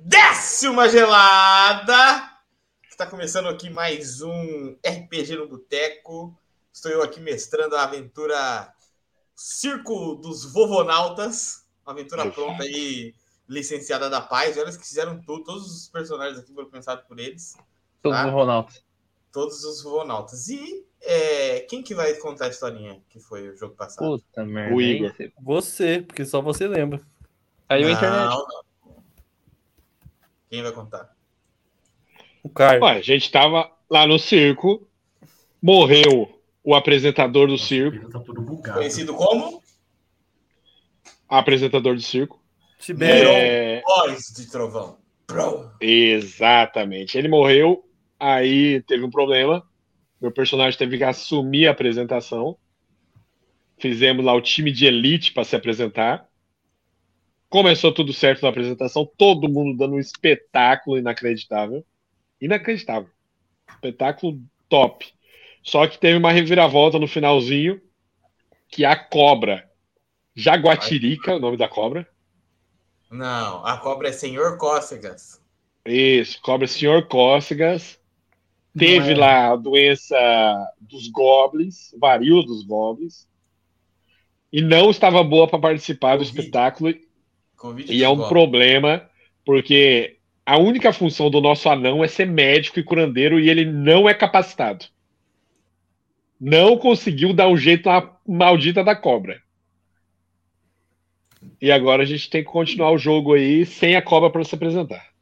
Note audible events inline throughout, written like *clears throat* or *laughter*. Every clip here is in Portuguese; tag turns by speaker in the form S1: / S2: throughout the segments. S1: desce uma gelada. Está começando aqui mais um RPG no Boteco. Estou eu aqui mestrando a aventura Circo dos Vovonautas. Uma aventura pronta aí, licenciada da Paz. Olha, eles que fizeram tudo. Todos os personagens aqui foram pensados por eles.
S2: Todos
S1: Tá.
S2: os Ronaldos.
S1: Todos os Vovonautas. E é, quem que vai contar a historinha que foi o jogo passado?
S2: Puta merda.
S3: O
S2: aí
S3: Igor.
S2: você-
S4: Você, porque só você lembra.
S2: Aí o
S1: Não,
S2: internet.
S1: não. Quem vai contar?
S4: O Caio.
S3: Ué, a gente tava lá no circo, morreu o apresentador do circo,
S5: Ele tá todo bugado.
S1: Conhecido como
S3: apresentador do circo.
S4: Tibério.
S3: É,
S1: Voz de Trovão. Bro.
S3: exatamente. Ele morreu, aí teve um problema. Meu personagem teve que assumir a apresentação. Fizemos lá o time de elite para se apresentar. Começou tudo certo na apresentação, todo mundo dando um espetáculo inacreditável. Inacreditável. Espetáculo top. Só que teve uma reviravolta no finalzinho que é a cobra, Jaguatirica, o nome da cobra,
S1: Não, a cobra é Senhor Cócegas.
S3: Isso, cobra senhor Cócegas. Teve
S5: é.
S3: lá a doença dos goblins, varíola dos goblins. E não estava boa para participar do
S1: Covid.
S3: espetáculo.
S1: Covid
S3: E é um
S1: cobra.
S3: problema, porque a única função do nosso anão é ser médico e curandeiro, e ele não é capacitado. Não conseguiu dar um jeito na maldita da cobra. E agora a gente tem que continuar o jogo aí sem a cobra para se apresentar.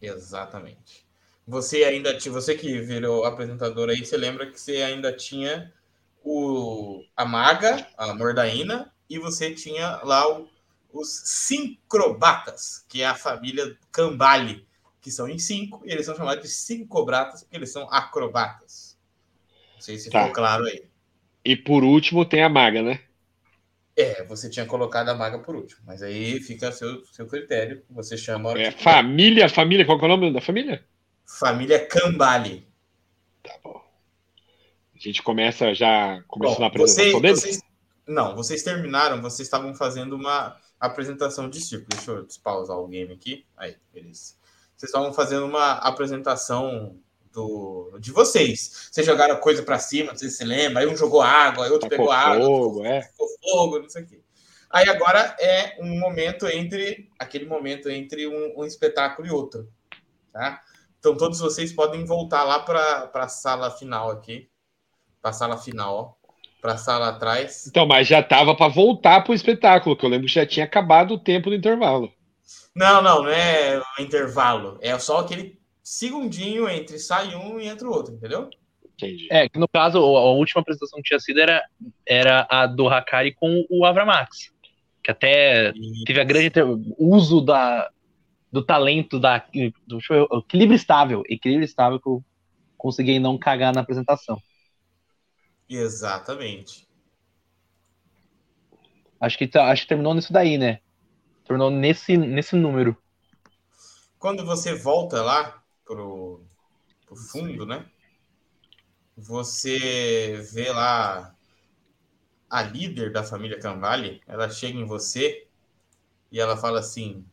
S1: Exatamente. Você ainda tinha, você que virou apresentador aí, você lembra que você ainda tinha o a maga, a mordaína, e você tinha lá o- os sincrobatas, que é a família Cambale, que são em cinco, e eles são chamados de sincrobatas porque eles são acrobatas. Não sei se
S3: Tá.
S1: ficou claro aí.
S3: E por último tem a maga, né?
S1: É, você tinha colocado a maga por último, mas aí fica a seu, seu critério, você chama a hora
S3: É
S1: que-
S3: família, família, qual que é o nome da família?
S1: família Cambale.
S3: Tá bom. A gente começa já começando
S1: Bom,
S3: a apresentação
S1: vocês-
S3: dele?
S1: vocês- não, vocês terminaram, vocês estavam fazendo uma apresentação de circo. Deixa eu despausar o game aqui. Aí, beleza. Vocês estavam fazendo uma apresentação do, de vocês. Vocês jogaram coisa pra cima, não sei se você lembra. Aí um jogou água, aí outro
S3: Tacou
S1: pegou água,
S3: Tá fogo, é.
S1: ficou fogo, não sei o quê. Aí agora é um momento entre aquele momento entre um, um espetáculo e outro, tá? Então todos vocês podem voltar lá para a sala final aqui, para a sala final, para a sala atrás.
S3: Então, mas já tava pra voltar pro espetáculo, que eu lembro que já tinha acabado o tempo do intervalo.
S1: Não, não, não é um intervalo, é só aquele segundinho entre sai um e entra o outro, entendeu?
S3: Entendi.
S2: É, que no caso, a a última apresentação que tinha sido era, era a do Hakari com o Avramax. Que até
S1: E-
S2: teve a grande ter- uso da, do talento da. Do, deixa eu ver, equilíbrio estável. Equilíbrio estável que eu consegui não cagar na apresentação.
S1: Exatamente.
S2: Acho que, tá- acho que terminou nisso daí, né? Terminou nesse, nesse número.
S1: Quando você volta lá pro, pro fundo, né? Você vê lá a líder da família Cambale, ela chega em você e ela fala assim: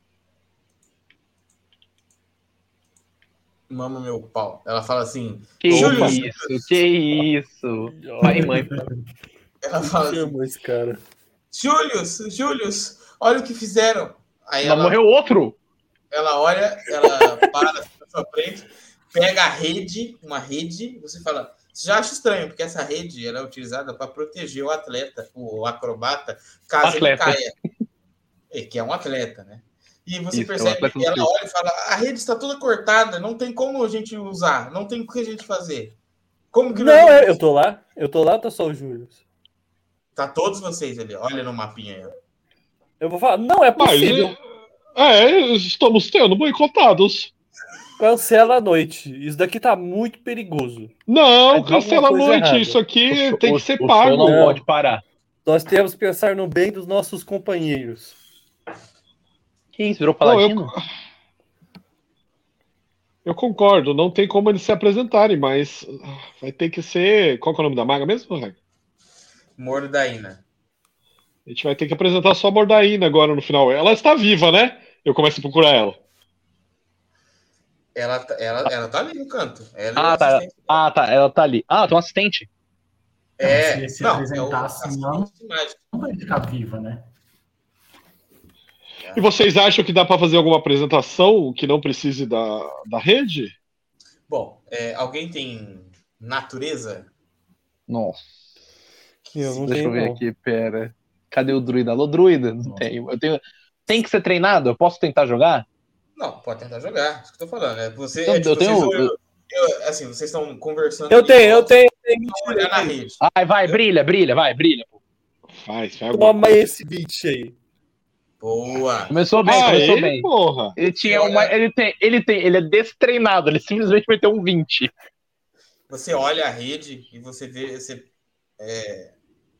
S1: Mama meu pau. Ela fala assim,
S2: Que
S1: Júlio.
S2: isso, que
S3: *laughs*
S2: isso. Pai e mãe.
S1: ela fala assim,
S4: Chamou esse cara.
S1: Július, Július, olha o que fizeram. Aí
S2: Mas morreu outro!
S1: Ela olha, ela para assim na sua frente, pega a rede, uma rede, você fala. Você já acha estranho, porque essa rede ela é utilizada para proteger o atleta, o acrobata, caso
S2: Atleta.
S1: ele caia. É, que é um atleta, né? E você
S2: Isso, é um
S1: percebe
S2: atleta
S1: que
S2: do
S1: ela
S2: circo.
S1: olha e fala: a rede está toda cortada, não tem como a gente usar, não tem o que a gente fazer. Como que
S4: Não,
S1: nós
S4: é, eu tô lá. Eu tô lá, tá só o Júlio.
S1: Tá todos vocês ali, olha no mapinha aí. ó.
S4: Eu vou falar, não é
S3: Mas,
S4: possível.
S3: é, estamos sendo boicotados.
S4: Cancela a noite. Isso daqui tá muito perigoso.
S3: Não,
S4: Mas
S3: cancela a
S4: alguma coisa
S3: noite,
S4: errada.
S3: isso aqui
S2: O so-
S3: tem
S2: o-
S3: que ser
S2: o
S3: pago.
S2: sol não
S4: Não.
S2: pode parar.
S4: Nós temos que pensar no bem dos nossos companheiros.
S2: Que isso, virou
S3: Não, eu-
S2: paladino?
S3: Eu concordo, não tem como eles se apresentarem, mas ah, vai ter que ser. Qual que é o nome da maga mesmo, Raga?
S1: Moro da Ina.
S3: A gente vai ter que apresentar só a Mordaína agora no final. Ela está viva, né? Eu começo a procurar ela.
S1: Ela, tá- ela, ela tá ali no canto. Ela é
S2: Ah,
S1: o
S2: tá.
S1: assistente.
S2: Ah, tá. Ela tá ali. Ah, tem um assistente.
S1: É,
S5: Se- se
S1: não, é o
S5: apresentasse,
S1: assistente
S5: não.
S1: de mágica.
S5: Não vai ficar viva, né?
S3: E vocês acham que dá pra fazer alguma apresentação que não precise da, da rede?
S1: Bom, é, alguém tem natureza?
S2: Nossa.
S4: Eu não
S2: Deixa
S4: tenho,
S2: eu ver
S4: não.
S2: aqui, pera. Cadê o druida? Alô, druida? Não
S5: Nossa.
S2: tenho. Eu tenho. Tem que ser treinado? Eu posso tentar jogar?
S1: Não, pode tentar jogar. Isso que eu tô falando. É, você,
S2: Então,
S1: é,
S2: Eu-
S1: tipo,
S2: eu tenho-
S1: vocês vão- eu- assim, vocês estão conversando.
S4: Eu tenho, eu
S1: e
S4: tenho.
S1: vão Olhar na rede.
S2: Ai, vai, brilha, brilha, vai, brilha. pô.
S3: Faz, faz alguma
S4: Toma esse beat aí.
S1: Boa.
S2: Começou
S3: Ah, é
S2: bem, começou bem.
S3: porra.
S2: Ele tinha uma. Ele tem, ele tem, ele é destreinado, ele simplesmente meteu um 20.
S1: Você olha a rede e você vê. Você, é,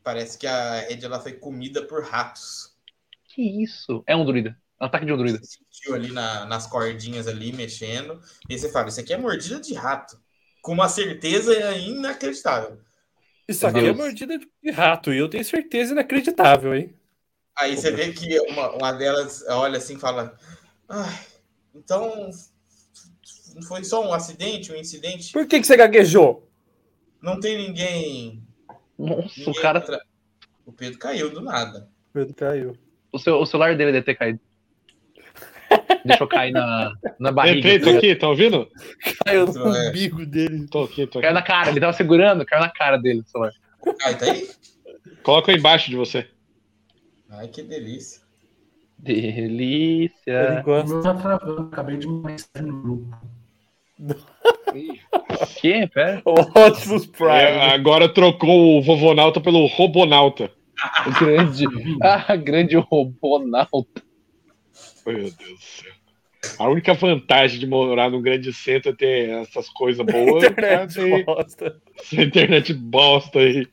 S1: parece que a rede ela foi comida por ratos.
S2: Que isso? É um druida. Ataque de um druida.
S1: Você sentiu ali na- nas cordinhas ali mexendo. E você fala: Isso aqui é mordida de rato. Com uma certeza inacreditável.
S4: Isso aqui é
S2: Deus.
S4: mordida de rato, e eu tenho certeza inacreditável, hein?
S1: Aí você vê que uma, uma delas olha assim e fala: "Ai, Então. não Foi só um acidente, um incidente?
S4: Por que, que você gaguejou?
S1: Não tem ninguém.
S2: Nossa, o
S1: ninguém
S2: cara.
S1: atra- O Pedro caiu do nada.
S4: Pedro caiu.
S2: O, seu, o celular dele deve ter caído. Deixou cair na, na barriga.
S3: Entrei, tô aqui, tá ouvindo?
S4: Caiu no
S1: É.
S4: umbigo dele.
S3: Tô aqui, tô aqui.
S2: Caiu na cara, ele tava segurando, caiu na cara dele o celular.
S1: Ai, tá aí?
S3: Coloca aí embaixo de você.
S1: Ai, que delícia.
S4: Ele
S2: Delícia.
S5: Eu
S4: gosta.
S5: já travou, Tá acabei de mostrar no grupo.
S2: Que? Pera.
S4: Ótimos
S3: É,
S4: Prime.
S3: agora trocou o vovonauta pelo robonauta.
S2: *laughs* O grande. *laughs* Ah, grande robonauta.
S3: Meu Deus do céu. A única vantagem de morar num grande centro é ter essas coisas
S2: ah,
S3: boas.
S4: *laughs* Internet
S3: é ter
S4: bosta.
S3: essa internet bosta aí.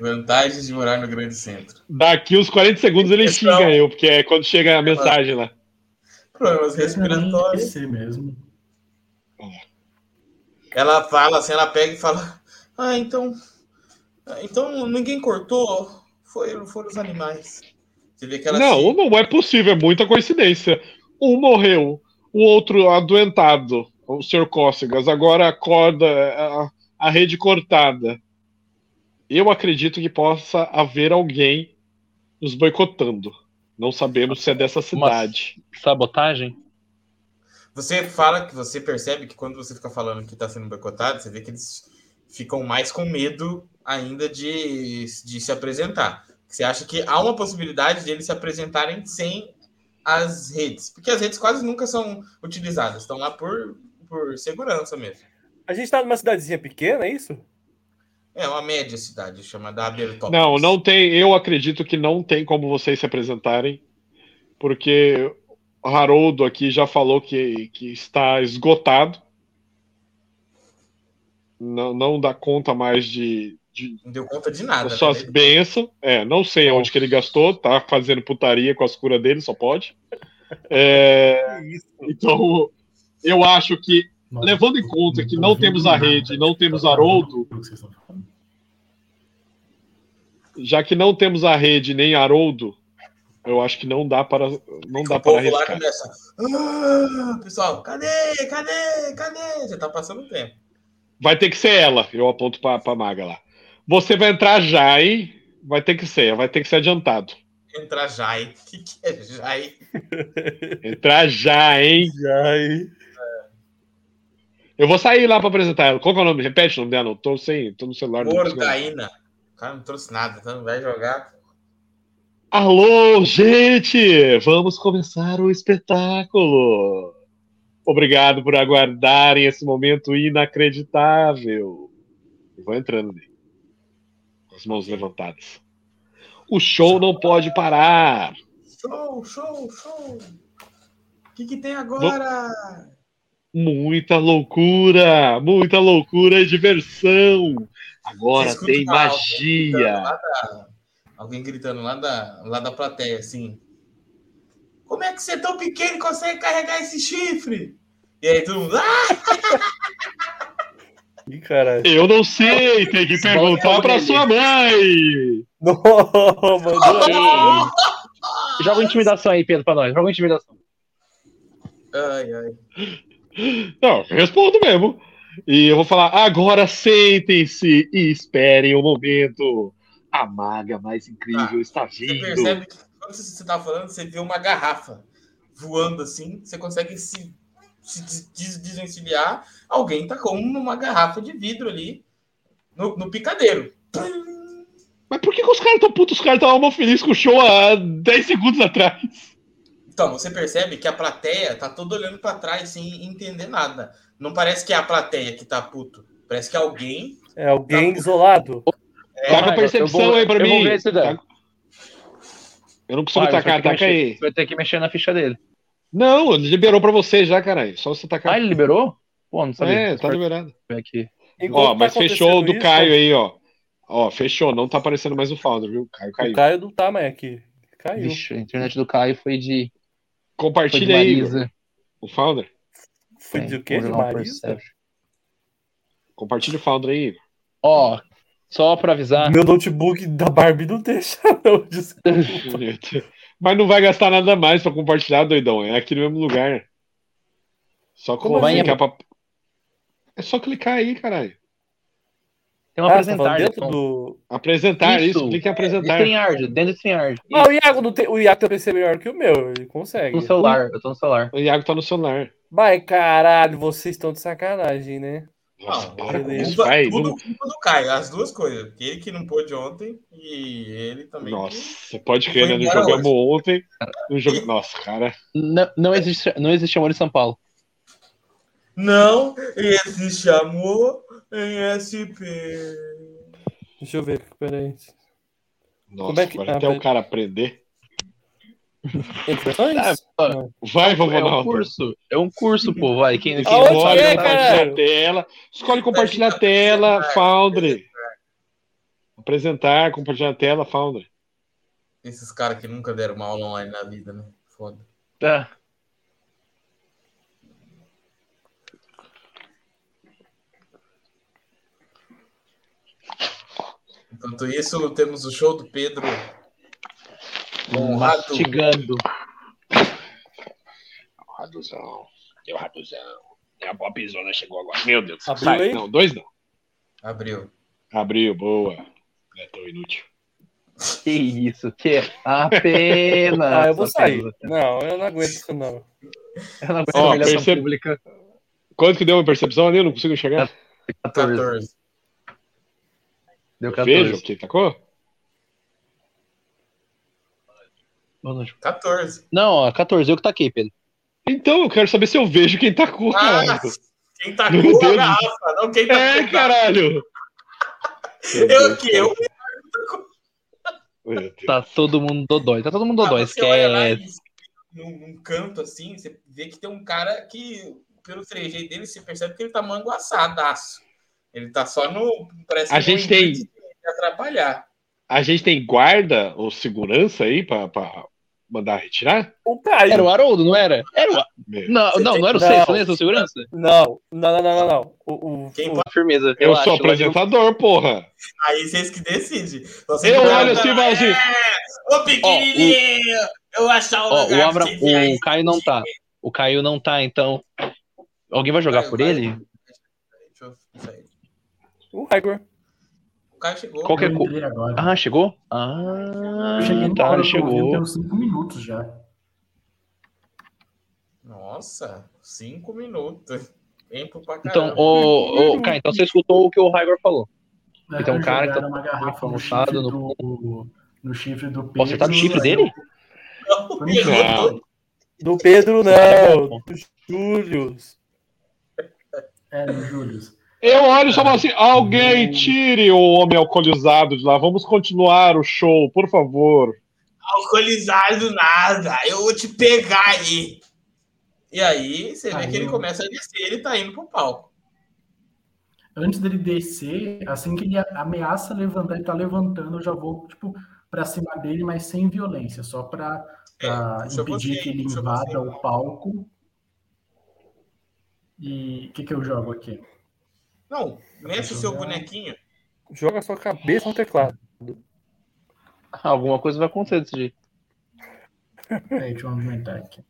S1: Vantagens de morar no grande centro.
S3: Daqui uns 40 segundos ele
S1: Questão.
S3: xinga eu, porque é quando chega a mensagem lá.
S1: Problemas
S2: É
S5: Não
S1: respiratórios.
S5: esquecer é mesmo.
S1: Ela fala assim, ela pega e fala: Ah, então. Então ninguém cortou. Foi, foram os animais. Você vê que ela.
S3: Não, não é possível, é muita coincidência. Um morreu, o outro adoentado, o Sr. Cócegas, agora a corda, a, a rede cortada. Eu acredito que possa haver alguém nos boicotando. Não sabemos se é dessa cidade.
S2: Sabotagem?
S1: Você fala que você percebe que quando você fica falando que está sendo boicotado, você vê que eles ficam mais com medo ainda de, de se apresentar. Você acha que há uma possibilidade deles se apresentarem sem as redes, porque as redes quase nunca são utilizadas, estão lá por, por segurança mesmo.
S4: A gente tá numa cidadezinha pequena, é isso?
S1: É uma média cidade chamada Abertópolis.
S3: Não, não tem. Eu acredito que não tem como vocês se apresentarem, porque o Haroldo aqui já falou que, que está esgotado. Não, não dá conta mais de, de
S1: Não deu conta de nada.
S3: suas
S1: né?
S3: bênçãos. É, não sei aonde que ele gastou, tá fazendo putaria com as curas dele, só pode. É, então, eu acho que,
S5: Nossa,
S3: levando em conta que não
S5: tô
S3: temos
S5: ouvindo
S3: a
S5: nada.
S3: rede, não temos
S5: Tô
S3: Haroldo,
S5: ouvindo o que vocês estão falando.
S3: já que não temos a rede nem Haroldo, eu acho que não dá para não dá
S1: o
S3: para
S1: povo lá
S3: arriscar.
S1: começa. "Ah, pessoal, cadê? Cadê? Cadê? Já tá passando o tempo.
S3: Vai ter que ser ela. Eu aponto para a maga lá. Você vai entrar já e vai ter que ser, vai ter que ser adiantado.
S1: Entra Jai. *laughs* O que, que é Jai?
S3: Entrar já, hein?
S4: Já aí.
S3: Eu vou sair lá para apresentar ela. Qual que é o nome? Repete o nome dela. Não tô sem, tô no celular. não consigo.
S1: Mordaína. O cara não trouxe nada, então não vai jogar.
S3: Alô, gente! Vamos começar o espetáculo. Obrigado por aguardarem esse momento inacreditável. Eu Vou entrando ali. Com As mãos levantadas. O show não pode parar.
S1: Show, show, show. O que, que tem agora?
S3: Muita loucura, muita loucura e diversão.
S1: Você
S3: Agora
S1: escuta
S3: tem
S1: uma alma
S3: magia.
S1: lá da- Alguém gritando lá da, lá da plateia, assim. Como é que você é tão pequeno e consegue carregar esse chifre? E aí todo mundo. Ah!
S4: Ih, caralho. *laughs*
S3: Eu não sei, tem que perguntar para sua mãe.
S4: Não, mandou aí.
S2: Joga intimidação aí, Pedro, pra nós. Joga intimidação.
S1: Ai, ai.
S3: Não, eu respondo mesmo. E eu vou falar, agora sentem-se e esperem o momento. A maga mais incrível está
S1: Você
S3: vindo.
S1: percebe que quando você tá falando, você vê uma garrafa voando assim, você consegue se, se des- des- desencilhar. Alguém tá com uma garrafa de vidro ali no, no picadeiro.
S3: Mas por que, que os caras tão putos? Os caras estavam mó felizes com o show há 10 segundos atrás.
S1: Então, você percebe que a plateia tá toda olhando pra trás sem entender nada. Não parece que é a plateia que tá puto. Parece que alguém.
S4: É alguém isolado.
S1: É,
S3: Taca a
S2: Vai,
S3: Tá percepção
S2: eu vou-
S3: aí pra
S2: eu
S3: mim.
S2: vou ver esse dano.
S3: Taca- Eu não costumo
S2: Vai, você vai
S3: tacar,
S2: ter que
S3: taca
S2: mexer-
S3: aí.
S2: você Vai ter que mexer na ficha dele.
S3: Não, ele liberou pra você já, caralho. Só você tacar.
S2: Ah, ele liberou? Pô, não sabia.
S3: é, tá liberado.
S2: Ver aqui.
S3: Ó, mas
S4: tá
S3: fechou o do
S4: acontecendo
S3: Caio
S4: isso,
S3: aí, ó. Ó, fechou. Não tá aparecendo mais o Founder, viu? Caio
S4: O
S3: caiu.
S4: Caio não tá mais aqui. Caiu.
S2: Vixe, a internet do Caio foi de, foi de
S3: Compartilha aí, Igor.
S2: Marisa.
S3: o Founder.
S4: Foi de
S2: Tem,
S4: o quê? De
S2: vou jogar um
S4: Marisa?
S2: Perception.
S3: Compartilha o Founder aí. Igor.
S2: Ó, só pra avisar,
S4: Meu notebook da Barbie não deixa, *laughs* não. Desculpa.
S3: Mas não vai gastar nada mais pra compartilhar, doidão. É aqui no mesmo lugar. Só
S4: Como
S3: clicar
S2: assim?
S3: pra... É só clicar aí, caralho.
S2: tem um
S4: Ah, tá
S2: apresentar.
S4: falando dentro
S2: Japão.
S4: do...
S3: Apresentar isso,
S2: Isso.
S3: clique em apresentar.
S2: StreamYard, dentro do StreamYard.
S4: Ah, o Iago, não tem... o Iago tem um PC melhor que o meu, ele consegue.
S2: No celular, eu tô no celular.
S3: O Iago tá no celular.
S4: Mas caralho, vocês estão de sacanagem, né?
S3: Nossa,
S1: Não,
S3: para com
S4: beleza.
S3: isso,
S1: Culpa-
S3: vai.
S1: tudo
S3: não-
S1: culpa do Caio, as duas coisas. Porque ele que não pôde ontem e ele também. que-
S3: Nossa, pode crer, né? Não
S1: Foi embora
S3: jogamos ontem. Não joga... Nossa, cara.
S2: Não, não existe, não existe amor em São Paulo.
S1: Não, esse chamou em SP.
S4: Deixa eu ver, peraí. Como
S3: Nossa,
S4: é que-
S3: agora
S4: ah,
S3: até
S4: mas-
S3: o cara aprender.
S4: Impressões?
S2: Ah, pô,
S3: Vai,
S2: é um
S3: Vovonaldo.
S2: curso, é um curso, pô, vai. *laughs* Quem, quem
S4: Aonde
S2: mora-
S3: Escolhe
S4: é,
S3: compartilhar
S4: caralho?
S3: a tela. Escolhe compartilhar a tela,
S1: Apresentar.
S3: Foundry. Apresentar, compartilhar a tela, Foundry.
S1: Esses caras que nunca deram uma aula online na vida, né? Foda.
S2: Tá.
S1: Enquanto isso, temos o show do Pedro. Honrado.
S2: Mastigando.
S3: Raduzão. Deu Raduzão. É A Bobzona chegou agora. Meu Deus.
S4: Abriu
S3: Sai.
S4: aí?
S3: Não, dois não.
S1: Abriu.
S3: Abriu, boa. É tão inútil.
S2: Que isso, que é? apenas.
S4: *laughs* Ah, eu vou
S2: apenas.
S4: sair.
S2: tá.
S4: Não, eu não aguento isso, não.
S2: Eu não aguento
S3: Ó,
S2: humilhação
S3: percebe-
S2: pública.
S3: Quanto que deu uma percepção ali? Eu não consigo enxergar.
S2: 14.
S1: 14.
S2: Deu
S3: Vejo tá
S2: 14.
S3: que tacou?
S2: Boa noite.
S1: 14.
S2: Não, ó, 14, eu que taquei, Pedro.
S3: Então, eu quero saber se eu vejo quem tacou,
S1: Ah,
S3: caralho.
S1: quem tá
S3: Meu
S1: com a
S3: Deus.
S1: garrafa, não quem tá
S3: É,
S1: com a
S3: caralho.
S1: Eu aqui, eu.
S3: Meu Deus.
S2: Tá todo mundo dodói. Tá todo mundo dodói.
S1: Ah, Você olha lá
S2: Esquece.
S1: e, num, num canto assim, você vê que tem um cara que, pelo trejeito dele, você percebe que ele tá manguaçadaço. Ele tá só no. Parece
S3: A
S1: que
S3: gente
S1: no
S3: tem-
S1: intuito de atrapalhar.
S3: A gente tem guarda ou segurança aí pra, pra mandar retirar?
S4: O Caio.
S2: Era o Haroldo, não era? Era o...
S3: Meu,
S2: Não,
S1: Você né?
S2: não,
S1: tem-
S2: não era o
S4: Não.
S2: Seixas, né? Seu segurança?
S4: Não, não, não, não, não, não. O, o-
S1: Quem
S4: o-
S2: Firmeza.
S3: Eu
S2: relaxa,
S3: sou
S2: relaxa.
S3: apresentador, porra.
S1: Aí vocês é que decidem. Vocês
S3: Eu
S1: não É,
S3: olho
S1: olham-
S3: assim, vai assim.
S1: Ô, pequenininho! Eu vou achar um
S2: Ó, o,
S1: lugar
S2: Abra...
S1: pra você ver aí.
S2: o Caio não tá. O Caio não tá, então. Alguém vai jogar
S1: Caio,
S2: por
S1: vai.
S2: ele?
S1: Deixa eu sair.
S4: o Igor.
S1: O Caio chegou.
S2: Qual que é
S5: Eu
S2: co-
S5: entrei agora.
S2: Ah, chegou? Ah,
S5: Eu cheguei então. na
S2: tá,
S5: hora,
S2: ele
S5: eu tô ouvindo,
S2: chegou.
S5: Tem uns 5 minutos já.
S1: Nossa, cinco minutos. Tempo pra caramba.
S2: Então,
S1: *laughs*
S2: ô, ô, Caio, então você escutou o que o Raigor falou.
S5: Né,
S2: Então, o cara que
S5: jogaram
S2: tá
S5: uma garrafa no
S2: almoçado
S5: chifre
S2: no-
S5: do, no chifre do Pedro.
S2: Ó, você tá no chifre dele?
S3: Não.
S4: Do Pedro, não. Do Júlio.
S5: É, no Júlio.
S3: Eu olho e só falo assim: alguém tire o homem alcoolizado de lá. Vamos continuar o show, por favor.
S1: Alcoolizado nada. Eu vou te pegar aí. E aí, você vê
S5: Aí
S1: que ele
S5: eu-
S1: começa a descer, ele tá indo pro palco.
S5: Antes dele descer, assim que ele ameaça levantar, ele tá levantando, eu já vou, tipo, pra cima dele, mas sem violência, só pra, pra
S1: puxa
S5: impedir
S1: É, você,
S5: que ele
S1: puxa
S5: invada
S1: você.
S5: o palco. E o que que eu jogo aqui?
S1: Não, mexe o seu bonequinho.
S4: Joga sua cabeça no teclado.
S2: Ah, Alguma coisa vai acontecer desse jeito.
S5: Peraí, deixa eu aumentar aqui.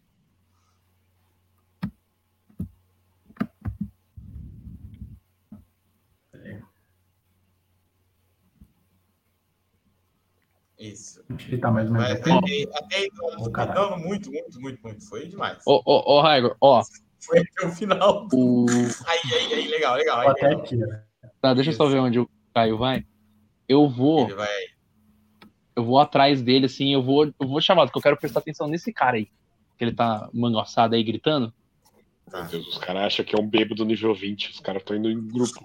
S1: Isso.
S5: Tá mais ou menos.
S1: Mas até,
S5: Ó,
S1: aí- até aí nós
S5: Ô, caralho.
S1: gritando muito, muito, muito, muito. Foi demais.
S2: Ô, ô, ô, Raigor, ó,
S1: Foi até o final.
S2: o.
S1: Aí, aí, aí, legal, legal.
S5: ó,
S1: Aí,
S5: até
S1: legal.
S5: aqui, né?
S2: Tá, deixa eu só ver onde o Caio vai. Eu vou,
S1: Ele vai.
S2: eu vou atrás dele, assim, eu vou, eu vou chamar, porque eu quero prestar atenção nesse cara aí. Que ele tá mangoçado aí gritando.
S3: Meu Deus, os caras acham que é um bêbado nível 20. Os caras estão indo em grupo.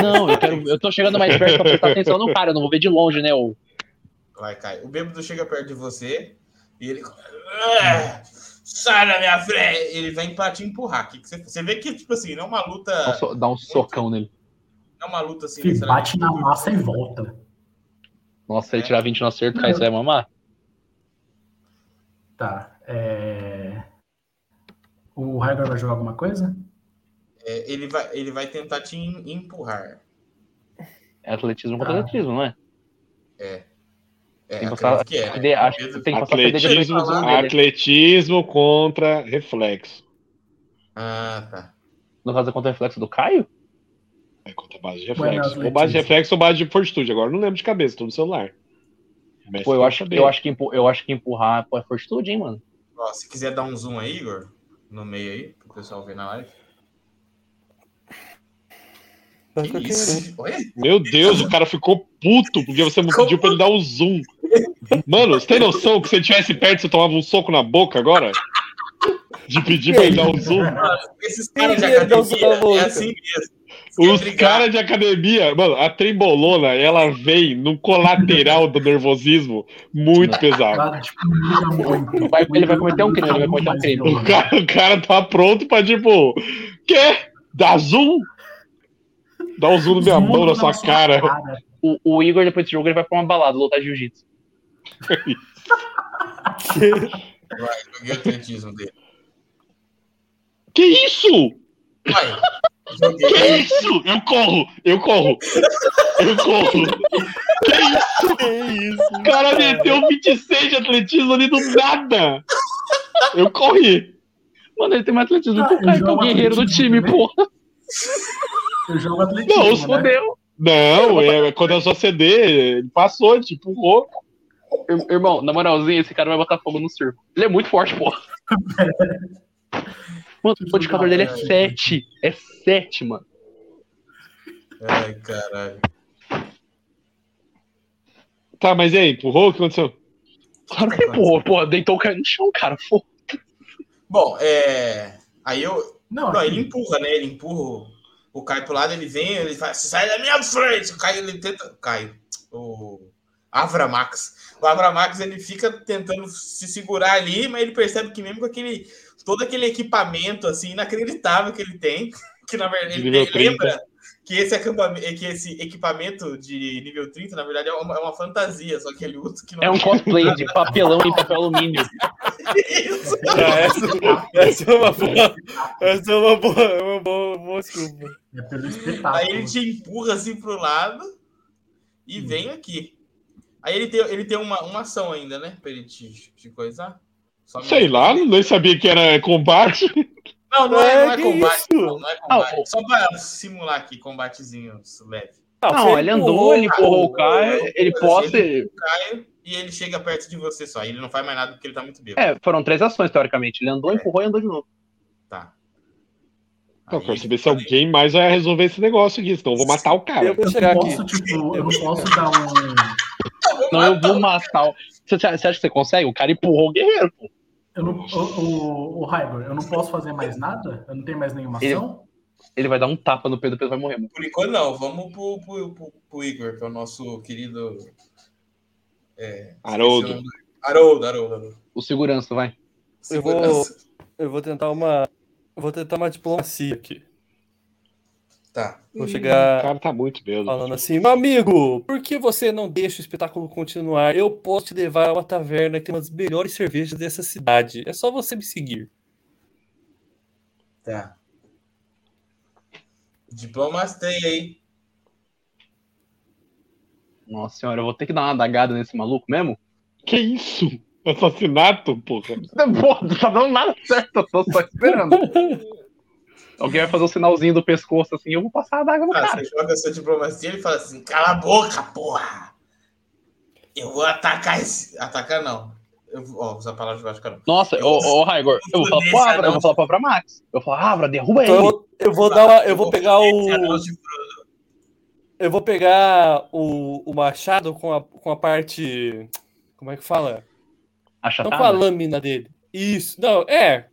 S2: Não, eu quero. Eu tô chegando mais perto pra prestar atenção no cara, eu não vou ver de longe, né? O,
S1: Vai, Caio. O bêbado chega perto de você e ele. Ah, Sai da minha frente! Ele vem pra te empurrar. Que que você... você vê que, tipo assim, não é uma luta.
S2: dá um so- dá um socão nele.
S1: Não é uma luta assim.
S5: Que
S1: necessariamente
S5: bate na massa e volta.
S2: Nossa, se ele tirar 20 no acerto, Caio, você vai mamar?
S5: Tá. é, O Raigor vai jogar alguma coisa?
S1: É, ele, vai, ele vai tentar te em- empurrar.
S2: É atletismo contra
S5: Ah.
S2: atletismo, não é?
S1: É,
S2: Tem que
S1: acredito
S2: passar-
S1: que é,
S2: De-
S1: né?
S2: Tipo, acho que
S1: Bêbado-
S2: tem que passar a PD
S3: Atletismo,
S2: pra falar dele.
S3: atletismo contra reflexo.
S1: Ah, tá.
S2: No caso é contra o reflexo do Caio?
S3: É contra base de
S5: Bueno,
S3: reflexo. Ou
S5: atletismo.
S3: base de reflexo ou base de fortitude. Agora eu não lembro de cabeça, tô no celular. Mas
S2: Pô, eu
S3: tem
S2: acho,
S3: saber.
S2: eu acho, que, empu- eu acho que empurrar pô, é fortitude, hein, mano?
S1: Ó, se quiser dar um zoom aí, Igor, no meio aí, pro pessoal ver na live.
S4: Mas
S1: Que
S4: qualquer-
S1: isso? Olha,
S3: Meu Deus, o cara ficou puto porque você não
S1: Ficou
S3: pediu pra ele dar o zoom. Mano, você tem noção que se ele tivesse perto, você tomava um soco na boca agora? De pedir pra ele dar o zoom.
S1: esses caras de
S4: Ele deu um
S1: academia
S4: zoom na
S1: é
S4: boca.
S1: assim mesmo. Se
S3: Os
S1: brigar,
S3: caras de academia, mano, a trembolona, ela vem no colateral do nervosismo muito pesado.
S5: Ela, tipo, muda muito.
S2: Vai- ele vai cometer um crime, ele vai cometer um crime.
S3: O cara, o cara tá pronto pra, tipo, quê? Dá zoom? Dá um zoom na minha mão, na sua cara.
S2: O, o Igor, depois desse jogo, ele vai pra uma balada, lutar jiu-jitsu.
S1: Joguei o atletismo dele.
S3: Que isso?
S1: Vai.
S3: Que
S1: Joguei.
S3: isso? Eu corro, eu corro. Eu corro. Que isso? O cara meteu 26 de atletismo ali do nada. Eu corri.
S2: Mano, ele tem mais atletismo
S5: Ah,
S2: que o Caio,
S5: eu
S2: que é o
S5: jogo
S2: guerreiro do
S5: atletismo,
S2: time,
S5: né?
S2: porra.
S5: Eu jogo é atletismo.
S2: né?
S5: né?
S3: Não,
S5: Não,
S3: os
S2: Fodeu.
S3: Não, é, quando eu só CD, ele passou, tipo, empurrou.
S2: Ir- Irmão, na moralzinha, esse cara vai botar fogo no circo. Ele é muito forte, porra. Mano, o modificador dele é 7. É 7, mano.
S1: Ai, caralho.
S3: Tá, mas e aí, empurrou? O que aconteceu?
S2: Claro que porra, porra. Deitou o cara no chão, cara. Foda.
S1: Bom, é. Aí eu.
S5: Não, assim.
S1: Não, ele empurra, né? Ele empurra o- o Caio pro lado, ele vem, ele fala, sai da minha frente! O Caio, ele tenta. Caio. O. Avramax. O Avramax ele fica tentando se segurar ali, mas ele percebe que mesmo com aquele todo aquele equipamento assim inacreditável que ele tem, *laughs* que na verdade ele,
S3: Nível
S1: ele lembra que esse acampamento, que esse equipamento de nível 30 na verdade é uma, é uma fantasia, só que ele usa que não
S2: É um cosplay de papelão e papel alumínio.
S1: isso.
S4: Ah, essa, essa é uma boa. Essa é uma boa, é uma boa, boa desculpa.
S5: é pelo espetáculo.
S1: Aí ele te empurra assim pro lado e
S5: Hum.
S1: vem aqui. Aí ele tem, ele tem uma, uma ação ainda, né? Pra ele te, te coisar. Só me-
S3: Sei lá, nem sabia que era combate.
S1: Não, não é, não é
S4: É, que
S1: combate.
S4: isso?
S1: Não, não é combate.
S2: Ah, o-
S1: Só pra simular aqui, combatezinho leve.
S4: Ah,
S2: Não, ele andou, ele empurrou o cara, ele
S1: Ele-
S2: possa. É,
S1: Caio, e ele chega perto de você só. Ele não faz mais nada porque ele tá muito bêbado.
S2: É, foram três ações, teoricamente. Ele andou, empurrou e andou de novo.
S1: Tá.
S3: Eu
S1: Aí-
S3: quero saber se alguém mais vai resolver esse negócio aqui, senão tá eu vou matar o cara.
S4: Eu vou
S5: Eu
S4: chegar
S5: não
S4: aqui.
S5: posso, tipo, eu não posso dar um.
S2: Não, eu vou matar. o- Você, você acha que você consegue? O cara empurrou o guerreiro, pô.
S5: Eu não, o, o, o Raigor, eu não posso fazer mais nada? Eu não tenho mais nenhuma
S2: Ele-
S5: ação?
S2: Ele vai dar um tapa no Pedro, o Pedro vai morrer, mano.
S1: Por enquanto não, vamos pro, pro, pro- pro Igor, que é o nosso querido.
S3: Haroldo.
S1: Haroldo, Haroldo, Haroldo.
S2: O segurança, vai.
S4: Eu vou, eu vou tentar uma. Eu vou tentar uma diplomacia aqui.
S1: Tá.
S4: Vou
S3: O
S4: chegar
S3: cara tá muito bêbado.
S4: falando assim, meu amigo, por que você não deixa o espetáculo continuar? Eu posso te levar a uma taverna que tem uma das melhores cervejas dessa cidade. É só você me seguir.
S1: Tá. Diplomastei aí.
S2: Nossa senhora, eu vou ter que dar uma adagada nesse maluco mesmo? *laughs*
S3: Que isso? Assassinato, porra.
S2: Porra, não tá dando nada certo, eu tô só
S4: *laughs*
S2: esperando. Alguém vai fazer o sinalzinho do pescoço assim, eu vou passar a adaga no
S1: Ah,
S2: cara.
S1: você joga sua diplomacia e ele fala assim: cala a boca, porra! Eu vou atacar esse. Atacar não. Eu, vou- ó, vou usar a palavra de baixo caramba.
S2: Nossa, ô, ô, Raigor, eu vou falar pro Avra, eu vou falar pro Avra Max. Eu vou falar, Avra, derruba
S4: Então eu
S2: ele.
S4: vou, eu vou dar uma- eu vou
S2: É
S4: pegar
S1: Esse
S4: o.
S1: anão de
S4: Eu vou pegar o, o machado com a, com a parte. Como é que fala? Não com a
S2: Achatado.
S4: lâmina dele. Isso. Não, é.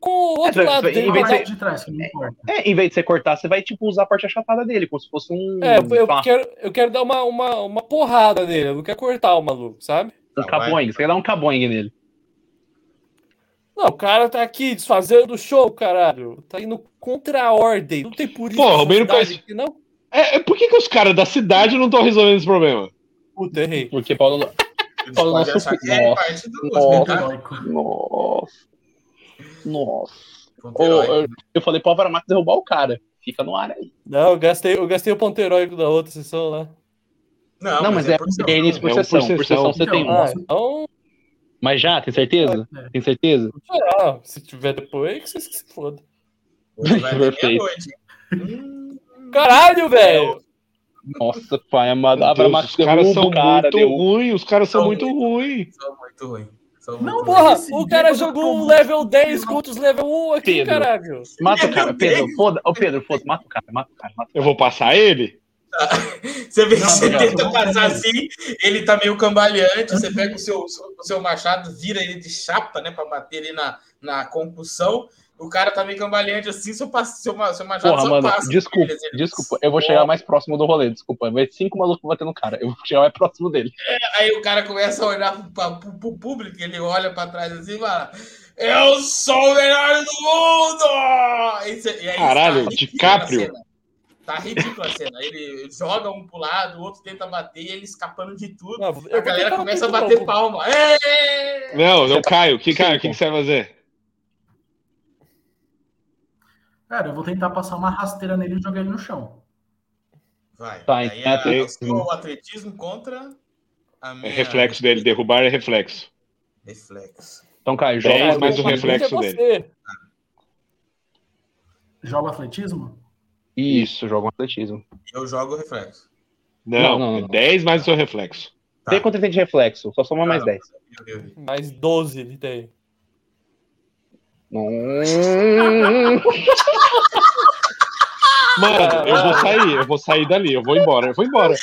S4: Com o outro
S2: É,
S4: lado
S2: em
S4: dele.
S5: Tem
S2: vez
S5: uma
S2: de-
S5: parte de trás, que não importa.
S2: É, em vez de você cortar, você vai, tipo, usar a parte achatada dele, como se fosse um,
S4: É, eu
S2: sei lá,
S4: quero, eu quero dar uma, uma, uma porrada nele. Eu não quero cortar o maluco, sabe?
S2: um caboing. Você quer dar um caboing nele.
S4: Não, o cara tá aqui desfazendo o show, caralho. Tá indo contra a ordem. Não tem polícia.
S3: Porra,
S4: nessa
S3: o Romero
S4: cidade
S3: faz-
S4: aqui, não?
S3: É, é, por que, que os caras da cidade não estão resolvendo esse problema?
S4: Puta, errei.
S2: Porque Paulo...
S1: Eles
S2: Paulo
S1: podem
S2: Nosso
S1: achar que
S2: Nossa.
S1: é parte do
S2: Nossa.
S1: né,
S5: Heróico.
S2: Nossa. Nossa.
S1: tá?
S2: Ô, eu, eu falei pro Avra Max derrubar o cara. Fica no ar aí.
S4: Não, eu gastei, eu gastei o ponto heróico da outra sessão lá.
S1: Não,
S2: Não, mas é,
S1: por isso.
S2: é *laughs* início por
S3: É um por
S2: sessão.
S3: sessão.
S2: Por sessão você
S5: Então,
S2: tem um.
S5: ah,
S4: Ah, então,
S2: Mas já, tem certeza?
S5: É.
S2: Tem certeza?
S4: sei lá, se tiver depois, que vocês que se fodam.
S1: Hoje vai é ter
S2: Perfeito.
S1: meia-noite. Hum,
S4: Caralho, velho!
S2: Nossa, pai amado. Avra
S3: Deus,
S2: Max
S3: os caras
S2: derruba
S3: são
S2: o um cara.
S3: muito
S2: derruba.
S3: ruins, os caras são
S1: Não,
S3: muito ruins.
S1: são muito ruim. São
S5: Não,
S1: muito
S5: porra.
S1: ruim.
S4: Porra,
S5: Esse
S4: o cara
S5: dia
S4: jogou
S5: eu
S4: um
S5: tô-
S4: level 10 contra os level 1 aqui,
S2: Pedro.
S4: caralho.
S2: Mata o
S1: Meu
S2: cara,
S1: Deus.
S2: Pedro. Foda. Ô, Pedro, foda. Mata o cara, mata o cara, mata o
S3: Eu vou passar ele?
S1: Você vê que
S5: Não,
S1: você
S5: não,
S1: tenta
S5: não.
S1: passar assim, ele tá meio cambaleante, você pega o seu, o seu machado, vira ele de chapa, né, pra bater ele na, na concussão. O cara tá meio cambaleante assim, seu, pa- seu, ma- seu machado
S2: cara. Porra,
S1: só
S2: mano,
S1: passa.
S2: desculpa,
S1: Beleza, ele- assim.
S2: desculpa. Eu vou chegar mais próximo do rolê, desculpa. Vai ter cinco malucos batendo no cara. Eu vou chegar mais próximo dele.
S1: Aí o cara começa a olhar pro, pra- pro- pro público, ele olha pra trás assim e fala: Eu sou o melhor do mundo! E cê- e aí
S3: Caralho,
S1: tá ridículo
S3: DiCaprio.
S1: a cena. Tá ridícula a cena. Ele joga um pro lado, o outro tenta bater, e ele escapando de tudo.
S4: Não, eu
S1: A
S4: vou
S1: galera
S4: tentar
S1: começa a
S4: bater
S1: bater
S4: novo.
S1: palma. É!
S3: Não, não,
S2: tá
S3: Caio, que, Caio, o que, que
S2: Cinco.
S3: você vai fazer?
S5: Cara, eu vou tentar passar uma rasteira nele e jogar ele no chão.
S1: Vai.
S2: Tá,
S1: aí
S2: então
S1: a-
S2: tem-
S1: a sua- o atletismo contra a
S3: É
S1: minha.
S3: reflexo dele, derrubar é reflexo.
S1: Reflexo.
S2: Então, Caio,
S3: Dez
S2: joga.
S3: mais
S4: o
S3: um reflexo
S4: é você.
S5: Joga o atletismo?
S2: Isso, joga um atletismo.
S1: Eu jogo reflexo.
S3: Não,
S2: Não, não, não.
S3: é 10 mais o seu reflexo.
S1: Tá.
S2: Vê quanto ele tem de reflexo. Só soma mais
S1: Ah,
S2: 10.
S1: Eu- eu- eu-
S4: Mais 12 ele tem.
S2: Hum.
S3: Mano, eu vou sair, eu vou sair dali, eu vou embora, eu vou embora.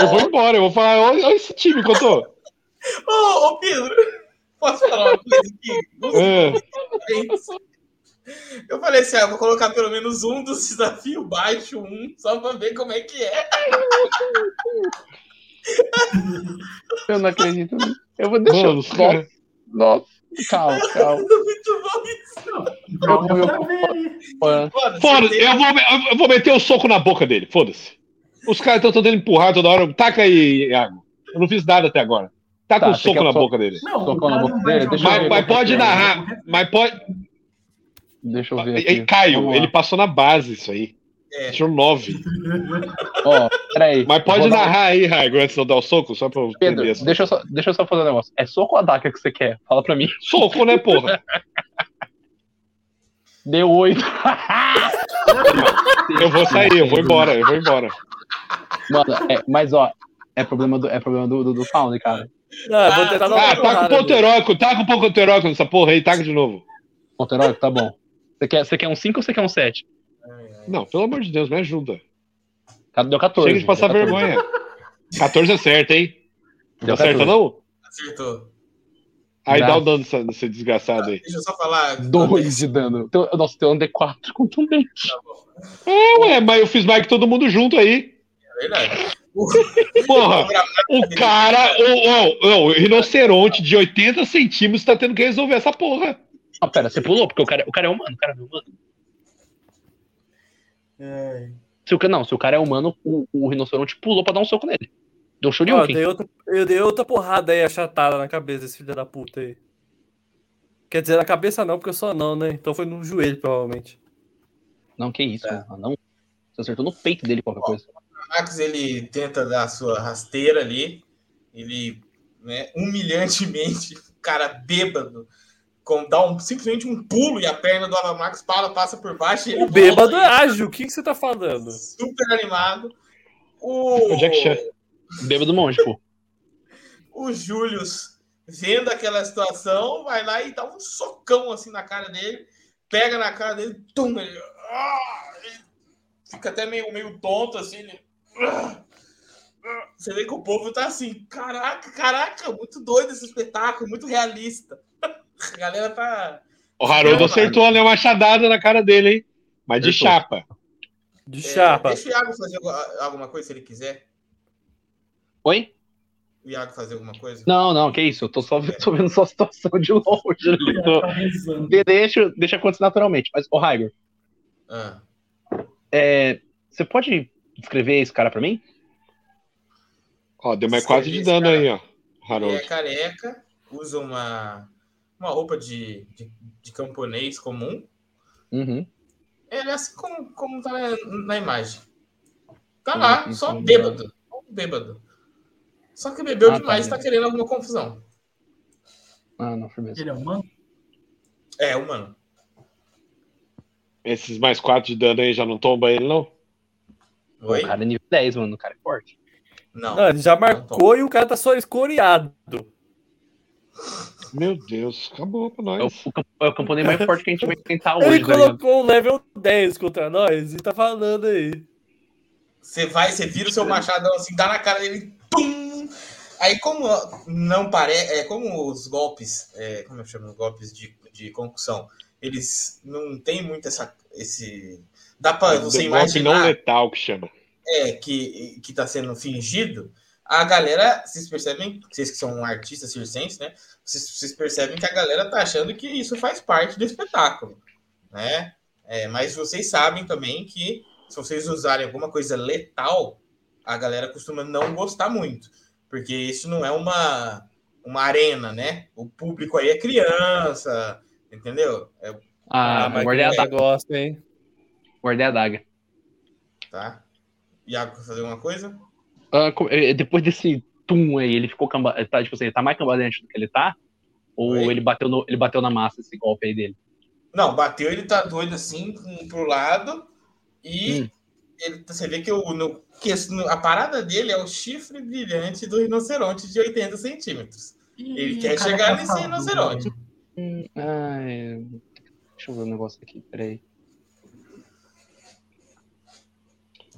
S3: Eu vou embora, eu vou falar, olha, olha esse time que eu tô.
S1: Ô, ô Pedro, posso falar uma coisa aqui?
S3: É,
S1: Eu falei assim, ah, vou colocar pelo menos um dos desafios baixo, um, só pra ver como é que é. *laughs*
S2: Eu não acredito. nisso. Eu vou deixar.
S3: mano, os caras.
S2: Nossa, calma, calma.
S1: Muito bom.
S5: Joga
S2: eu-
S5: pra ver aí.
S2: Mano,
S1: Mano,
S3: Foda,
S1: você tem-
S3: eu vou, eu vou meter o soco na boca dele, foda-se. Os caras estão tentando empurrar toda hora. Taca aí, Iago. Eu não fiz nada até agora. Taca
S2: Tá,
S3: o
S2: você
S3: soco
S2: quer
S3: na
S2: só-
S3: boca dele.
S5: Não,
S2: Socou na boca dele, deixa eu
S3: Mas,
S2: ver.
S3: mas pode narrar, mas pode.
S2: Deixa eu ver
S3: E- e
S2: aqui.
S3: Caio,
S2: Vamos lá.
S3: ele passou na base isso aí.
S1: É.
S3: Tirou 9.
S2: Ó, peraí.
S3: Mas pode
S2: Vou dar- um-
S3: narrar aí, Raigo, antes de eu dar o soco, só pra eu
S2: Pedro,
S3: entender essa-
S2: deixa eu, só, deixa eu só fazer um negócio. É soco ou ataque que você quer? Fala pra mim.
S3: Soco, né, porra?
S2: Deu oito.
S3: Eu vou sair, eu vou embora, eu vou embora.
S2: Mano, é- mas ó, é problema do, é problema do, do, do Found, cara.
S4: Não, é eu vou
S1: Ah,
S4: tentar dar
S5: tá.
S4: uma
S3: Ah, taca o
S4: porrada
S3: ponto
S4: nele.
S3: heróico, taca o ponto heróico nessa porra aí, taca de novo.
S2: Ponto heróico, tá bom. Você quer, você quer um 5 ou você quer um 7?
S3: Não, pelo amor de Deus, me ajuda.
S2: Deu Tá 14.
S3: Chega de passar
S2: deu 14.
S3: vergonha. 14 acerta, hein? Não
S2: Deu
S3: acerta,
S2: 14.
S3: não?
S1: Acertou.
S3: Aí dá o
S2: Graças.
S3: dano nessa- nesse desgraçado aí.
S1: Deixa eu só falar.
S2: Dois de dano. Teu, nossa, tem um D4 contundente.
S1: Tá bom.
S3: É, ué, mas eu fiz mais que todo mundo junto aí.
S1: É verdade.
S3: Porra, o cara, o, o, o rinoceronte de 80 centímetros tá tendo que resolver essa porra.
S2: Ah, pera, você pulou? Porque o cara, o cara é humano. O cara é humano. Se o, ca- não, se o cara é humano, o, o rinoceronte pulou pra dar um soco nele. Deu um
S4: Ó, eu,
S2: shoryuken.
S4: dei outra, eu dei outra porrada aí, achatada na cabeça desse filho da puta aí. Quer dizer, na cabeça não, porque eu sou anão, né? Então foi no joelho, provavelmente.
S2: Não, que isso,
S1: Tá.
S2: mano. Não. Você acertou no peito dele qualquer coisa.
S1: O Max, ele tenta dar a sua rasteira ali. Ele, né, humilhantemente, *laughs* o cara bêbado, com, dá um, simplesmente um pulo e a perna do Avamax para, passa por baixo. e ele
S4: O é.
S1: volta
S4: bêbado é ágil, o que, que você tá falando?
S1: super animado. O,
S3: O Jack Chan.
S2: Bêbado monge, pô.
S1: O Júlio, vendo aquela situação, vai lá e dá um socão assim na cara dele, pega na cara dele, tum, ele, ah, ele fica até meio, meio tonto assim. Ele, ah, ah. você vê que o povo tá assim, caraca, caraca, muito doido esse espetáculo, muito realista. *laughs* A galera tá.
S3: O Haroldo acertou, né? Uma chadada na cara dele, hein? Mas de
S2: Acertou.
S3: chapa.
S4: De
S1: É,
S4: chapa.
S1: Deixa o Iago fazer algu- alguma coisa se ele quiser.
S2: Oi?
S1: O Iago fazer alguma coisa.
S2: Não, não, que isso. Eu tô só *laughs* tô vendo sua situação de longe. ali, tô-
S5: Tá rezando.
S2: de- Deixa, deixa acontecer naturalmente. Mas, ô, Raigor,
S1: Ah.
S2: é, você pode descrever esse cara pra mim?
S3: Ó, deu mais quase de
S1: Esse
S3: dano
S1: cara-
S3: aí, ó.
S1: Ele
S3: Haroldo.
S1: é careca, usa uma, uma roupa de, de, de camponês comum.
S2: Uhum.
S1: Ele é assim como, como tá na, na imagem. Tá lá,
S2: Sim, sim,
S1: só
S2: sim.
S1: bêbado. só um Bêbado. Só que bebeu
S2: Ah,
S1: demais e
S2: tá,
S1: tá querendo alguma confusão.
S2: Ah, não, firmeza.
S5: Ele é humano?
S1: É, humano.
S3: Esses mais quatro de dano aí já não tomba ele, não?
S1: Oi?
S2: O cara é nível 10, mano. O cara é forte.
S1: Não.
S2: é
S4: Não, ele já marcou e o cara tá só escoreado.
S3: Meu Deus, acabou pra
S2: É o,
S3: nós.
S2: o, camp- é o camponês mais forte que a gente vai enfrentar hoje,
S4: Ele
S2: tá ligado?
S4: colocou um level 10 contra nós e tá falando aí.
S1: Você vai, você vira o seu machadão assim, dá na cara dele, pum! Aí como não parece, é, como os golpes, é, como eu chamo, os golpes de, de concussão, eles não tem muito essa, esse, dá pra você
S3: Deu golpe não
S1: imaginar
S3: letal que chama.
S1: é, que que está sendo fingido. A galera, vocês percebem, vocês que são artistas circenses, né? Vocês, vocês percebem que a galera tá achando que isso faz parte do espetáculo, né? É, mas vocês sabem também que se vocês usarem alguma coisa letal, a galera costuma não gostar muito, porque isso não é uma, uma arena, né? O público aí é criança, entendeu? É,
S2: Ah,
S4: mas
S2: guardei a
S4: que
S2: adaga.
S4: negócio, hein?
S2: Guardei a adaga.
S1: tá? Iago, quer fazer alguma coisa?
S2: Ah, co- é, depois desse tum aí, ele ficou camba... tá, tipo assim, ele tá mais cambaleante do que ele tá? Ou
S1: Oi?
S2: ele bateu, no- ele bateu na massa esse golpe aí dele?
S1: Não, bateu, ele tá doido assim com- pro lado. E
S2: Hum.
S1: ele, você vê que, o, no- que esse- no- a parada dele é o chifre brilhante do rinoceronte de 80 centímetros. Ele
S5: Ih,
S1: quer
S5: o cara
S1: chegar
S5: tá
S1: nesse
S5: falando,
S1: rinoceronte.
S5: né?
S2: Ah, é... Deixa eu ver um negócio aqui, peraí.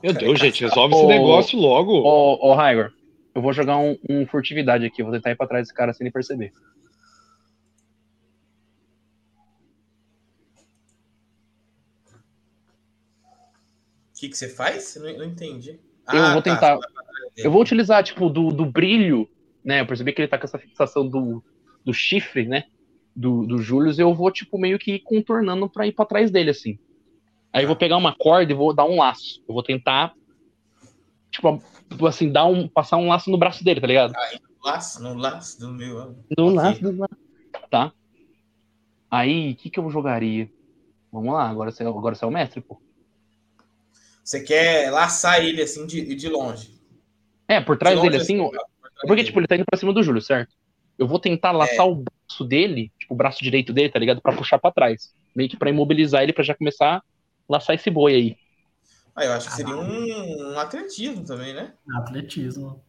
S3: Meu Deus, gente, resolve
S2: Ô,
S3: esse negócio logo.
S2: Ô, ô, Raigor, eu vou jogar um, um furtividade aqui, vou tentar ir pra trás desse cara sem ele perceber.
S1: O que, que você faz? Eu Não, não entendi.
S2: eu
S1: tá,
S2: vou tentar.
S1: você vai pra trás dele.
S2: Eu vou utilizar, tipo, do, do brilho, né? Eu percebi que ele tá com essa fixação do, do chifre, né? Do, do Julius, eu vou, tipo, meio que ir contornando pra ir pra trás dele, assim. Aí eu vou pegar uma corda e vou dar um laço. Eu vou tentar, tipo, assim, dar um, passar um laço no braço dele, tá ligado?
S1: No laço, no laço do meu.
S2: No
S1: Ok.
S2: laço, no laço. Tá? Aí, o que que eu jogaria? Vamos lá, agora você, agora você é o mestre, pô.
S1: Você quer laçar ele assim de, de longe.
S2: É, por trás
S1: de longe,
S2: dele, assim,
S1: ó, por trás
S2: Porque,
S1: dele.
S2: tipo, ele tá indo pra cima do Júlio, certo? Eu vou tentar
S1: É.
S2: laçar o braço dele, tipo, o braço direito dele, tá ligado? Pra puxar pra trás. Meio que pra imobilizar ele pra já começar a laçar esse boi aí.
S1: Ah, eu acho que seria um, um atletismo também, né?
S5: Atletismo.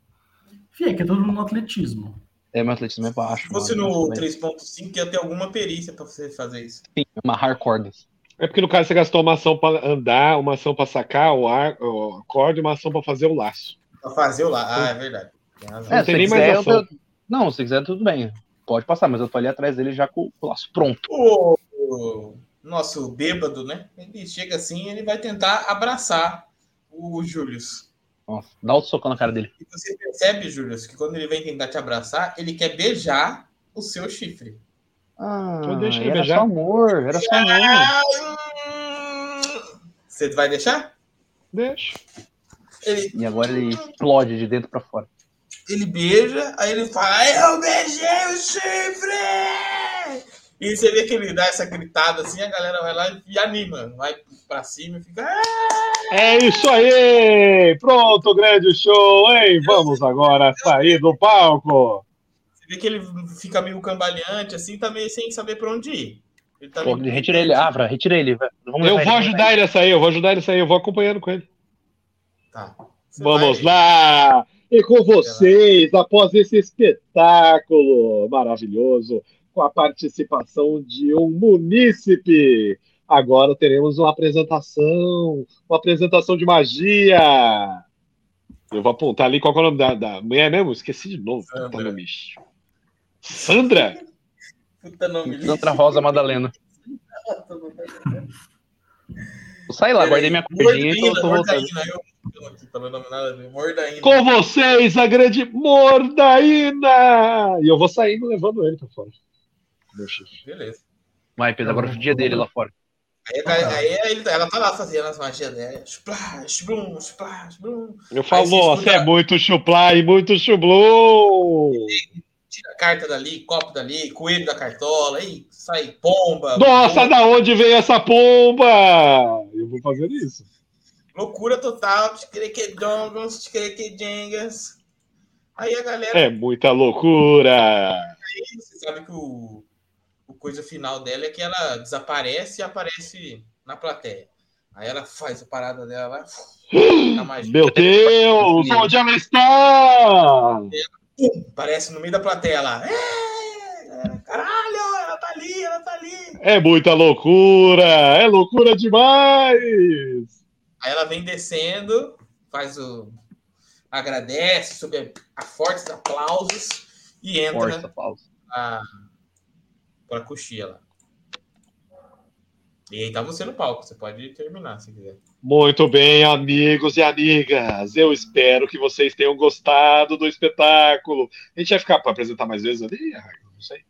S5: Fih, é que é todo mundo no atletismo.
S2: É, meu atletismo é baixo.
S1: Se fosse
S2: mano.
S1: no
S2: Mas,
S1: 3.5, ia ter alguma perícia pra você fazer isso.
S2: Sim, amarrar cordas.
S3: É porque no caso você gastou uma ação pra andar, uma ação pra sacar o, ar, o corda e uma ação pra fazer o laço.
S1: Pra fazer o lá. Ah, é verdade. Tem razão.
S3: Não
S2: É,
S3: tem
S2: se
S3: nem mais
S2: quiser, eu-
S3: ação.
S2: Não, se quiser, tudo bem. Pode passar, mas eu tô ali atrás dele já com o laço pronto.
S1: O, o nosso bêbado, né? Ele chega assim, ele vai tentar abraçar o Júlio.
S2: Nossa, dá outro socão na cara dele.
S1: E você percebe, Júlio, que quando ele vem tentar te abraçar, ele quer beijar o seu chifre.
S2: Ah,
S3: Então deixa ele
S2: era
S3: beijar.
S2: só amor, era só amor.
S1: Ah, hum. Você vai deixar?
S3: Deixa.
S1: Ele,
S2: E agora ele explode de dentro pra fora.
S1: ele beija, aí ele fala: Eu beijei o chifre! E você vê que ele dá essa gritada assim, a galera vai lá e anima, vai pra cima e fica. "Ah!"
S3: É isso aí! Pronto, grande show, hein? Vamos agora sair do palco.
S1: Você vê que ele fica meio cambaleante, assim, tá meio sem saber pra onde ir. Ele tá
S2: Pô,
S1: meio-
S2: retirei ele. Ah, Vra, retirei ele. vai. Vamos
S3: Eu
S2: levar
S3: vou
S2: ele, vamos levar
S3: ajudar ele a sair, eu vou ajudar ele a sair, eu vou acompanhando com ele.
S1: Tá. Você
S3: Vamos
S1: vai-
S3: lá! E com vocês, após esse espetáculo maravilhoso, com a participação de um munícipe, agora teremos uma apresentação, uma apresentação de magia. Eu vou apontar ali qual que é o nome da, da mulher mesmo, esqueci de novo.
S1: Sandra.
S3: Puta nome lixo. Sandra?
S1: Puta nome
S2: Sandra Rosa Madalena. Sai lá, tá, guardei minha cordinha e tô, tô voltando.
S1: Mordaína, eu pelo aqui, pelo nome nada a ver. Mordaína.
S3: Com vocês, a grande Mordaína! E eu vou saindo levando ele pra fora. Meu chifre.
S1: Beleza.
S2: Vai, Pedro, agora o dia dele lá fora.
S1: Aí, aí, aí ele- ela tá lá fazendo as magias dela. Splash, blum, splash, blum. Aí
S3: Eu
S1: você
S3: falo,
S1: escuta-
S3: você é muito chuplá e muito chublou!
S1: Tira a carta dali, copo dali, coelho da cartola, aí sai pomba.
S3: Nossa, da onde veio essa pomba? Eu vou fazer isso.
S1: Loucura total, tiquerequedongos, tiquerequedengas. Aí a galera,
S3: É muita loucura.
S1: você sabe que o, o coisa final dela é que ela desaparece e aparece na plateia. Aí ela faz a parada dela
S3: *laughs*
S1: lá, na magia.
S3: Meu Deus, onde ela está?
S1: Pum, aparece no meio da plateia lá. É, caralho, ela tá ali, ela tá ali.
S3: É muita loucura, é loucura demais.
S1: Aí ela vem descendo, faz o. agradece, sob a, a fortes aplausos e entra
S2: Força, Paulo.
S1: pra, pra coxia lá. E aí tá você no palco, você pode terminar se quiser.
S3: Muito bem, amigos e amigas. Eu espero que vocês tenham gostado do espetáculo. A gente vai ficar para apresentar mais vezes ali? Ah, Não sei.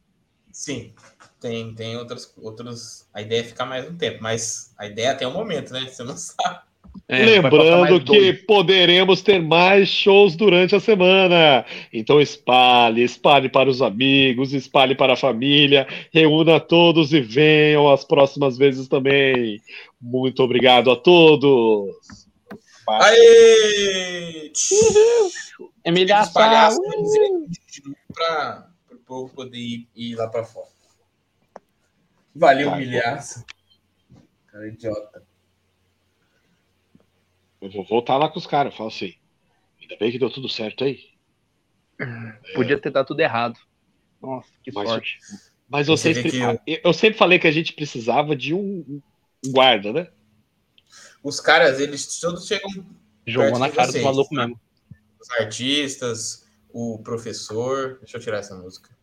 S1: Sim, tem, tem outras, outros. A ideia é ficar mais um tempo, mas a ideia é até o momento, né? Você não sabe.
S2: É, vai passar mais
S3: Lembrando que
S2: dois.
S3: poderemos ter mais shows durante a semana. Então espalhe, espalhe para os amigos, espalhe para a família, reúna todos e venham as próximas vezes também. Muito obrigado a todos.
S1: Aê!
S2: Emília
S1: espalhar
S2: Sá,
S1: as coisas para o povo poder ir, ir lá para fora. Valeu,
S3: Tá.
S1: milhaço. Cara idiota.
S3: Eu vou voltar lá com os caras, eu falo assim. Ainda bem que deu tudo certo aí.
S2: Podia ter dado tudo errado. Nossa, que
S3: Mas-
S2: sorte.
S3: Mas
S1: Você
S3: vocês.
S1: vê que
S3: ah, Eu... eu sempre falei que a gente precisava de um um guarda, né?
S1: Os caras, eles todos chegam,
S2: Jogou na
S1: de
S2: cara
S1: vocês.
S2: do maluco mesmo.
S1: os artistas, o professor. Deixa eu tirar essa música.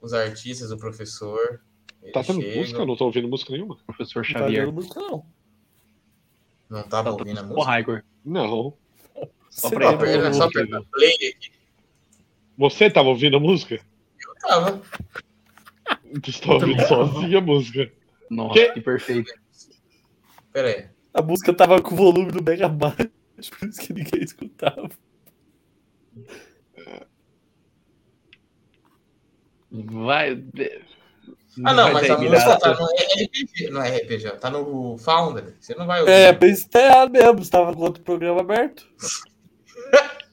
S1: Os artistas, o professor. eles
S3: Tá tendo
S1: chegam.
S3: música? Eu não tô ouvindo música nenhuma.
S2: Professor
S4: Não tá
S2: Xavier.
S4: dando música, não.
S1: Não
S3: Tá
S1: tava ouvindo a música.
S2: Porra, Igor.
S3: Não.
S2: Só
S4: Você
S2: pra-
S4: lembra?
S1: Era só
S2: Não,
S1: apertar play aqui.
S3: Você tava ouvindo a música?
S1: Eu tava.
S3: Tu está ouvindo sozinho a música.
S2: Nossa,
S3: Que-
S2: que perfeito.
S1: Pera aí.
S4: A música tava com o volume do Mega baixo, *laughs* por isso que ninguém escutava.
S2: Vai.
S1: Ah, não,
S2: vai
S1: mas
S2: dar
S1: a música tá
S2: Emília Sá.
S1: no RPG. Não é RPG, tá no Founder. Você não vai ouvir.
S4: É, pensei tá errado mesmo, estava com outro programa aberto.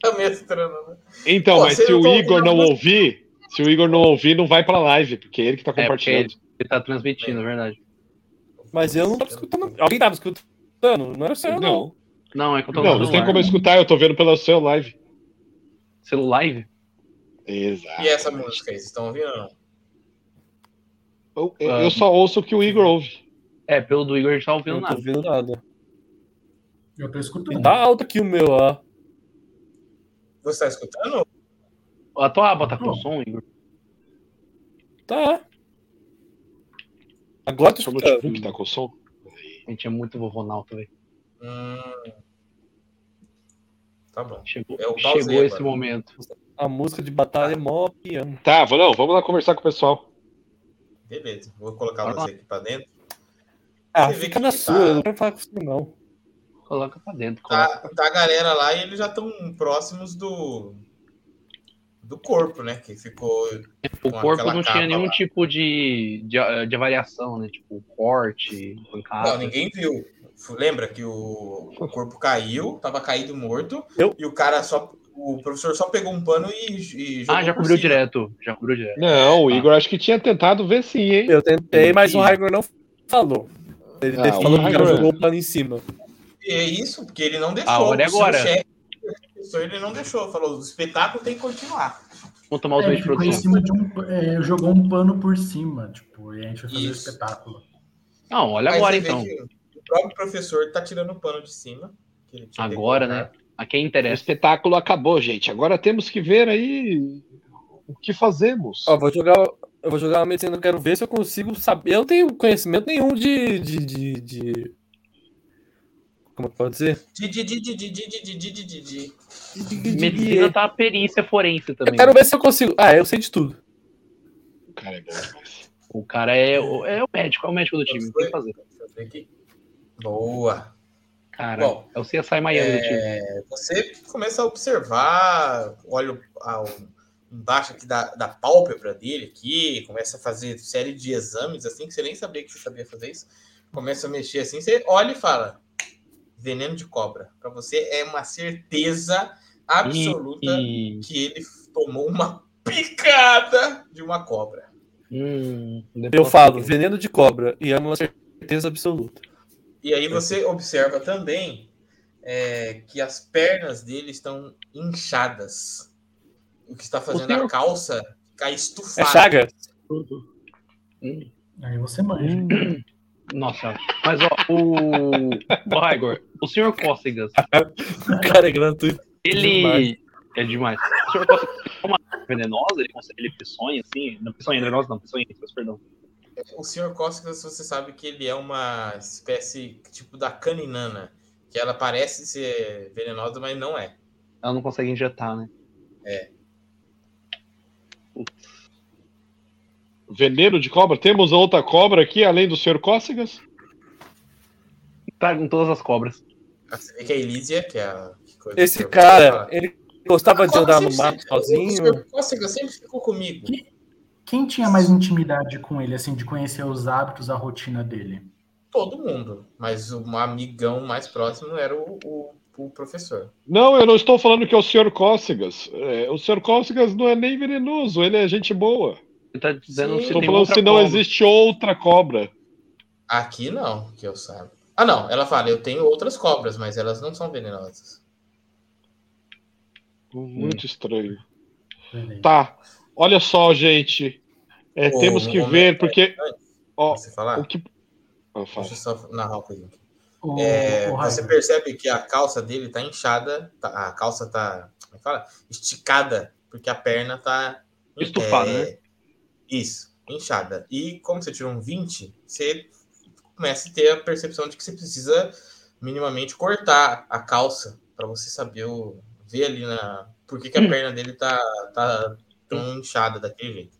S1: Tá mestrando, né?
S3: Então,
S1: Pô,
S3: mas
S1: vocês
S3: se
S1: não
S3: o
S1: tão
S3: Igor
S1: ouvindo a
S3: não ouvir, se o Igor não ouvir, não vai pra live, porque é ele que tá
S2: porque
S3: compartilhando.
S2: Ele tá transmitindo, é verdade.
S4: Mas eu não tava escutando. Alguém tava escutando? Não era só eu, não.
S2: Não, é que eu tô
S3: Não, não tem como eu escutar, eu tô vendo pela sua live.
S2: Celular. live?
S3: Exato.
S1: E essa música aí, vocês estão ouvindo ou não?
S3: Eu, eu-
S2: Ah.
S3: eu só ouço o que o Igor ouve.
S2: É, pelo do Igor a gente tá
S4: Eu
S2: ouvindo
S4: não tô
S2: nada.
S4: ouvindo nada.
S5: Eu tô
S4: E
S5: escutando.
S4: tá alto aqui o meu, ó.
S1: Você tá escutando?
S2: A tua aba tá com som, Igor?
S4: Tá. Agora eu tô
S3: Seu
S4: escutando.
S3: notebook tá com som.
S2: A gente é muito vovonalto, velho.
S1: Hum. Tá bom.
S2: Chegou,
S1: Eu pausei
S2: chegou esse
S1: agora.
S2: momento.
S4: A música de batalha é mó piano.
S3: Tá, vou- não, vamos lá conversar com o pessoal.
S1: Beleza. Vou colocar
S2: Vai lá.
S1: você aqui pra dentro.
S4: Ah,
S1: Você vê
S4: fica
S1: que
S4: na
S1: tá-
S4: sua, eu não quero falar com você, não.
S2: Coloca pra dentro. Coloca.
S1: Tá, tá a galera lá e eles já estão próximos do. Do corpo, né? Que ficou.
S2: o
S1: com
S2: corpo
S1: aquela
S2: não
S1: capa
S2: tinha nenhum
S1: lá.
S2: tipo de, de, de variação, né? Tipo, corte, pancada.
S1: Não, ninguém viu. Lembra que o, o corpo caiu, tava caído morto,
S4: Eu-
S1: e o cara só. O professor só pegou um pano e, e jogou.
S2: Ah, já
S1: por
S2: cobriu
S1: cima.
S2: direto. Já cobriu direto.
S3: Não, o
S2: Tá.
S3: Igor acho que tinha tentado ver sim, hein?
S4: Eu tentei, mas o Raigor não falou. Ele
S3: Ah,
S4: teve
S3: o
S4: falou que o cara
S3: Raigor-
S4: jogou o plano em cima.
S1: E é isso, porque ele não deixou.
S2: A hora é
S1: o seu
S2: agora.
S1: chefe- professor ele não deixou, falou: o espetáculo tem que continuar.
S2: Vamos tomar os
S5: É,
S2: dois
S5: ele
S2: de
S5: ficou em
S2: produção.
S5: cima de um. é, jogou um pano por cima, tipo, e a gente vai fazer o
S1: Isso.
S5: espetáculo.
S2: Não, olha
S1: Mas
S2: agora
S1: você vê
S2: então.
S1: que O próprio professor tá tirando o pano de cima. que ele tinha que
S2: Agora,
S1: colocar.
S2: né? A
S3: O
S2: quem interessa.
S3: espetáculo acabou, gente. Agora temos que ver aí o que fazemos.
S4: Ó, vou jogar, eu vou jogar uma medicina, eu quero ver se eu consigo saber. Eu não tenho conhecimento nenhum de. de, de, de- Como pode dizer?
S1: Di, di, di, di, di, di, di, di, di, di, di.
S4: De- de- de- de-
S2: Medicina tá a perícia forense
S4: Eu
S2: também.
S4: quero ver se eu consigo. Ah, eu sei de tudo.
S3: O cara é bom demais.
S2: O cara é, o- é o médico, é o médico do time. Não tem o que fazer.
S1: Deixa eu ver aqui. Boa.
S2: Cara,
S1: Bom,
S2: é o CSI Miami do time.
S1: É, você começa a observar, olha o- a- o- embaixo aqui da, da pálpebra dele aqui, começa a fazer série de exames assim, que você nem sabia que você sabia fazer isso. Começa a mexer assim, você olha e fala: veneno de cobra. Para você é uma certeza absoluta
S2: E...
S1: que ele tomou uma picada de uma cobra.
S2: Hum,
S4: Eu
S2: depois-
S4: falo, veneno de cobra, e é uma certeza absoluta.
S1: E aí você observa também é, que as pernas dele estão inchadas. O que está fazendo
S2: senhor-
S1: a calça ficar
S4: É
S1: estufada.
S4: chaga?
S5: Aí você manja.
S4: Hum.
S2: Nossa, mas ó, o. Ó, Igor, o senhor Cócegas,
S4: *laughs* O cara é gratuito.
S2: ele.
S4: Demais.
S2: É demais. O senhor Cócegas é uma venenosa, ele consegue ele peçonha, assim. Não, peçonha venenosa, não, peçonha, peço perdão.
S1: O senhor Cócegas, você sabe que ele é uma espécie tipo da caninana. Que ela parece ser venenosa, mas não é.
S2: Ela não consegue injetar, né?
S3: Veneno de cobra? Temos outra cobra aqui, além do senhor Cócegas?
S2: Tragam tá todas as cobras.
S1: Você vê que a Elísia, que é a. que coisa que
S4: Esse
S1: eu-
S4: cara, ele gostava de
S1: Cócegas
S4: andar no
S1: sempre-
S4: mato
S1: O
S4: sozinho.
S1: senhor Cócegas sempre ficou comigo.
S5: Quem tinha mais intimidade com ele, assim, de conhecer os hábitos, a rotina dele?
S1: Todo mundo. Mas o amigão mais próximo era o- o- o professor.
S3: Não, eu não estou falando que é o senhor Cócegas. É, o senhor Cócegas não é nem venenoso, ele é gente boa.
S2: Ele tá dizendo
S1: Sim.
S2: se
S3: Estou
S2: tem
S3: falando
S2: outra
S3: se não
S2: cobra.
S3: existe outra cobra.
S1: Aqui não, que eu saiba. Ah, não. Ela fala, eu tenho outras cobras, mas elas não são venenosas.
S3: Muito estranho. Tá, olha só, gente. É,
S1: Ô,
S3: temos
S1: um
S3: que
S1: momento,
S3: ver, porque Ó,
S1: Você falar?
S3: o que. Ah, fala.
S1: Deixa eu só narrar um pouquinho. aqui.
S5: O,
S1: É,
S5: o
S1: você
S5: Raider.
S1: percebe que a calça dele tá inchada, tá- a calça tá, como é que fala? Esticada, porque a perna tá...
S2: Estufada,
S1: né? Isso, inchada. E como você tirou um 20, você começa a ter a percepção de que você precisa minimamente cortar a calça para você saber o, ver ali na por que, que a perna dele tá, tá tão inchada daquele jeito.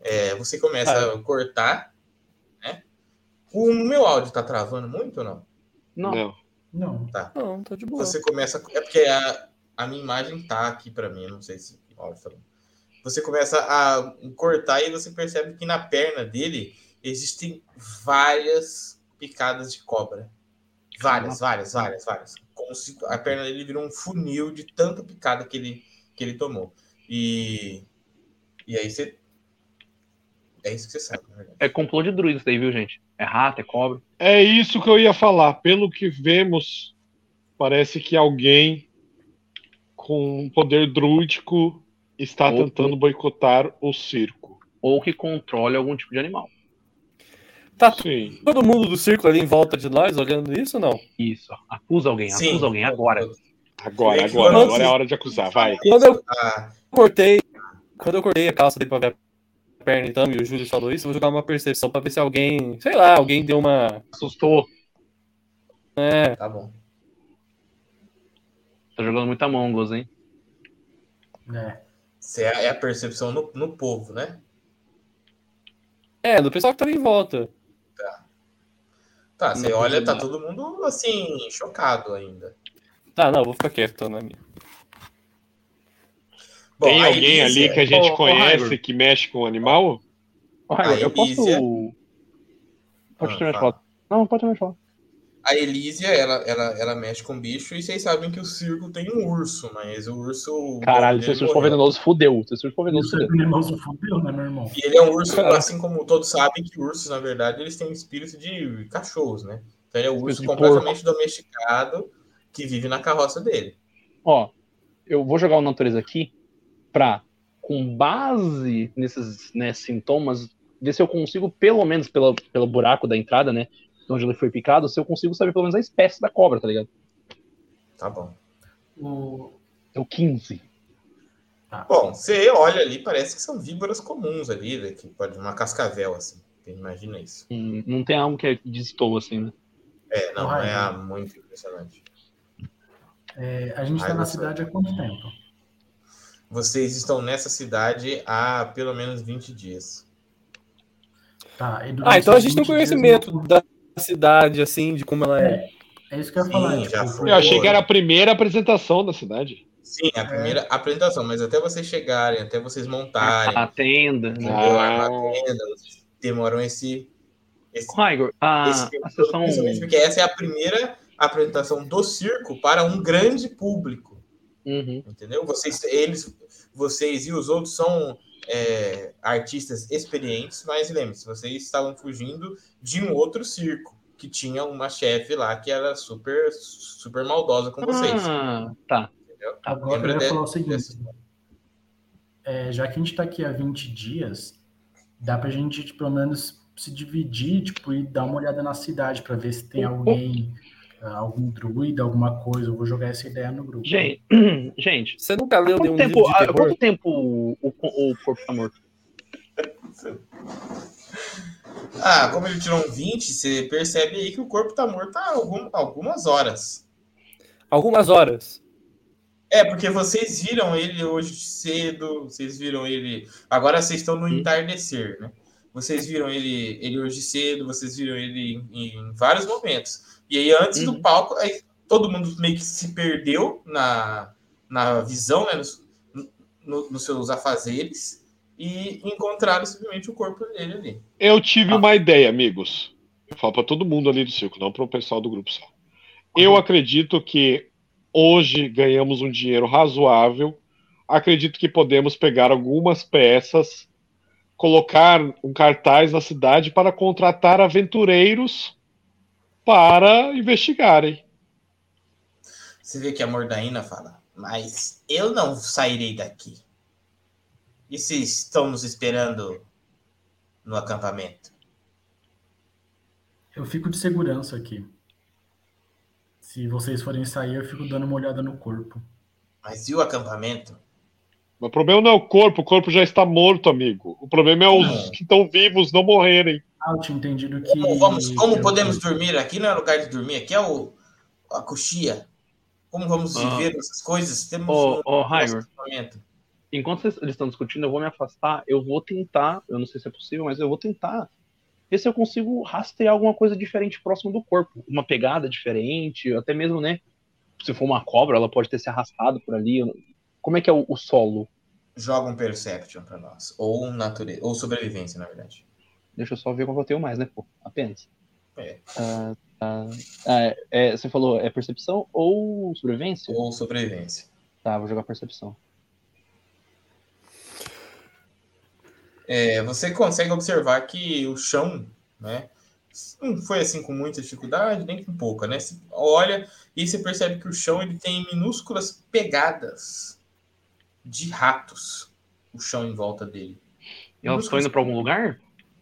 S1: É, você começa a cortar, né? O meu áudio tá travando muito ou não?
S2: Não.
S3: Não.
S5: Não.
S4: Não, tá de boa.
S1: Você começa. É porque a, a minha imagem tá aqui para mim, eu não sei se. Ó, eu falei. Você começa a cortar e você percebe que na perna dele existem várias picadas de cobra. Várias, várias, várias, várias. Como se a perna dele virou um funil de tanta picada que ele, que ele tomou. E. E aí você. É isso que você sabe, na verdade.
S2: É complô de druidas isso daí, viu, gente? É rato, é cobra.
S3: É isso que eu ia falar. Pelo que vemos, parece que alguém com um poder druídico está
S2: Opa.
S3: tentando boicotar o circo.
S2: Ou que controle algum tipo de animal.
S4: Tá
S3: Sim.
S4: todo mundo do círculo ali em volta de nós olhando isso ou não?
S2: Isso. Acusa alguém,
S1: Sim.
S2: acusa alguém agora.
S3: Agora,
S1: Gente,
S3: agora,
S4: vamos-
S3: agora é a hora de acusar. Vai.
S4: Quando eu
S1: Ah,
S4: cortei. Quando eu cortei a calça dele pra ver a perna, então, e o Júlio falou isso, eu vou jogar uma percepção pra ver se alguém. Sei lá, alguém deu uma.
S2: Assustou.
S4: É,
S1: tá bom.
S2: Tá jogando muita Mongos, hein?
S5: É.
S1: Você é é a percepção no, no povo, né?
S4: é, do pessoal que tava em volta.
S1: Tá, você
S2: Não,
S1: olha, tá
S2: não.
S1: todo mundo assim, chocado ainda.
S4: Tá, não, vou ficar quieto, tô na minha.
S1: Bom, é,
S3: Tem
S1: a
S3: alguém
S1: Elísia-
S3: ali que é a gente
S2: Ô, ô,
S3: conhece
S2: Raigor.
S3: que mexe com o animal?
S2: Olha,
S1: Aí, é.
S2: eu posso.
S1: Lízia.
S2: Pode
S1: Ah,
S2: terminar de
S1: fala.
S2: falar. Não, pode terminar de falar.
S1: A Elísia, ela, ela, ela mexe com bicho e vocês sabem que o circo tem um urso, mas o urso.
S2: Caralho,
S1: ele
S2: se você for
S1: morreu.
S2: venenoso, fudeu. Se você for venenoso,
S5: Isso é
S2: fudeu.
S5: venenoso fudeu, né, meu irmão?
S1: E ele é um urso,
S4: Caralho.
S1: assim como todos sabem que ursos, na verdade, eles têm espírito de cachorros, né? Então ele é um urso
S2: de
S1: completamente domesticado que vive na carroça dele.
S2: Ó, eu vou jogar o Natureza aqui pra, com base nesses né, sintomas, ver se eu consigo, pelo menos pela, pelo buraco da entrada, né? de Onde ele foi picado, se eu consigo saber pelo menos a espécie da cobra, tá ligado?
S1: Tá bom.
S5: O,
S2: É o 15.
S5: tá.
S1: Bom, você olha ali, parece que são víboras comuns ali, né, que pode uma cascavel assim. Imagina isso.
S2: Hum, Não tem algo que destoa assim, né?
S1: É, não,
S5: Ai,
S1: é
S5: meu.
S1: muito impressionante.
S5: É, a gente
S1: Ai,
S5: está na
S1: você-
S5: cidade há quanto tempo?
S1: Vocês estão nessa cidade há pelo menos 20 dias.
S5: Tá, e durante
S4: Ah, então a
S5: esses
S4: gente tem
S5: 20 dias
S4: conhecimento
S5: não-
S4: da cidade, assim, de como ela é.
S5: É isso que eu ia
S1: Sim,
S5: falar.
S1: já foi.
S3: Eu achei que era a primeira apresentação da cidade.
S1: Sim, É a primeira apresentação, mas até vocês chegarem, até vocês montarem,
S2: A tenda. Né?
S1: entendeu?
S3: Ah.
S1: A tenda, demoram esse. esse,
S2: Raigor, a,
S1: esse tempo
S2: a
S1: todo,
S2: sessão.
S1: principalmente porque essa é a primeira apresentação do circo para um grande público.
S2: Uhum.
S1: Entendeu? Vocês, eles, vocês e os outros são é, artistas experientes, mas lembre-se, vocês estavam fugindo de um outro circo que tinha uma chefe lá que era super, super maldosa com vocês.
S2: Ah, tá.
S5: Agora eu
S1: Lembra
S5: ia falar o
S1: de-
S5: seguinte.
S1: desse-
S5: É, já que a gente está aqui há 20 dias, dá pra gente tipo, pelo menos se dividir, tipo, e dar uma olhada na cidade para ver se tem alguém, ah, algum druida, alguma coisa. Eu vou jogar essa ideia no grupo.
S2: Gente, *clears throat* gente
S4: Você nunca leu
S2: há
S4: nenhum
S2: quanto
S4: livro
S2: tempo,
S4: um de
S2: há
S4: terror?
S2: quanto tempo o, o- o corpo tá morto?
S1: Ah, como ele tirou um 20, você percebe aí que o corpo tá morto há algum- algumas horas.
S4: Algumas horas.
S1: É, porque vocês viram ele hoje cedo, vocês viram ele. Agora vocês estão no entardecer, né? Vocês viram ele, ele hoje cedo, vocês viram ele em, em vários momentos. E aí, antes do
S2: Uhum.
S1: palco, aí todo mundo meio que se perdeu na, na visão, né? Nos, no- nos seus afazeres, e encontraram simplesmente o corpo dele ali.
S3: Eu tive
S2: Ah.
S3: uma ideia, amigos. Eu falo pra todo mundo ali do circo, não pro pessoal do grupo só. Eu acredito que hoje ganhamos um dinheiro razoável. Acredito que podemos pegar algumas peças, colocar um cartaz na cidade para contratar aventureiros para investigarem.
S1: Você vê que a Mordaína fala, mas eu não sairei daqui. E se estão nos esperando no acampamento?
S5: Eu fico de segurança aqui. Se vocês forem sair, eu fico dando uma olhada no corpo.
S1: Mas e o acampamento?
S3: Mas O problema não é o corpo, o corpo já está morto, amigo. O problema é os que estão vivos não morrerem.
S5: Ah, eu tinha entendido que.
S1: Como, vamos, como
S5: eu-
S1: podemos dormir? Aqui não é lugar de dormir, aqui é o, a coxia. Como vamos
S2: Ah.
S1: viver essas coisas? Temos
S2: Ô, ô,
S1: nosso
S2: Raigor,
S1: acampamento.
S2: enquanto vocês- eles estão discutindo, eu vou me afastar, eu vou tentar, eu não sei se é possível, mas eu vou tentar ver se eu consigo rastrear alguma coisa diferente próximo do corpo. Uma pegada diferente, até mesmo, né? Se for uma cobra, ela pode ter se arrastado por ali. eu não- Como é que é o, o solo?
S1: Joga um Perception para nós. Ou um natureza, ou sobrevivência, na verdade.
S2: Deixa eu só ver qual que eu tenho mais, né, pô? Apenas.
S1: É.
S2: Ah, tá. Ah, é, você falou, é percepção ou sobrevivência?
S1: Ou sobrevivência.
S2: Tá, vou jogar percepção.
S1: É, você consegue observar que o chão, né? Não foi assim com muita dificuldade, nem com pouca, né? Você olha e você percebe que o chão ele tem minúsculas pegadas de ratos, o chão em volta dele.
S2: E elas estão indo pra algum lugar?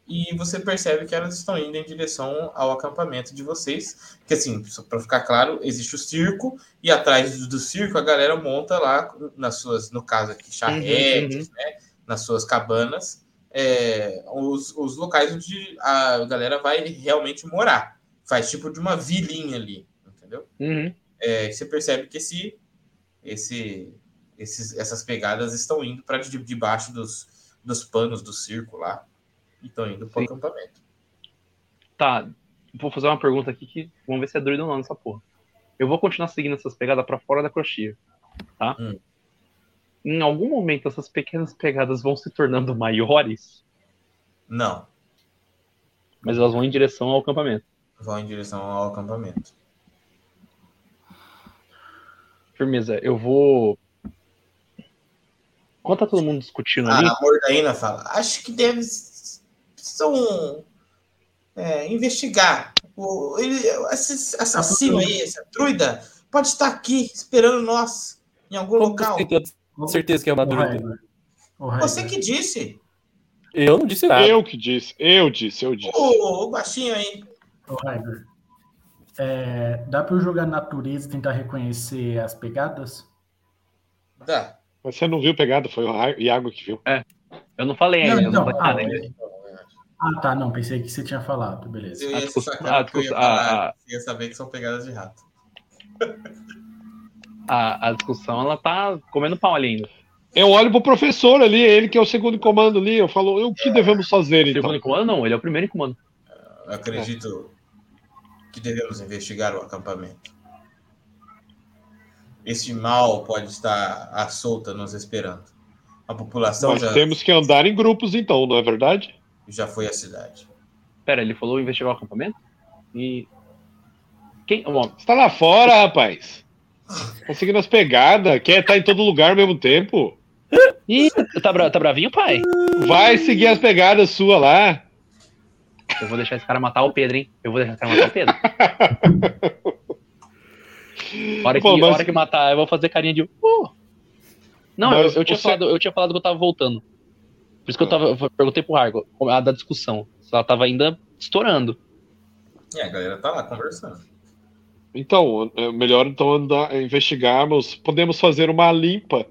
S1: E você percebe que elas estão indo em direção ao acampamento de vocês. Que assim, só para ficar claro, existe o circo e atrás do- do circo a galera monta lá nas suas, no caso aqui, charrete,
S2: Uhum, uhum.
S1: nas suas cabanas, é, os, os locais onde a galera vai realmente morar. Faz tipo de uma vilinha ali, entendeu?
S2: Uhum.
S1: É, você percebe que esse, esse, esses, essas pegadas estão indo para debaixo dos, dos panos do circo lá e estão indo para o
S2: Sim.
S1: acampamento.
S2: Tá, vou fazer uma pergunta aqui que vamos ver se é doido ou não nessa porra. Eu vou continuar seguindo essas pegadas pra fora da coxia, tá?
S1: Hum.
S2: Em algum momento essas pequenas pegadas vão se tornando maiores,
S1: Não,
S2: mas elas vão em direção ao acampamento.
S1: vão em direção ao acampamento.
S2: Firmeza, eu vou. Enquanto tá todo mundo discutindo ali,
S1: A Mordaína fala: acho que deve precisam é, investigar. O, ele, esse assassino aí, essa truida, pode estar aqui esperando nós. Em algum
S4: Como
S1: local.
S4: você tem tanta certeza que é uma
S5: Ô,
S4: druida?
S5: Raiva. Ô, Raiva.
S1: Você que disse.
S4: Eu não disse nada.
S3: Eu que disse, eu disse, eu disse.
S1: O, o baixinho aí.
S5: Ô, Raiva. É, dá pra eu jogar natureza e tentar reconhecer as pegadas?
S1: Dá.
S3: Mas você não viu pegada, foi o Ra- Iago que viu.
S2: Eu não falei
S5: Não,
S2: ainda. É, eu né? Não,
S5: então,
S2: falei
S5: ah,
S2: nada ainda.
S5: Ah, tá, não. Pensei que você tinha falado. Beleza.
S1: Eu ia
S2: Ah,
S1: se
S2: desculpa.
S1: sacar
S2: Ah,
S1: porque eu ia
S2: desculpa. Ah,
S1: falar.
S2: ah.
S1: Você ia saber que são pegadas de rato.
S2: A, a discussão ela tá comendo pau ali ainda.
S3: Eu olho pro professor ali, ele que é o segundo em comando ali. Eu falo, "E o que devemos fazer
S2: Ele
S3: então?
S2: em comando? Não, ele é o primeiro em comando.
S1: Eu acredito que devemos investigar o acampamento. Este mal pode estar à solta nos esperando. A população
S3: Nós
S1: já,
S3: temos que andar em grupos então, não é verdade?
S1: já foi à cidade.
S2: Pera, ele falou investigar o acampamento? E. Quem. Bom,
S3: Você tá lá fora, rapaz. Tá seguindo as pegadas, quer estar em todo lugar ao mesmo tempo.
S2: ih, tá, bra- tá bravinho, pai?
S3: Vai seguir as pegadas sua lá.
S2: Eu vou deixar esse cara matar o Pedro, hein? Eu vou deixar esse cara matar o Pedro.
S3: *laughs*
S2: hora, que,
S3: Bom, mas-
S2: hora que matar, eu vou fazer carinha de. "Uh". Não, eu-
S3: Mas
S2: eu, tinha
S3: você-
S2: falado, eu tinha falado que eu tava voltando. Por isso que eu, tava, eu perguntei pro Hargo, como- é a da discussão. Se ela tava ainda estourando.
S1: É, a galera tá lá conversando.
S3: Então, é melhor então andar, investigarmos. Podemos fazer uma limpa,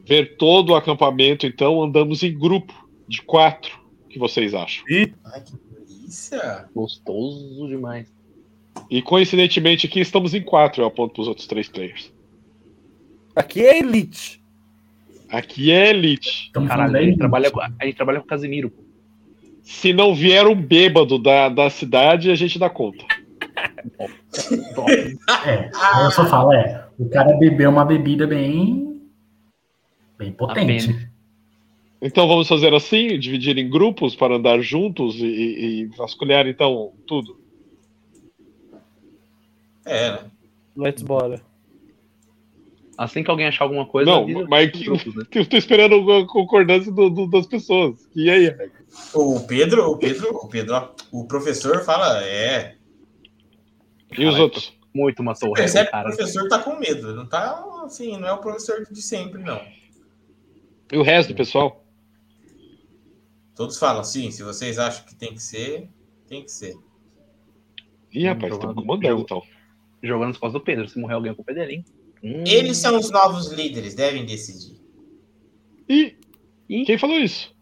S3: ver todo o acampamento. Então, andamos em grupo de quatro. O que vocês acham?
S1: Ai, que delícia!
S2: Gostoso demais.
S3: E coincidentemente aqui estamos em quatro. Eu aponto para os outros três players.
S4: Aqui é elite.
S3: Aqui é elite.
S5: Estamos falando
S2: Caralho, a
S5: da
S2: gente,
S5: elite.
S2: trabalha, com- a gente trabalha com o Casimiro. pô.
S3: Se não vier um bêbado da, da cidade, a gente dá conta.
S2: Bom,
S5: É, aí eu só falo, é, o cara bebeu uma bebida bem, bem
S2: Tá
S5: potente.
S3: Então vamos fazer assim, dividir em grupos para andar juntos e, e, e vasculhar então tudo.
S1: É, né?
S4: Let's bora.
S2: assim que alguém achar alguma coisa.
S3: Não,
S2: avisa
S3: mas
S2: os
S3: que-
S2: grupos, né?
S3: Eu estou esperando a concordância do- do- das pessoas. E aí?
S1: O Pedro, o Pedro, o Pedro, ó, o professor fala, é.
S3: E os
S2: Caralho,
S3: outros?
S2: Muito matou o ré,
S1: Percebe que o
S2: cara.
S1: professor tá com medo. Não tá assim, não é o professor de sempre, não.
S3: E o resto do pessoal?
S1: Todos falam, sim, se vocês acham que tem que ser, tem que ser.
S3: Ih, rapaz, estamos comandando então.
S2: Jogando nas costas do Pedro. Se morrer alguém com o Pedro, hein? Hum.
S1: Eles são os novos líderes, devem decidir.
S3: E
S2: Ih.
S3: quem falou isso?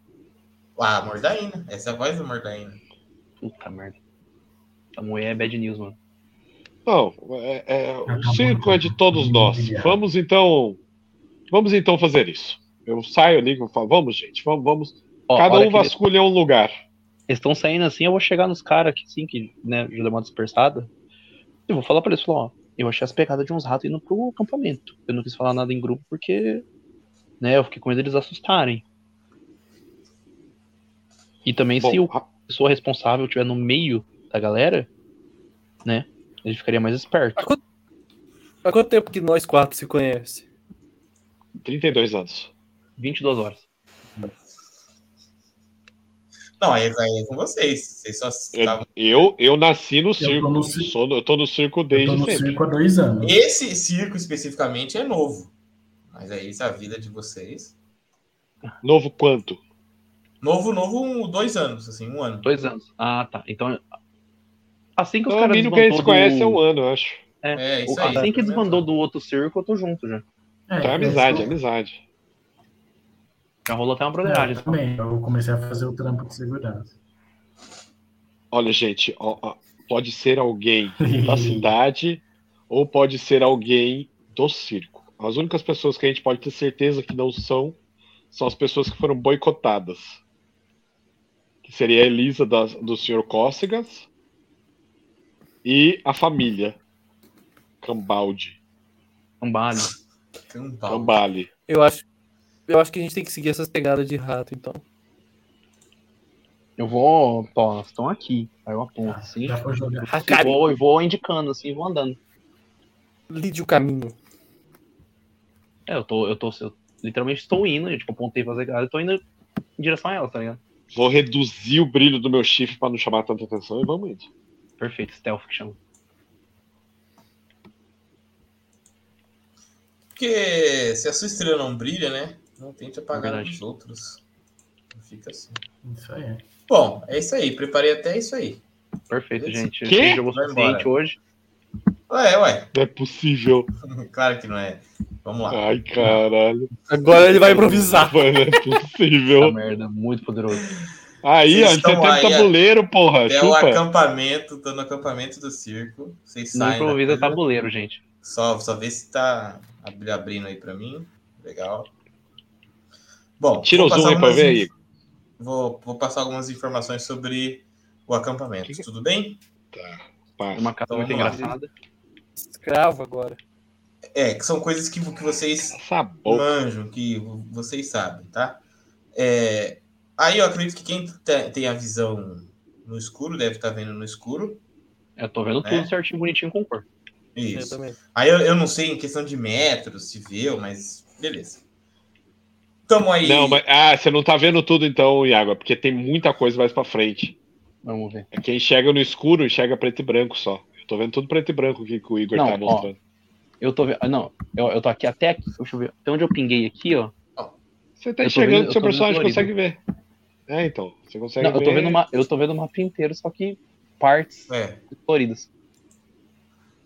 S1: Ah, Mordaína. Essa é a voz do Mordaína.
S2: Hum, Puta merda. A mulher é bad news, mano.
S3: Não, é- é, o circo é de todos nós. Vamos então, vamos então fazer isso. Eu saio ali e falo, vamos gente, vamos, vamos.
S2: Ó,
S3: Cada
S2: hora
S3: um
S2: que eles-
S3: vasculha um lugar.
S2: Eles estão saindo assim, eu vou chegar nos caras aqui, sim, que, né, já deu uma dispersada. Eu vou falar pra eles, falar, ó, eu achei as pegadas de uns ratos indo pro acampamento. Eu não quis falar nada em grupo porque, né, eu fiquei com medo deles assustarem. E também se
S3: Bom,
S2: o pessoa responsável estiver no meio da galera, né, ele ficaria mais esperto.
S4: Há quanto tempo que nós quatro se conhece?
S3: 32 anos.
S2: 22 horas.
S1: Não, aí vai com vocês. Vocês só estavam.
S3: Eu, eu nasci no circo. Eu
S5: tô no
S3: no
S5: circo.
S3: eu tô no circo
S5: Eu tô
S3: desde
S5: no
S3: sempre.
S5: circo há dois anos.
S1: Esse circo especificamente é novo. Mas aí essa é a vida de vocês.
S3: Novo quanto?
S1: Novo, novo, um, dois anos, assim, um ano.
S2: Dois anos. Ah, tá. Então, assim que os
S3: Então, o
S2: caras
S3: mínimo que a gente
S2: desmontou
S3: conhece
S2: do-
S3: é um ano, eu acho.
S1: É, isso aí.
S2: Assim que desmandou do outro circo, eu tô junto já.
S5: É,
S3: Então é
S5: eu
S3: amizade, é
S5: sou-
S3: amizade.
S2: Já rolou até uma
S5: É,
S2: broderagem.
S5: eu também, eu comecei a fazer o trampo de segurança.
S3: Olha, gente, ó, ó, pode ser alguém *laughs* da cidade ou pode ser alguém do circo. As únicas pessoas que a gente pode ter certeza que não são são as pessoas que foram boicotadas. Que seria a Elisa da- do Sr. Cócegas e a família Cambaldi,
S2: Cambalho.
S1: Né?
S3: Tá.
S2: um
S1: Cambal.
S3: Cambali.
S4: Eu acho, eu acho que a gente tem que seguir essas pegadas de rato, então. Eu vou.
S2: Ó, estão aqui. Aí eu aponto assim.
S5: Já foi jogar.
S2: E vou, e vou indicando, assim, vou andando.
S4: Lide o caminho.
S2: É, eu tô, eu tô, eu literalmente estou indo, eu, tipo, apontei pra fazer eu tô indo em direção a elas, tá ligado?
S3: Vou reduzir o brilho do meu chifre para não chamar tanta atenção e vamos indo.
S2: Perfeito, stealth que chama.
S1: O porque se a sua estrela não brilha, né? Não tente apagar
S2: Verdade.
S1: os outros. Fica assim.
S5: Isso aí.
S1: Bom, é isso aí. Preparei até isso aí.
S2: Perfeito,
S1: Esse-
S2: gente.
S3: Quê?
S2: Quem jogou
S1: Vai
S2: suficiente hoje?
S1: Ué, ué.
S3: Não é possível.
S1: *laughs* Claro que não é. Vamos lá.
S3: Ai, caralho.
S4: Agora ele vai improvisar.
S3: Mano, não é
S2: Tá
S3: possível.
S2: merda, muito poderoso.
S3: Aí,
S1: Vocês
S3: ó, você
S1: estão
S3: tem um
S1: aí,
S3: tabuleiro, porra.
S1: É o
S3: Chupa.
S1: acampamento, tô no acampamento do circo. Vocês
S2: Não
S1: saem. da
S2: improvisa
S1: coisa.
S3: tá
S2: tabuleiro, gente.
S1: Só, só vê se tá abri- abrindo aí pra mim. Legal. Bom,
S3: Tira o
S1: vou passar
S3: zoom aí pra
S1: algumas
S3: ver
S1: in-
S3: aí.
S1: Vou, vou passar algumas informações sobre o acampamento.
S3: Que que-
S1: Tudo bem?
S2: É
S3: Passa.
S2: uma casa
S1: Então,
S2: muito
S1: vamos lá.
S2: engraçada.
S4: Escravo agora.
S1: É, que são coisas que, vo- que vocês
S3: Essa boca.
S1: manjam, que vo- vocês sabem, tá? É, aí eu acredito que quem te- tem a visão no escuro deve estar vendo no escuro.
S2: Eu tô vendo
S1: É.
S2: tudo certinho, bonitinho com cor.
S4: Eu
S1: Isso.
S4: também.
S1: Aí eu, eu não sei em questão de metros, se viu, mas beleza. Tamo aí.
S3: Não, mas ah, você não tá vendo tudo então, Iago, é porque tem muita coisa mais pra frente.
S2: Vamos ver.
S3: É Quem enxerga no escuro, enxerga preto e branco só. Eu tô vendo tudo preto e branco aqui que o Igor
S2: Não,
S3: tá
S2: ó.
S3: mostrando.
S2: Eu tô vendo. ah, Não, eu, eu tô aqui até aqui. Deixa eu ver. Até onde eu pinguei aqui, ó.
S3: Você tá
S2: Eu tô
S3: enxergando
S2: vendo-
S3: que seu
S2: eu tô vendo
S3: personagem
S2: colorido.
S3: consegue ver. É, então. Você consegue
S2: Não,
S3: ver.
S2: eu tô vendo uma, eu tô vendo o mapa inteiro, só que partes
S1: É,
S2: coloridas.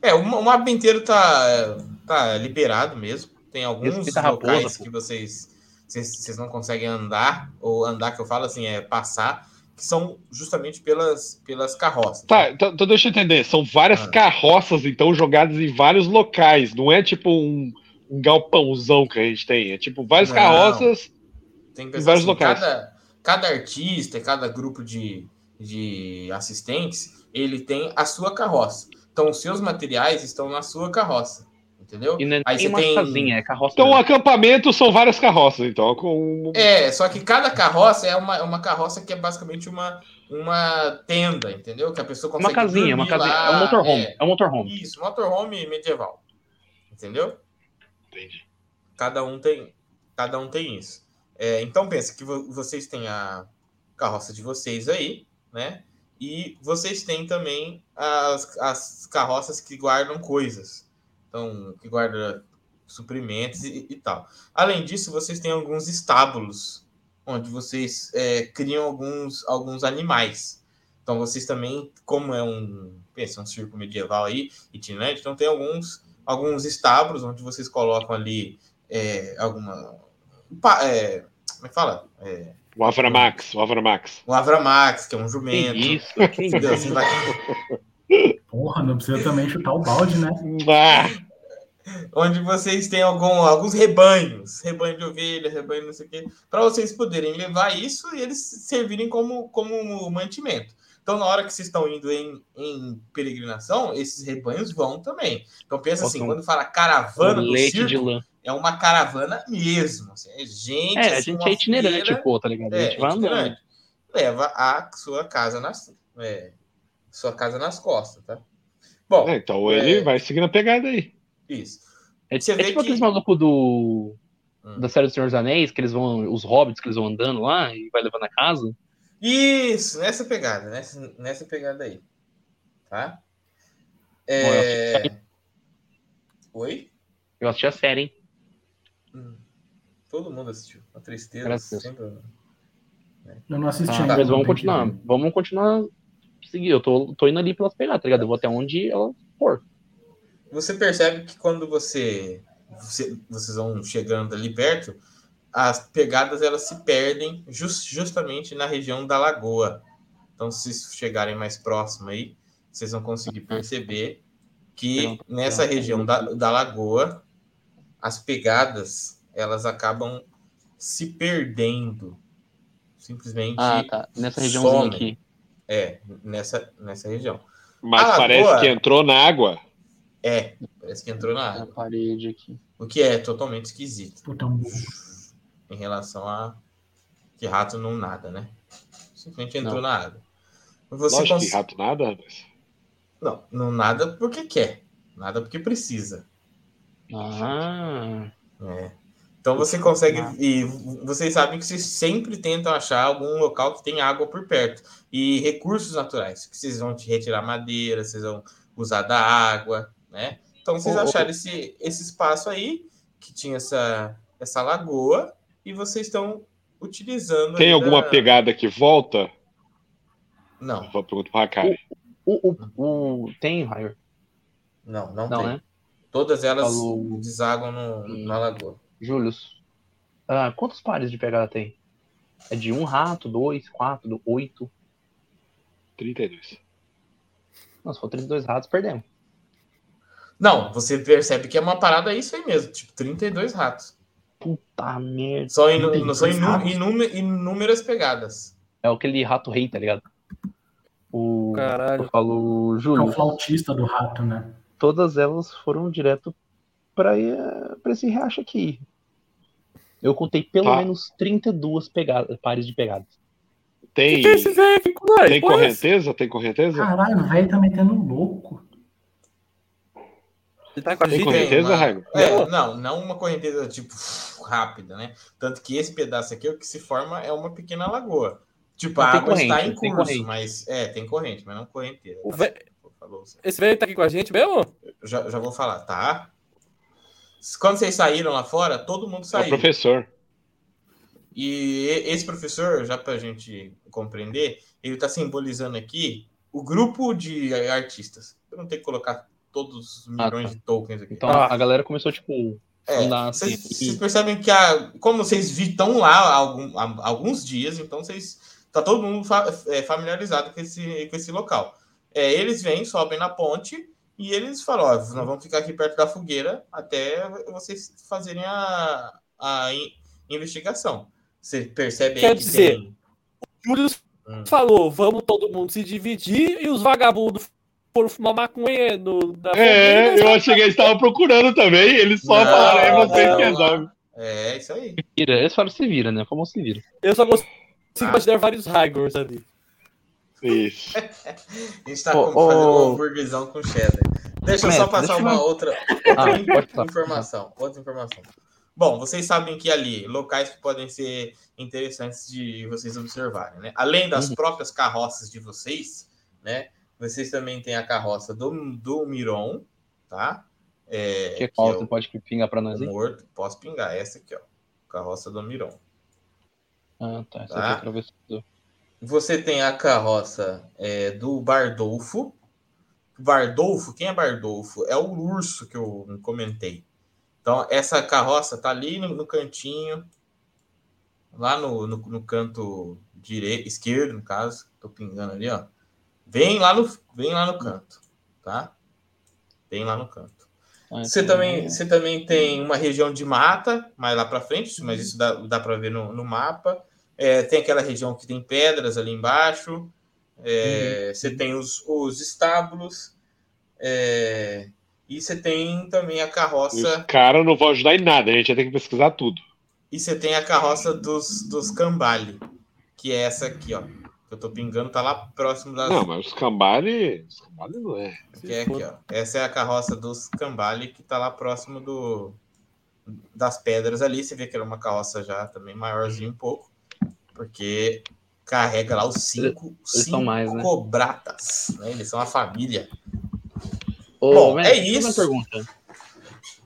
S1: é o, ma- o mapa inteiro tá, tá liberado mesmo. Tem alguns
S2: Respeita a raposa,
S1: locais
S2: pô.
S1: que vocês, vocês, vocês não conseguem andar, ou andar que eu falo assim, é passar, que são justamente pelas, pelas carroças.
S3: Tá, então, então deixa eu entender. São várias
S1: Ah.
S3: carroças, então, jogadas em vários locais. Não é tipo um, um galpãozão que a gente tem. É tipo várias
S1: Não.
S3: carroças.
S1: Tem que
S3: Em
S1: pensar
S3: vários
S1: assim,
S3: locais.
S1: Cada, cada artista, cada grupo de, de assistentes, ele tem a sua carroça. Então, os seus materiais estão na sua carroça. Entendeu?
S2: E não é
S1: Aí
S2: nem
S1: você
S2: uma
S1: tem-
S2: casinha, é carroça.
S3: Então, o
S2: mesmo.
S3: acampamento são várias carroças, então. Com...
S1: É, só que cada carroça é uma, é uma carroça que é basicamente uma, uma tenda, entendeu? Que a pessoa
S2: uma
S1: consegue
S2: casinha, uma
S1: Então dormir
S2: casinha.
S1: lá,
S2: É um motorhome. É,
S1: é.
S2: um motorhome.
S1: Isso, motorhome medieval. Entendeu?
S3: Entendi.
S1: Cada um tem, cada um tem isso. É, então pensa que vo- vocês têm a carroça de vocês aí, né? E vocês têm também as, as carroças que guardam coisas. Então, que guarda suprimentos e, e tal. Além disso, vocês têm alguns estábulos onde vocês é, criam alguns, alguns animais. Então, vocês também, como é um, pensa, um circo medieval aí, itinérante, então tem alguns, alguns estábulos onde vocês colocam ali é, alguma. pa- é, como é que fala? É,
S3: O Avramax, o Avramax.
S1: um Avramax, que é um
S2: Que
S1: jumento.
S2: isso?
S1: *laughs*
S4: Que
S1: Entendeu?
S4: isso?
S1: Você vai-
S5: Porra, não precisa também chutar o balde, né?
S3: Ah,
S1: onde vocês têm algum, alguns rebanhos, rebanho de ovelha, rebanho não sei o quê, para vocês poderem levar isso e eles servirem como, como mantimento. Então, na hora que vocês estão indo em, em peregrinação, esses rebanhos vão também. Então, pensa assim,
S2: Nossa, um-
S1: quando fala caravana do
S2: leite de
S1: circo,
S2: lã.
S1: é uma caravana mesmo. assim, é gente,
S2: É, a
S1: assim,
S2: gente
S1: uma
S2: é itinerante,
S1: fileira,
S2: pô, tá ligado? a
S1: é,
S2: gente vai andando.
S1: itinerante. Leva a sua casa nas, é, sua casa nas costas, tá? Bom,
S3: é, então ele
S1: É.
S3: vai seguindo a pegada aí.
S1: isso.
S2: É,
S1: Você
S2: é
S1: vê
S2: tipo
S1: que-
S2: aqueles malucos do.
S1: Hum.
S2: Da série do Senhor dos Anéis, que eles vão. Os hobbits que eles vão andando lá e vai levando a casa.
S1: Isso, nessa pegada, nessa, nessa pegada aí. Tá?
S2: Bom, eu
S1: É... Oi?
S2: Eu assisti a série, hein?
S1: Hum. Todo mundo assistiu. Uma tristeza.
S2: Graças a Deus.
S1: sempre-
S5: Eu não assisti
S2: Tá,
S5: ainda.
S2: mas
S5: não
S2: vamos
S5: tem
S2: continuar.
S5: que ver.
S2: Vamos continuar. Seguir, eu tô, tô indo ali pelas pegadas, tá ligado? Eu vou até onde ela for.
S1: Você percebe que quando você, você- vocês vão chegando ali perto, as pegadas elas se perdem jus- justamente na região da lagoa. Então, se vocês chegarem mais próximo aí, vocês vão conseguir perceber
S2: um
S1: que nessa região da, da lagoa, as pegadas elas acabam se perdendo. Simplesmente
S2: Ah, tá. Nessa regiãozinha
S1: some.
S2: aqui.
S1: é, nessa, nessa região.
S3: Mas
S1: Ah,
S3: parece
S1: boa.
S3: que entrou na água.
S1: É, parece que entrou na água.
S2: Na parede aqui.
S1: O que é totalmente esquisito.
S5: Puta, um burro.
S1: em relação a que rato não nada, né? Simplesmente entrou na água. Você
S3: Lógico
S1: cons-
S3: que rato nada, rapaz.
S1: Não, não nada porque quer, nada porque precisa.
S2: Ah.
S1: né? Então você consegue e vocês sabem que vocês sempre tentam achar algum local que tem água por perto e recursos naturais, que vocês vão te retirar madeira, vocês vão usar da água, né? Então vocês
S2: Ô, ô.
S1: acharam esse, esse espaço aí que tinha essa, essa lagoa e vocês estão utilizando.
S3: Tem
S1: ainda-
S3: alguma pegada que volta?
S1: Não,
S3: Vou perguntar pro Hakari.
S2: O, o, o- tem, Raio?
S1: não, não,
S2: Não,
S1: tem.
S2: né?
S1: Todas elas
S2: Falou. Hum.
S1: desaguam no, na lagoa.
S2: Július. Ah, quantos pares de pegada tem? É de um rato, dois, quatro, do- oito.
S3: 32.
S2: Não, se for 32 ratos, perdemos.
S1: Não, você percebe que é uma parada isso aí mesmo, tipo 32 ratos.
S2: Puta merda.
S1: Só em, só em
S5: 32
S1: nu-
S5: ratos?
S1: inúmer- inúmeras pegadas.
S2: É aquele rato rei, tá ligado? O.
S4: Caralho.
S2: Eu falo,
S5: É o
S2: Júlio,
S5: flautista do rato, né?
S2: todas elas foram direto pra, eh, pra esse riacho aqui. Eu contei pelo
S3: Tá.
S2: menos 32 pegadas, pares de pegadas.
S3: Tem,
S4: Que é esse velho aqui com nós?
S3: tem
S4: Qual é esse?
S3: correnteza? Tem
S1: Ah,
S3: correnteza?
S5: Caralho, o velho tá metendo louco.
S4: Ele tá com a
S3: Tem
S4: gente?
S3: correnteza,
S1: uma-
S3: Raigo?
S1: É, não, não uma correnteza tipo *laughs* rápida, né? Tanto que esse pedaço aqui, o que se forma é uma pequena lagoa. Tipo, a
S2: Mas tem
S1: água está
S2: corrente,
S1: em
S2: tem
S1: curso,
S2: corrente.
S1: mas é, tem corrente, mas não correnteza.
S4: O
S1: tá?
S4: ve-
S1: Falou, Zé.
S4: Esse velho tá aqui com a gente mesmo?
S1: já, já vou falar, tá? Quando vocês saíram lá fora, todo mundo
S3: É o
S1: saiu.
S3: professor.
S1: E e- esse professor, já para a gente compreender, ele está simbolizando aqui o grupo de artistas. Eu não tenho que colocar todos os milhões
S2: tá.
S1: de tokens aqui.
S2: Então
S4: Ah.
S2: a galera começou, tipo,
S1: É,
S2: andar assim.
S1: Vocês vocês
S2: aqui.
S1: percebem que, a, como vocês vi- estão lá há, algum- há alguns dias, então vocês tá todo mundo fa- é, familiarizado com esse, com esse local. É, eles vêm, sobem na ponte e eles falam: Ó, nós vamos ficar aqui perto da fogueira até vocês fazerem a, a in- investigação. Você percebe
S4: Quer
S1: aí que
S4: dizer,
S1: tem.
S4: Júlio
S2: Ah.
S1: Hum.
S4: falou, vamos todo mundo se dividir e os vagabundos foram fumar maconha no, na
S3: É,
S4: fogueira.
S3: eu achei que eles estavam procurando também. Eles só
S1: Não,
S3: falaram, é vocês que
S1: não.
S3: resolvem.
S1: É, isso aí.
S2: Vira, Eles falaram se vira, né? Famoso se
S1: É,
S2: vira.
S4: Eu só consigo imaginar vários Hagors ali.
S3: Isso.
S1: A gente tá com-
S2: Ô,
S1: fazendo
S2: ô.
S1: uma burguesão com cheddar. Deixa eu
S2: Mestre,
S1: só passar
S2: deixa eu-
S1: uma outra,
S2: Ah,
S1: outra
S2: pode falar.
S1: informação. Outra informação. Bom, vocês sabem que ali, locais que podem ser interessantes de vocês observarem, né? Além
S2: Uhum.
S1: das próprias carroças de vocês, né? Vocês também têm a carroça do, do Miron, tá? É,
S2: Que é
S1: que é
S2: qual?
S1: o-
S2: Você pode pingar pra nós né?"
S1: o
S2: aí?
S1: morto. Posso pingar essa aqui, ó. Carroça do Miron.
S2: Ah, tá. Essa
S1: Tá.
S2: aqui é travessura.
S1: Você tem a carroça é, do Bardolfo. Bardolfo, quem é Bardolfo? É o urso que eu comentei. Então, essa carroça tá ali no, no cantinho, lá no, no, no canto direito, esquerdo, no caso. Tô pingando ali, ó. Vem lá no, vem lá no canto, tá? Vem lá no canto.
S2: Ah,
S1: Você
S2: então-
S1: também, você também tem uma região de mata, mais lá para frente, mas isso dá, dá para ver no, no mapa. É, tem aquela região que tem pedras ali embaixo. É, Você tem os, os estábulos. É, e você tem também a
S3: Os
S1: carroça.
S3: caras não vão ajudar em nada, a gente vai ter que pesquisar tudo.
S1: E você tem a carroça dos, dos Cambale, que é essa aqui, ó. Que eu tô pingando, tá lá próximo das.
S3: Não, mas os cambale. Os cambale não é.
S1: Que é aqui, ó. Essa é a carroça dos Cambale que tá lá próximo do das pedras ali. Você vê que era uma carroça já também maiorzinha um pouco, porque carrega lá os cinco,
S2: eles
S1: cinco
S2: são mais, né?
S1: cobratas, né? Eles são a família.
S2: Ô,
S1: Bom,
S2: Mestre,
S1: é
S2: deixa eu fazer Uma pergunta.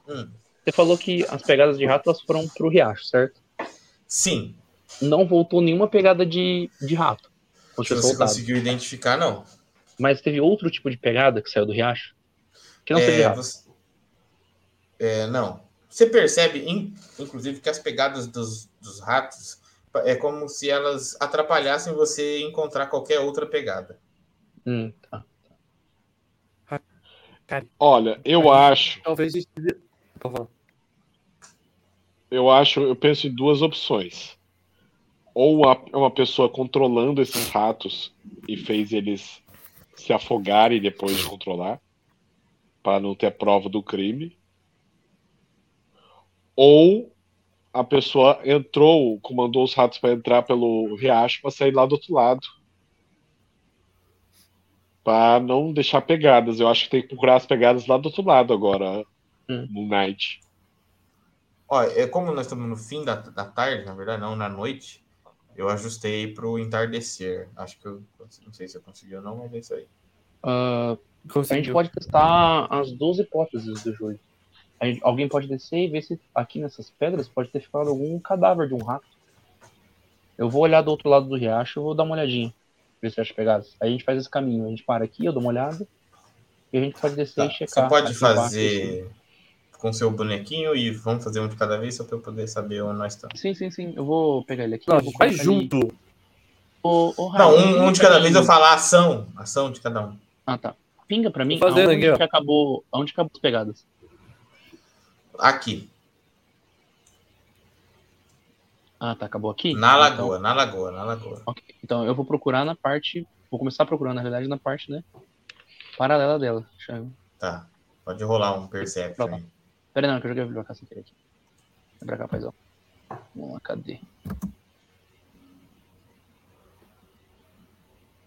S1: Hum.
S2: Você falou que as pegadas de rato elas foram pro riacho, certo?
S1: Sim,
S2: Não voltou nenhuma pegada de, de rato. Ou
S1: se
S2: tinha
S1: você
S2: soltado.
S1: conseguiu identificar, não.
S2: Mas teve outro tipo de pegada que saiu do riacho? Que não
S1: é,
S2: teve rato.
S1: você- É, não. Você percebe, in- inclusive, que as pegadas dos, dos ratos pa- é como se elas atrapalhassem você encontrar qualquer outra pegada.
S2: Hum, tá.
S3: Olha, eu acho,
S4: Talvez a gente. Pode falar.
S3: eu acho, eu penso em duas opções. Ou a- é uma pessoa controlando esses ratos e fez eles se afogarem depois de controlar, para não ter prova do crime. Ou a pessoa entrou, comandou os ratos para entrar pelo riacho para sair lá do outro lado. Para não deixar pegadas. Eu acho que tem que procurar as pegadas lá do outro lado agora,
S2: Hum.
S3: no night.
S1: Ó, é como nós estamos no fim da, da tarde, na verdade, não, na noite, eu ajustei pro entardecer. Acho que eu não sei se eu consegui ou não, mas é isso aí.
S2: Ah, a gente
S4: Conseguiu.
S2: pode testar as duas hipóteses do Júlio. A gente- alguém pode descer e ver se aqui nessas pedras pode ter ficado algum cadáver de um rato. Eu vou olhar do outro lado do riacho, eu vou dar uma olhadinha, ver se eu acho pegadas. Aí a gente faz esse caminho, a gente para aqui, eu dou uma olhada, e a gente pode
S1: Tá,
S2: descer e checar.
S1: Você pode
S2: aqui embaixo, assim.
S1: fazer com seu bonequinho e vamos fazer um de cada vez só pra eu poder saber onde nós estamos.
S2: Sim, sim, sim, eu vou pegar ele aqui.
S4: Não,
S2: eu
S4: a
S2: vou
S4: gente vai
S2: colocar ele-
S4: junto.
S2: Ô, ô,
S1: Não,
S2: Raul,
S1: um, um de cada vez eu falo a ação. Ação de cada um.
S2: Ah, tá. Pinga pra mim
S4: Tô fazendo
S2: aonde
S4: aqui, ó.
S2: que acabou, aonde acabou as pegadas.
S1: Aqui,
S2: Ah, tá, acabou aqui?
S1: na
S2: Então,
S1: lagoa, na lagoa, na lagoa.
S2: Ok, Então eu vou procurar na parte. Vou começar a procurar, na realidade, na parte, né? Paralela dela. Deixa eu-
S1: Tá. Pode rolar um perception aí.
S2: Pera aí, não, que eu joguei a biblioteca sem querer aqui. Vem pra cá, paizão. Vamos lá, cadê?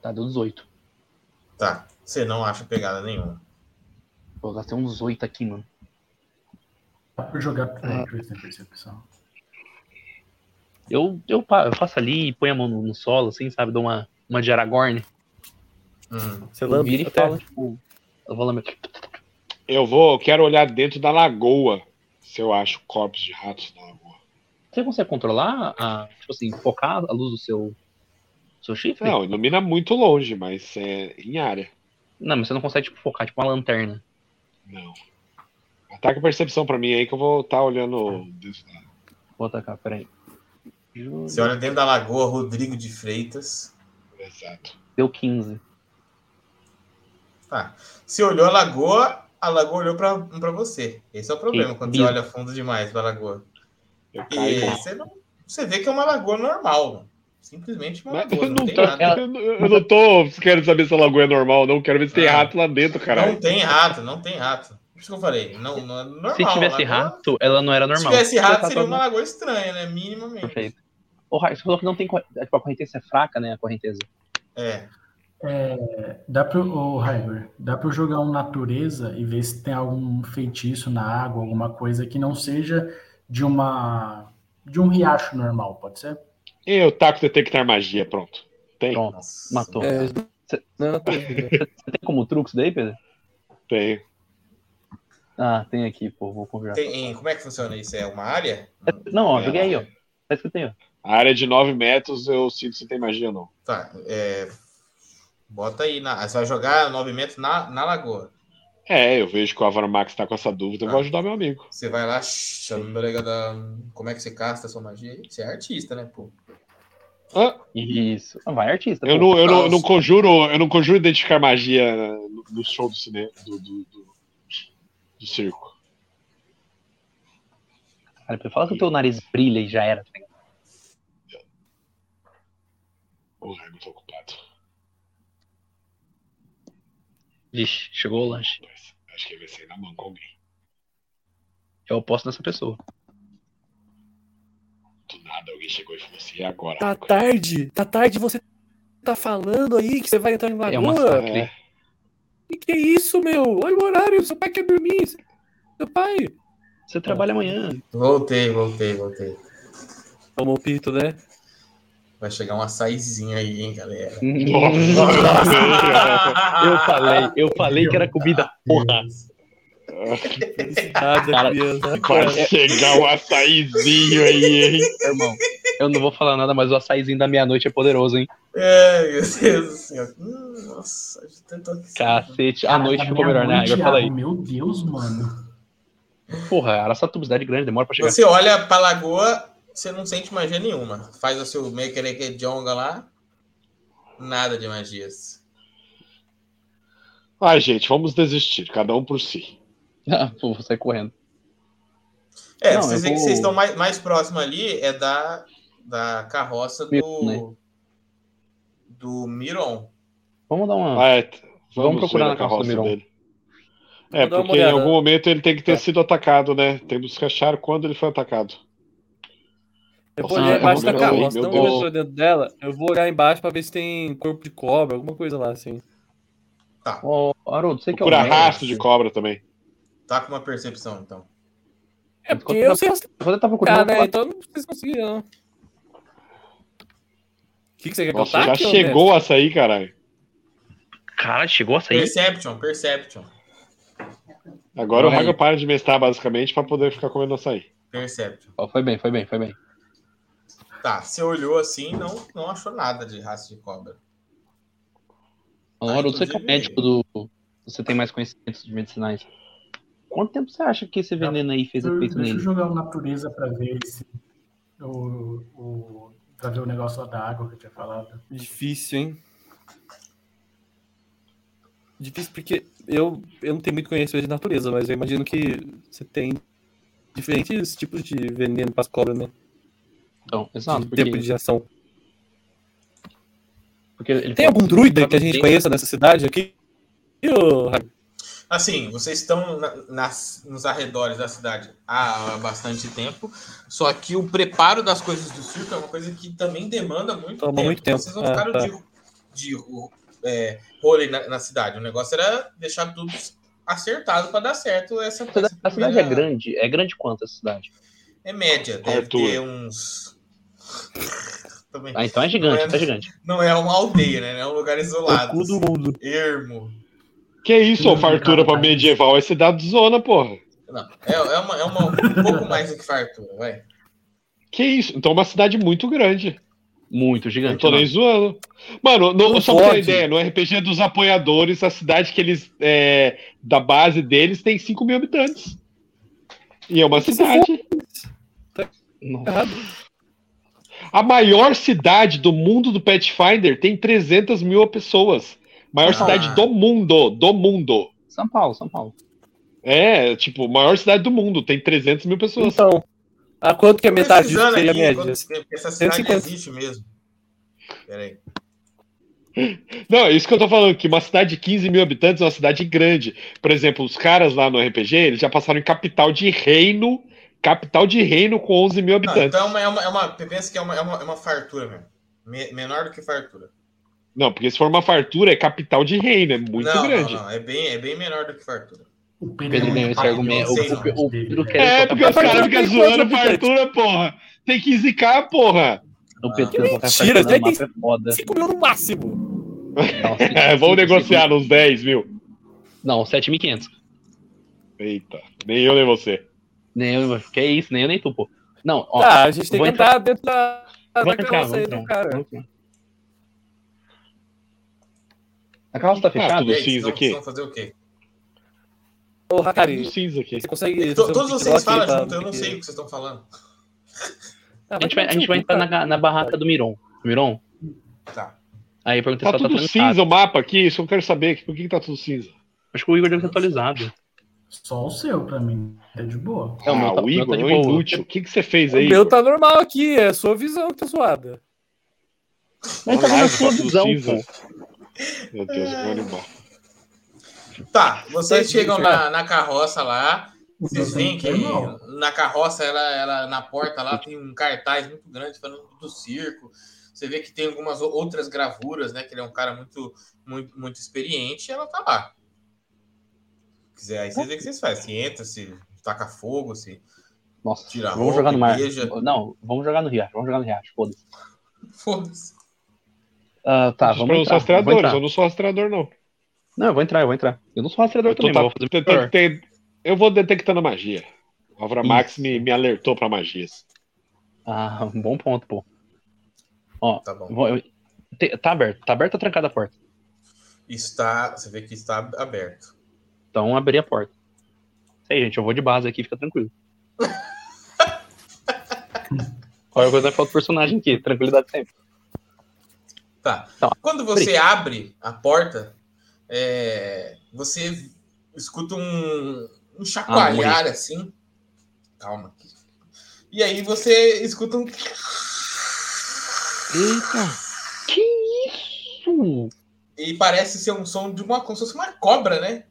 S2: Tá, deu 18.
S1: Tá. Você não acha pegada nenhuma.
S2: Pô, gastei uns 8 aqui, mano.
S5: Dá pra jogar por aí, por exemplo, percepção.
S2: Eu, eu, pa- eu faço ali e ponho a mão no, no solo, assim, sabe? Dou uma, uma de Aragorn.
S1: Hum.
S4: Você
S2: Eu
S4: lambe
S2: viro e
S4: até.
S2: falo, tipo. Eu vou lá,
S3: Eu vou, eu quero olhar dentro da lagoa se eu acho corpos de ratos na lagoa.
S2: Você consegue controlar, a, tipo assim, focar a luz do seu, seu chifre?
S3: Não, ilumina muito longe, mas é em área.
S2: Não, mas você não consegue tipo, focar, tipo uma lanterna.
S3: Não. Ataque a percepção pra mim aí que eu vou estar olhando dentro da
S2: Vou atacar, peraí. Ju-
S1: Você olha dentro da lagoa, Rodrigo de Freitas.
S3: Exato.
S2: Deu 15.
S1: Tá. Você olhou a lagoa, a lagoa olhou pra, pra você. Esse é o problema,
S2: Que
S1: quando
S2: bico.
S1: você olha fundo demais pra lagoa.
S3: Eu caí.
S1: E
S2: tá.
S1: você, não, você vê que é uma lagoa normal. mano. Simplesmente uma
S3: Mas
S1: lagoa.
S3: eu
S1: Não,
S3: não,
S1: tem
S3: tô,
S2: tá
S1: nada.
S3: eu não- eu não tô querendo saber se a lagoa é normal, não. Quero ver se tem
S1: Ah.
S3: rato lá dentro, caralho.
S1: Não tem rato, não tem rato. Por isso que eu falei. Não, não é normal.
S2: Se tivesse
S1: lagoa-
S2: rato, ela não era
S1: Se
S2: normal.
S1: tivesse rato,
S2: Tá
S1: seria
S2: todo-
S1: uma lagoa estranha, né? Minimamente.
S2: Perfeito. Ô, Raio, você falou que não tem. corre- Tipo, a correnteza é fraca, né? A correnteza.
S1: É.
S5: É, dá para o Raigor, dá para jogar um natureza e ver se tem algum feitiço na água, alguma coisa que não seja de uma de um riacho normal, pode ser?
S3: Eu taco detectar magia, pronto. Tem,
S2: Pronto,
S1: Nossa,
S2: matou.
S1: mano.
S4: É,
S2: Cê-
S4: não, tá bem.
S2: Você tem como truque isso daí, Pedro?
S3: tem.
S2: Ah, tem aqui, pô, vou confirmar.
S1: Tem- como é que funciona isso? É uma área?
S2: Não, ó,
S3: É.
S2: joguei aí, ó. Tá escrito aí, ó.
S3: A área de 9 metros eu sinto se tem magia ou não.
S1: Tá. é, Bota aí. Na... Você vai jogar 9 metros na, na lagoa.
S3: É, eu vejo que o Álvaro Max tá com essa dúvida, eu vou ajudar meu amigo.
S1: Você vai lá. chambrelega da- Como é que você casta a sua magia aí? Você é artista, né, pô?
S3: Ah,
S2: Isso. Ah, vai, artista.
S3: eu
S2: pô.
S3: não, eu não, eu não conjuro, eu não conjuro identificar magia né, no, no show do cinema, do, do, do- do circo.
S2: Cara, Pedro, fala que o teu nariz brilha e já era. tá ligado?
S3: O Raimundo tá ocupado.
S2: Vixe, chegou o lanche.
S3: Mas Acho que ele vai sair na mão com alguém.
S2: Eu aposto nessa pessoa.
S3: Do nada alguém chegou e falou assim, e agora?
S4: Tá tarde, tá tarde, você tá falando aí que você vai entrar em
S2: É uma
S4: lagoa?
S2: sacra.
S3: É.
S4: Que que é isso, meu? Olha o horário, seu pai quer dormir. Seu pai.
S2: Você trabalha amanhã.
S1: Voltei, voltei, voltei.
S4: Tomou pito, né?
S1: Vai chegar uma açaizinho aí, hein, galera.
S4: *laughs*
S3: Nossa,
S2: *laughs* Eu falei, eu falei que era comida porra.
S4: Nada,
S2: Cara,
S4: criança.
S3: *laughs* vai chegar um açaizinho aí, hein?
S2: Irmão, eu não vou falar nada, mas o açaizinho da meia-noite é poderoso, hein?
S1: É, meu Deus do céu. Hum, nossa, de tanto aqui.
S2: Cacete, a noite ficou melhor, né? Agora fala aí.
S5: Meu Deus, mano.
S3: ah.
S2: Porra, Araçatuba, é cidade grande, demora pra chegar.
S1: Você olha pra lagoa, você não sente magia nenhuma. Faz o seu mequereque jonga lá. Nada de magias.
S3: Ai, gente, vamos desistir, cada um por si.
S2: Ah, *laughs* pô, vou sair correndo.
S1: É,
S2: Não,
S1: vocês
S2: eu
S1: veem que
S2: vou-
S1: vocês estão mais, mais próximo ali é da, da carroça do.
S2: Miron, né?
S1: Do Miron.
S2: Vamos dar uma.
S3: Vai, t- vamos,
S2: Ah. procurar
S3: ver
S2: na calça do Miron. É.
S3: dele. É,
S4: Vou dar uma
S3: porque em
S4: olhada.
S3: algum momento ele tem que ter sido atacado, né? Temos que achar quando ele foi atacado.
S4: Ah, Eu vou
S3: Nossa,
S4: olhar
S2: eu
S4: embaixo
S2: vou
S4: da
S2: ver também,
S4: carroça.
S3: meu
S4: Não vou
S3: Deus.
S4: entrar um dentro dela. Eu vou olhar embaixo pra ver se tem corpo de cobra, alguma coisa lá, assim.
S1: Tá,
S2: Ô, Haroldo, você que é o.
S3: Procura
S2: mestre,
S3: rastro de cobra também.
S1: tá com uma percepção então.
S4: É porque eu sei rastrear,
S2: Você tá procurando.
S4: né? Então eu não sei se conseguir, não. O que, que você quer
S3: Nossa,
S4: contar?
S3: já chegou a sair, caralho.
S2: Cara, chegou a sair.
S1: Perception, Perception.
S3: Agora o
S2: Olha aí.
S3: Raga para de mestar, basicamente, pra poder ficar comendo açaí.
S1: Perception.
S2: Ó, foi bem, foi bem, foi bem.
S1: Tá, você olhou assim e não, não achou nada de raça de cobra. Ah,
S2: Laura, você que é
S1: inclusive-
S2: médico do. Você tem mais conhecimento de medicinais. Quanto tempo você acha que esse veneno aí fez
S5: Eu-
S2: efeito
S5: deixa eu
S2: nele?
S5: jogar o natureza pra ver se o, o, pra ver o negócio lá da água que eu tinha falado.
S4: Difícil, hein? Difícil porque eu, eu não tenho muito conhecimento de natureza, mas eu imagino que você tem diferentes tipos de veneno para as cobras, né?
S2: Então,
S4: de
S2: exato,
S4: tempo
S2: porque,
S4: de ação.
S2: porque ele
S4: Tem
S2: fala-
S4: algum druida que a gente
S2: Tem-
S4: conheça nessa cidade aqui? E o-
S1: Assim, vocês estão na- nas, nos arredores da cidade há bastante tempo, só que o preparo das coisas do circo é uma coisa que também demanda muito
S4: Toma
S1: tempo.
S4: muito tempo.
S1: Vocês não
S4: Ah,
S1: ficaram
S4: tá.
S1: de, de ro- é, rolê na, na cidade. O negócio era deixar tudo acertado para dar certo essa
S2: A cidade, a
S1: essa
S2: cidade é
S1: primeira-
S2: grande? É grande quanto a cidade?
S1: É média, deve
S3: Arthur.
S1: ter uns. Também.
S2: Ah, então é gigante,
S1: Não é-
S2: tá gigante.
S1: Não é uma aldeia, né? É um lugar
S4: o
S1: isolado.
S4: cu do mundo.
S1: Ermo.
S3: Que isso, ô
S5: Não,
S3: fartura
S5: cara, tá
S3: pra
S5: mas-
S3: medieval é cidade zona, porra.
S1: Não, é, é uma, é uma, um pouco mais do que fartura, vai.
S3: Que isso? Então é uma cidade muito grande.
S2: Muito
S3: Não
S2: gigante. né?
S3: tô nem
S2: não.
S3: zoando. Mano, no-
S4: Não
S3: só pra ter uma
S4: pode.
S3: ideia, no RPG dos apoiadores, a cidade que eles. é, da base deles tem 5 mil habitantes. E é uma cidade.
S2: Nossa.
S4: Errado.
S3: A maior cidade do mundo do Pathfinder tem 300 mil pessoas. Maior
S1: Ah.
S3: cidade do mundo. Do mundo.
S2: São Paulo, São Paulo.
S3: É, tipo, maior cidade do mundo, tem 300 mil pessoas.
S4: Então, a quanto que é
S1: Tô
S4: metade disso
S1: pesquisando
S4: seria a
S1: aqui,
S4: média?
S1: quanto- porque Essa cidade
S4: 150.
S1: existe mesmo. Peraí. Então-
S3: Não, é isso que eu tô falando, que uma cidade de 15 mil habitantes é uma cidade grande. Por exemplo, os caras lá no RPG, eles já passaram em capital de reino, capital de reino com 11
S1: Não,
S3: mil habitantes.
S1: então é uma, é uma, é uma- Pensa que é uma, é uma, é uma fartura mesmo. Me- menor do que fartura.
S3: Não, porque se for uma fartura, é capital de reino, é muito
S1: não,
S3: grande.
S1: Não, não, é bem, é bem menor do que fartura.
S5: O é
S2: O
S5: Pedro,
S2: Pedro ganhou esse
S1: Não,
S2: argumento.
S1: não sei,
S2: O- o- o Pedro
S5: não.
S2: quer
S3: É,
S2: colocar
S3: porque os
S2: pra-
S3: caras
S4: fartura
S3: ficam
S4: tem quantos
S3: zoando
S4: habitantes?
S3: fartura, porra. Tem 15k, porra.
S2: O Pedro colocar
S4: mentira,
S2: Fernando
S4: tem-
S2: Mapa é foda.
S4: 5 mil no máximo.
S3: *laughs* É, vamos negociar uns 10 mil.
S2: Não, 7.500.
S3: Eita, nem eu nem você.
S2: Nem eu, que é isso, nem eu nem tu, pô. Não, ó.
S4: Tá, a gente tem
S2: vou
S4: que entrar dentro da, da
S2: Vamos entrar,
S4: carroça aí
S2: vamos
S4: do
S2: entrar,
S4: cara.
S2: vamos entrar. A carroça tá
S3: Ah,
S2: fechada?
S3: tudo
S1: E aí,
S3: cinza
S1: vocês vão-
S3: aqui.
S1: vocês vão fazer o quê?
S4: Ô, Hakari,
S3: Cinza aqui.
S4: você consegue.
S1: To-
S4: fazer um
S1: todos
S4: TikTok
S1: vocês falam
S4: aí pra-
S1: junto, eu não sei o que vocês estão falando.
S4: Ah, tá
S2: a gente vai, a gente vai entrar na, na barraca do Miron. Miron?
S1: Tá.
S2: Aí pergunta
S3: Tá
S2: se ela tá
S3: tudo
S2: atualizada.
S3: cinza o mapa aqui, isso eu quero saber. Por que, que tá tudo cinza?
S2: Acho que o Igor deve ser atualizado.
S5: Só o seu, pra mim. Tá de boa. *laughs*
S2: Não,
S3: ah,
S2: meu tá-
S3: o
S2: meu
S3: Igor
S2: tá
S3: é
S2: de
S3: um
S2: boa.
S3: inútil. O que, que você fez
S4: O
S3: aí?
S4: meu tá normal aqui, é a sua visão que tá zoada.
S2: Mas tava na
S3: Caralho,
S2: sua
S3: tá tudo
S2: visão,
S3: cinza.
S2: pô.
S3: Meu Deus, eu vou animar.
S1: Tá, vocês
S4: Tá,
S1: chegam
S4: gente,
S1: na, na carroça lá.
S5: O
S1: Vocês
S5: meu
S1: veem
S5: tem
S1: que
S5: normal.
S1: na carroça, ela, ela, na porta lá, tem um cartaz muito grande falando do circo. Você vê que tem algumas o- outras gravuras, né? Que ele é um cara muito, muito, muito experiente e ela tá lá. Se quiser, aí vocês veem o que vocês fazem. Se entra, se taca fogo, se
S2: Nossa,
S1: Tira a
S2: vamos
S1: roupa,
S2: jogar no mar.
S1: beija.
S2: Não, vamos jogar no riacho, vamos jogar no riacho, foda-se.
S1: foda-se.
S2: Ah, tá,
S3: Vocês
S2: vamos
S3: não são
S2: entrar, vamos
S3: rastreadores,
S2: entrar.
S3: eu não sou rastreador, não.
S2: Não, eu vou entrar, eu vou entrar. Eu não sou rastreador
S3: Eu, tô
S2: também, mas eu vou fazer
S3: ta-
S2: melhor.
S3: detec- eu vou detectando a magia. O Avramax me, me alertou pra magias.
S2: Ah, *laughs* um bom ponto, pô.
S1: Tá bom.
S2: Vou- eu- te- Tá aberto, tá aberto ou trancada a porta?
S1: Está, você vê que está aberto.
S2: Então abri a porta. Isso aí, gente, eu vou de base aqui,
S1: *laughs*
S2: fica tranquilo. Qualquer coisa falta o personagem aqui, tranquilidade sempre.
S1: Tá.
S2: Tá.
S1: Quando você abre a porta, é, você escuta um, um chacoalhar assim. Calma aqui. E aí você escuta um.
S2: Eita! Que isso?
S1: E parece ser um som de uma. Como se fosse uma cobra, né?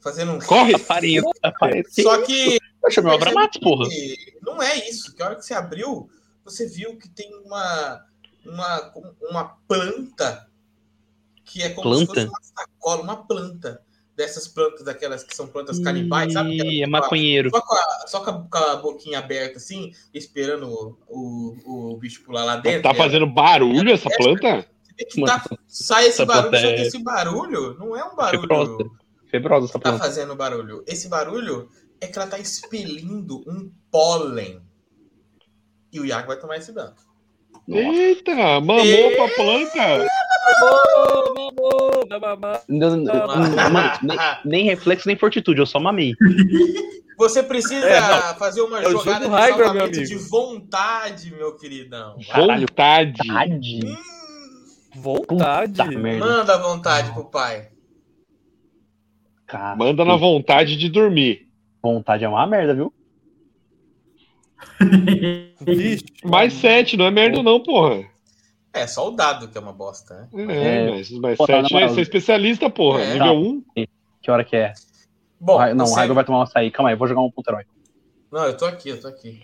S1: Fazendo um.
S3: Corre!
S2: Aparenta, aparenta.
S1: Só que
S2: Eu chamei o Abramax, porra.
S1: E não é isso. Que a hora que você abriu, você viu que tem uma uma, uma planta que é como se fosse
S2: Planta?
S1: uma sacola, uma planta dessas plantas daquelas que são plantas canibais, sabe? Aquela
S2: Ih, é
S1: que
S2: maconheiro.
S1: Só com, a, só com a- com a boquinha aberta assim, esperando o, o, o bicho pular lá dentro.
S3: Tá fazendo barulho essa planta?
S1: É que tá- sai esse
S2: essa
S1: barulho,
S2: planta
S1: só que
S2: é-
S1: esse barulho não é um
S2: Fibrosa.
S1: barulho
S2: Febrosa essa
S1: Tá
S2: planta.
S1: fazendo barulho. Esse barulho é que ela tá expelindo um pólen. E o Iago vai tomar esse dano.
S3: Eita, mamou pra planta.
S4: Ô, vai mamar.
S2: Não, não, não, não, mano, nem, nem reflexo, nem fortitude, eu só mamei.
S1: Você precisa
S4: É,
S1: fazer uma
S4: É o
S1: jogada de
S4: jogo Hydra, meu
S1: salvamento
S4: amigo.
S1: de vontade, meu queridão.
S2: Caralho.
S3: Vontade.
S2: Tade.
S4: Vontade.
S2: Tá, merda.
S1: Manda a vontade pro pai.
S2: Cara,
S3: Manda na vontade de dormir.
S2: vontade é uma merda, viu?
S4: Vixe.
S3: Mais sete, não é merda não, porra.
S1: É, só o dado que é uma bosta, né?
S3: É,
S2: É.
S3: mas mais
S2: Pô, tá,
S3: sete
S2: na
S3: é
S2: moral.
S3: ser especialista, porra.
S1: É.
S3: Nível um.
S2: Que hora que é?
S1: Bom,
S2: Ra- não, o
S1: você-
S2: Raigo vai tomar um açaí. Calma aí, eu vou jogar um ponto herói.
S1: Não, eu tô aqui, eu tô aqui.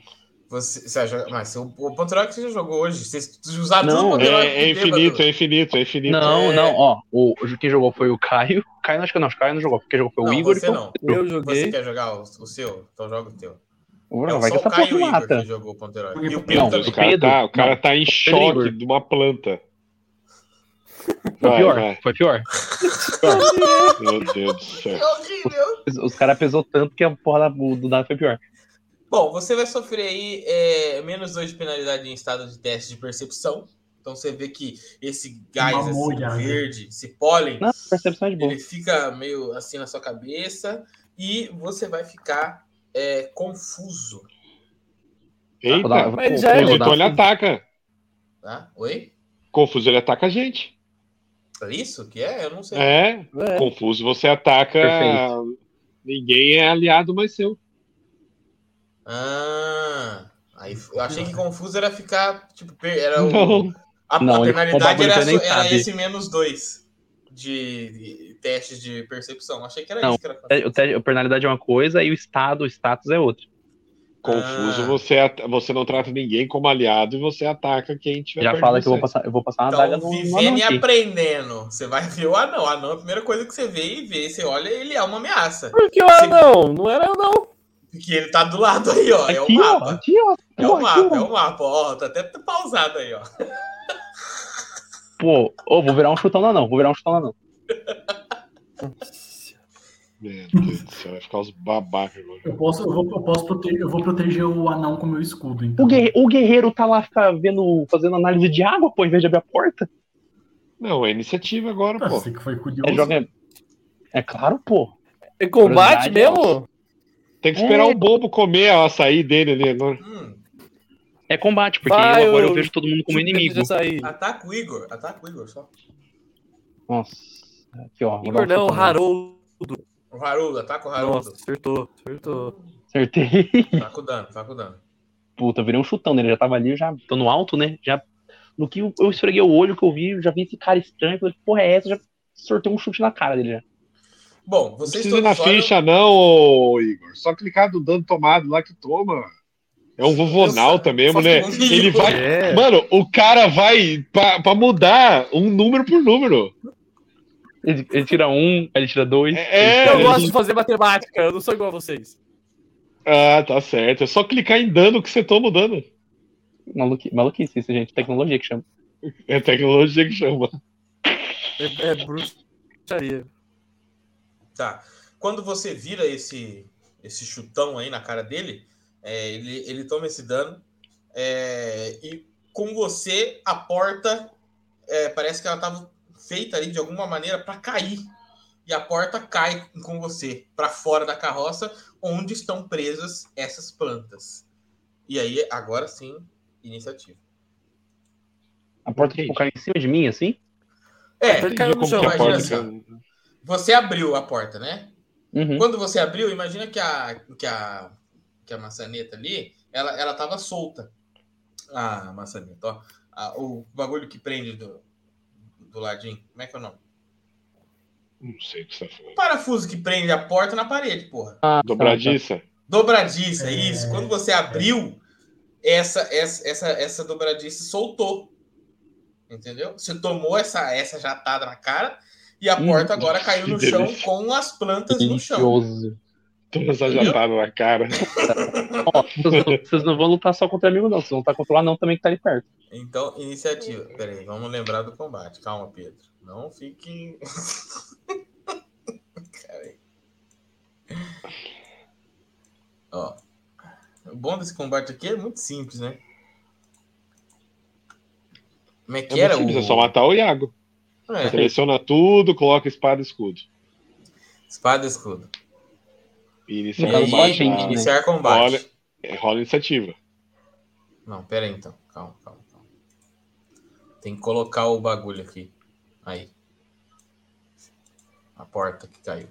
S1: Você, você vai jogar- Mas seu- o ponto herói que você já jogou hoje, vocês usaram
S2: Não,
S1: tudo o ponto herói
S3: É, é
S1: que bêbado.
S3: infinito, é infinito, é infinito.
S2: Não,
S1: É.
S2: não, ó. O, quem jogou foi o Caio. Caio não, acho que não, acho que o Caio não jogou. Quem jogou foi o
S1: Não,
S2: Igor.
S1: você
S2: então-
S1: não.
S4: Eu
S1: Você
S4: joguei.
S1: quer jogar o, o seu? Então joga o teu.
S2: Ô,
S1: É
S2: vai que
S1: só
S2: essa
S1: o
S2: porra
S1: Caio e o Igor
S2: mata.
S1: que jogou o ponto herói.
S5: Porque-
S1: E o Pedro
S2: Não,
S3: Mas o
S1: também.
S3: cara,
S2: Pedro,
S3: tá, o cara
S2: não.
S3: tá em choque
S2: Igor.
S3: de uma planta.
S2: Foi
S3: Vai,
S2: pior,
S3: vai.
S2: foi pior.
S3: Meu Deus do
S2: *laughs*
S3: céu.
S2: É
S1: Que horrível.
S2: Os, os caras pesou tanto que a porra da- do dado foi pior.
S1: Bom, você vai sofrer aí é, menos 2 de penalidade em estado de teste de percepção. Então você vê que esse gás
S5: Uma
S1: assim,
S5: molha, né?
S1: verde, esse pólen,
S2: Não, percepção é de boa.
S1: ele fica meio assim na sua cabeça e você vai ficar é, confuso.
S2: Vou dar-
S3: Eita,
S2: vou-
S4: Mas já é,
S2: vou
S1: tipo,
S3: confuso,
S2: dar-
S3: então ele ataca.
S1: Tá? Oi?
S3: Confuso, ele ataca a gente.
S1: É isso que é? Eu não sei.
S3: É,
S4: É.
S3: confuso, você ataca.
S2: Perfeito.
S3: Ninguém é aliado mais seu.
S1: Ah, aí f- eu achei que confuso era ficar, tipo, per- era o,
S3: Não.
S1: a, a
S2: Não, ele-
S1: penalidade
S2: o bagulho
S1: era,
S2: que nem
S1: su- era
S2: sabe.
S1: esse menos dois de, de testes de percepção. Achei que era
S2: Não,
S1: isso que era.
S2: É, O te- a penalidade é uma coisa e o estado, o status é outra.
S3: Confuso,
S1: Ah.
S3: você, at- você não trata ninguém como aliado e você ataca quem tiver.
S2: Já
S3: perto
S2: fala
S3: de
S2: que eu vou
S3: você.
S2: passar, eu vou passar uma adaga
S1: Então,
S2: no, no anão
S1: vivendo e
S2: aqui.
S1: aprendendo. Você vai ver o anão. O anão é a primeira coisa que você vê e vê. Você olha, ele é uma ameaça.
S4: Por que o anão? Não era eu, não.
S1: Porque ele tá do lado aí, ó. É o
S2: Aqui, ó,
S1: mapa.
S2: aqui, ó.
S1: É o
S2: Porra, aqui,
S1: mapa, é
S2: ó.
S1: o mapa. Ó, tá até pausado aí, ó.
S2: Pô, ô, vou virar um chutão não, não. Vou virar um chutão não.
S3: Meu Deus do céu, vai ficar os babacas agora.
S5: Eu posso, eu vou, eu posso proteger, eu vou proteger o anão com o meu escudo, então.
S2: O, guerre- o guerreiro tá lá fica vendo, fazendo análise de água, pô, em vez de abrir a porta.
S3: Não, é iniciativa agora,
S5: Ah,
S3: pô.
S5: Você que foi curioso.
S2: É, joga... é claro, pô.
S4: É combate
S2: Verdade,
S4: mesmo?
S3: Tem que esperar
S2: É.
S3: o bobo comer o açaí dele ali agora.
S1: Hum,
S2: É combate, porque
S4: Vai,
S2: eu agora eu
S4: ô,
S2: vejo todo mundo
S4: Um
S2: como inimigo.
S4: Já saí.
S1: ataca o Igor. Ataca o Igor só.
S2: Nossa. Aqui, ó. vou
S4: Igor
S2: dar um
S4: não,
S2: chutão.
S4: Haroldo.
S1: O Haroldo, ataca o Haroldo.
S4: Nossa, acertou, acertou.
S2: Acertei. *laughs*
S1: Taca o dano, taca o dano.
S2: Puta, eu virei um chutão nele. Já tava ali, eu já tô no alto, né? Já... No que eu eu esfreguei o olho que eu vi, eu já vi esse cara estranho. Falei, que porra é essa? Já sortei um chute na cara dele já.
S1: Bom,
S3: Não
S1: vocês
S3: precisa
S1: todos
S3: na
S1: olham-
S3: ficha, não, ô, Igor. Só clicar do dano tomado lá que toma. É um vovonal
S1: Eu-
S3: também,
S1: só um
S3: mulher.
S1: segundo
S3: né? Ele
S1: nível.
S3: vai.
S4: É.
S3: Mano, o cara vai pra, pra mudar um número por número.
S2: Ele, ele tira um, aí ele tira dois.
S3: É,
S4: *laughs* Eu
S3: é.
S4: gosto de fazer matemática, eu não sou igual a vocês.
S3: Ah, tá certo. É só clicar em dano que você toma o dano.
S2: Maluqui- maluquice isso, gente. Tecnologia que chama.
S3: É tecnologia que chama.
S4: É, é bruxaria.
S1: Tá. Quando você vira esse, esse chutão aí na cara dele, é, ele, ele toma esse dano. é, e com você, a porta é, parece que ela tava feita ali de alguma maneira para cair. E a porta cai com você para fora da carroça, onde estão presas essas plantas. E aí, agora sim, iniciativa.
S2: A porta tipo, caiu em cima de mim, assim.
S1: É,
S4: Ele caiu no
S3: Como
S4: chão.
S3: que a porta-
S1: imagina você abriu a porta, né?
S2: Uhum.
S1: Quando você abriu, imagina que a, que a, que a maçaneta ali, ela, ela tava solta. Ah, A maçaneta, ó. A- o bagulho que prende do, do ladinho. Como é que é o nome?
S3: Não sei o que você tá falando.
S1: O parafuso que prende a porta na parede, porra.
S2: Ah, tá,
S3: Dobradiça.
S1: Dobradiça,
S5: É.
S1: isso. Quando você abriu, essa, essa, essa, essa dobradiça soltou. Entendeu? Você tomou essa, essa jatada na cara e a
S2: Hum,
S1: porta agora caiu
S3: que
S1: no chão
S3: delícia.
S1: com as plantas no chão.
S2: Delicioso.
S3: Todas as jatadas na cara.
S2: Ó, vocês, não, vocês não vão lutar só contra amigo, não. Vocês vão lutar contra o anão também que tá ali perto.
S1: Então, iniciativa. Peraí, vamos *laughs* lembrar do combate. Calma, Pedro. Não fique. Cara, Ó. O bom desse combate aqui é muito simples, né? Como é
S3: É
S1: que
S3: muito
S1: era
S3: simples,
S1: o.
S3: é só matar o Iago.
S1: É,
S3: Seleciona tudo, coloca espada e escudo.
S1: espada e escudo.
S3: E
S1: E
S3: inicia
S2: Não,
S3: o
S1: aí,
S3: combate.
S2: gente, né?
S1: iniciar combate.
S3: Olha- É, Rola iniciativa.
S1: Não, pera aí então. Calma, calma, calma. Tem que colocar o bagulho aqui. Aí. A porta que caiu.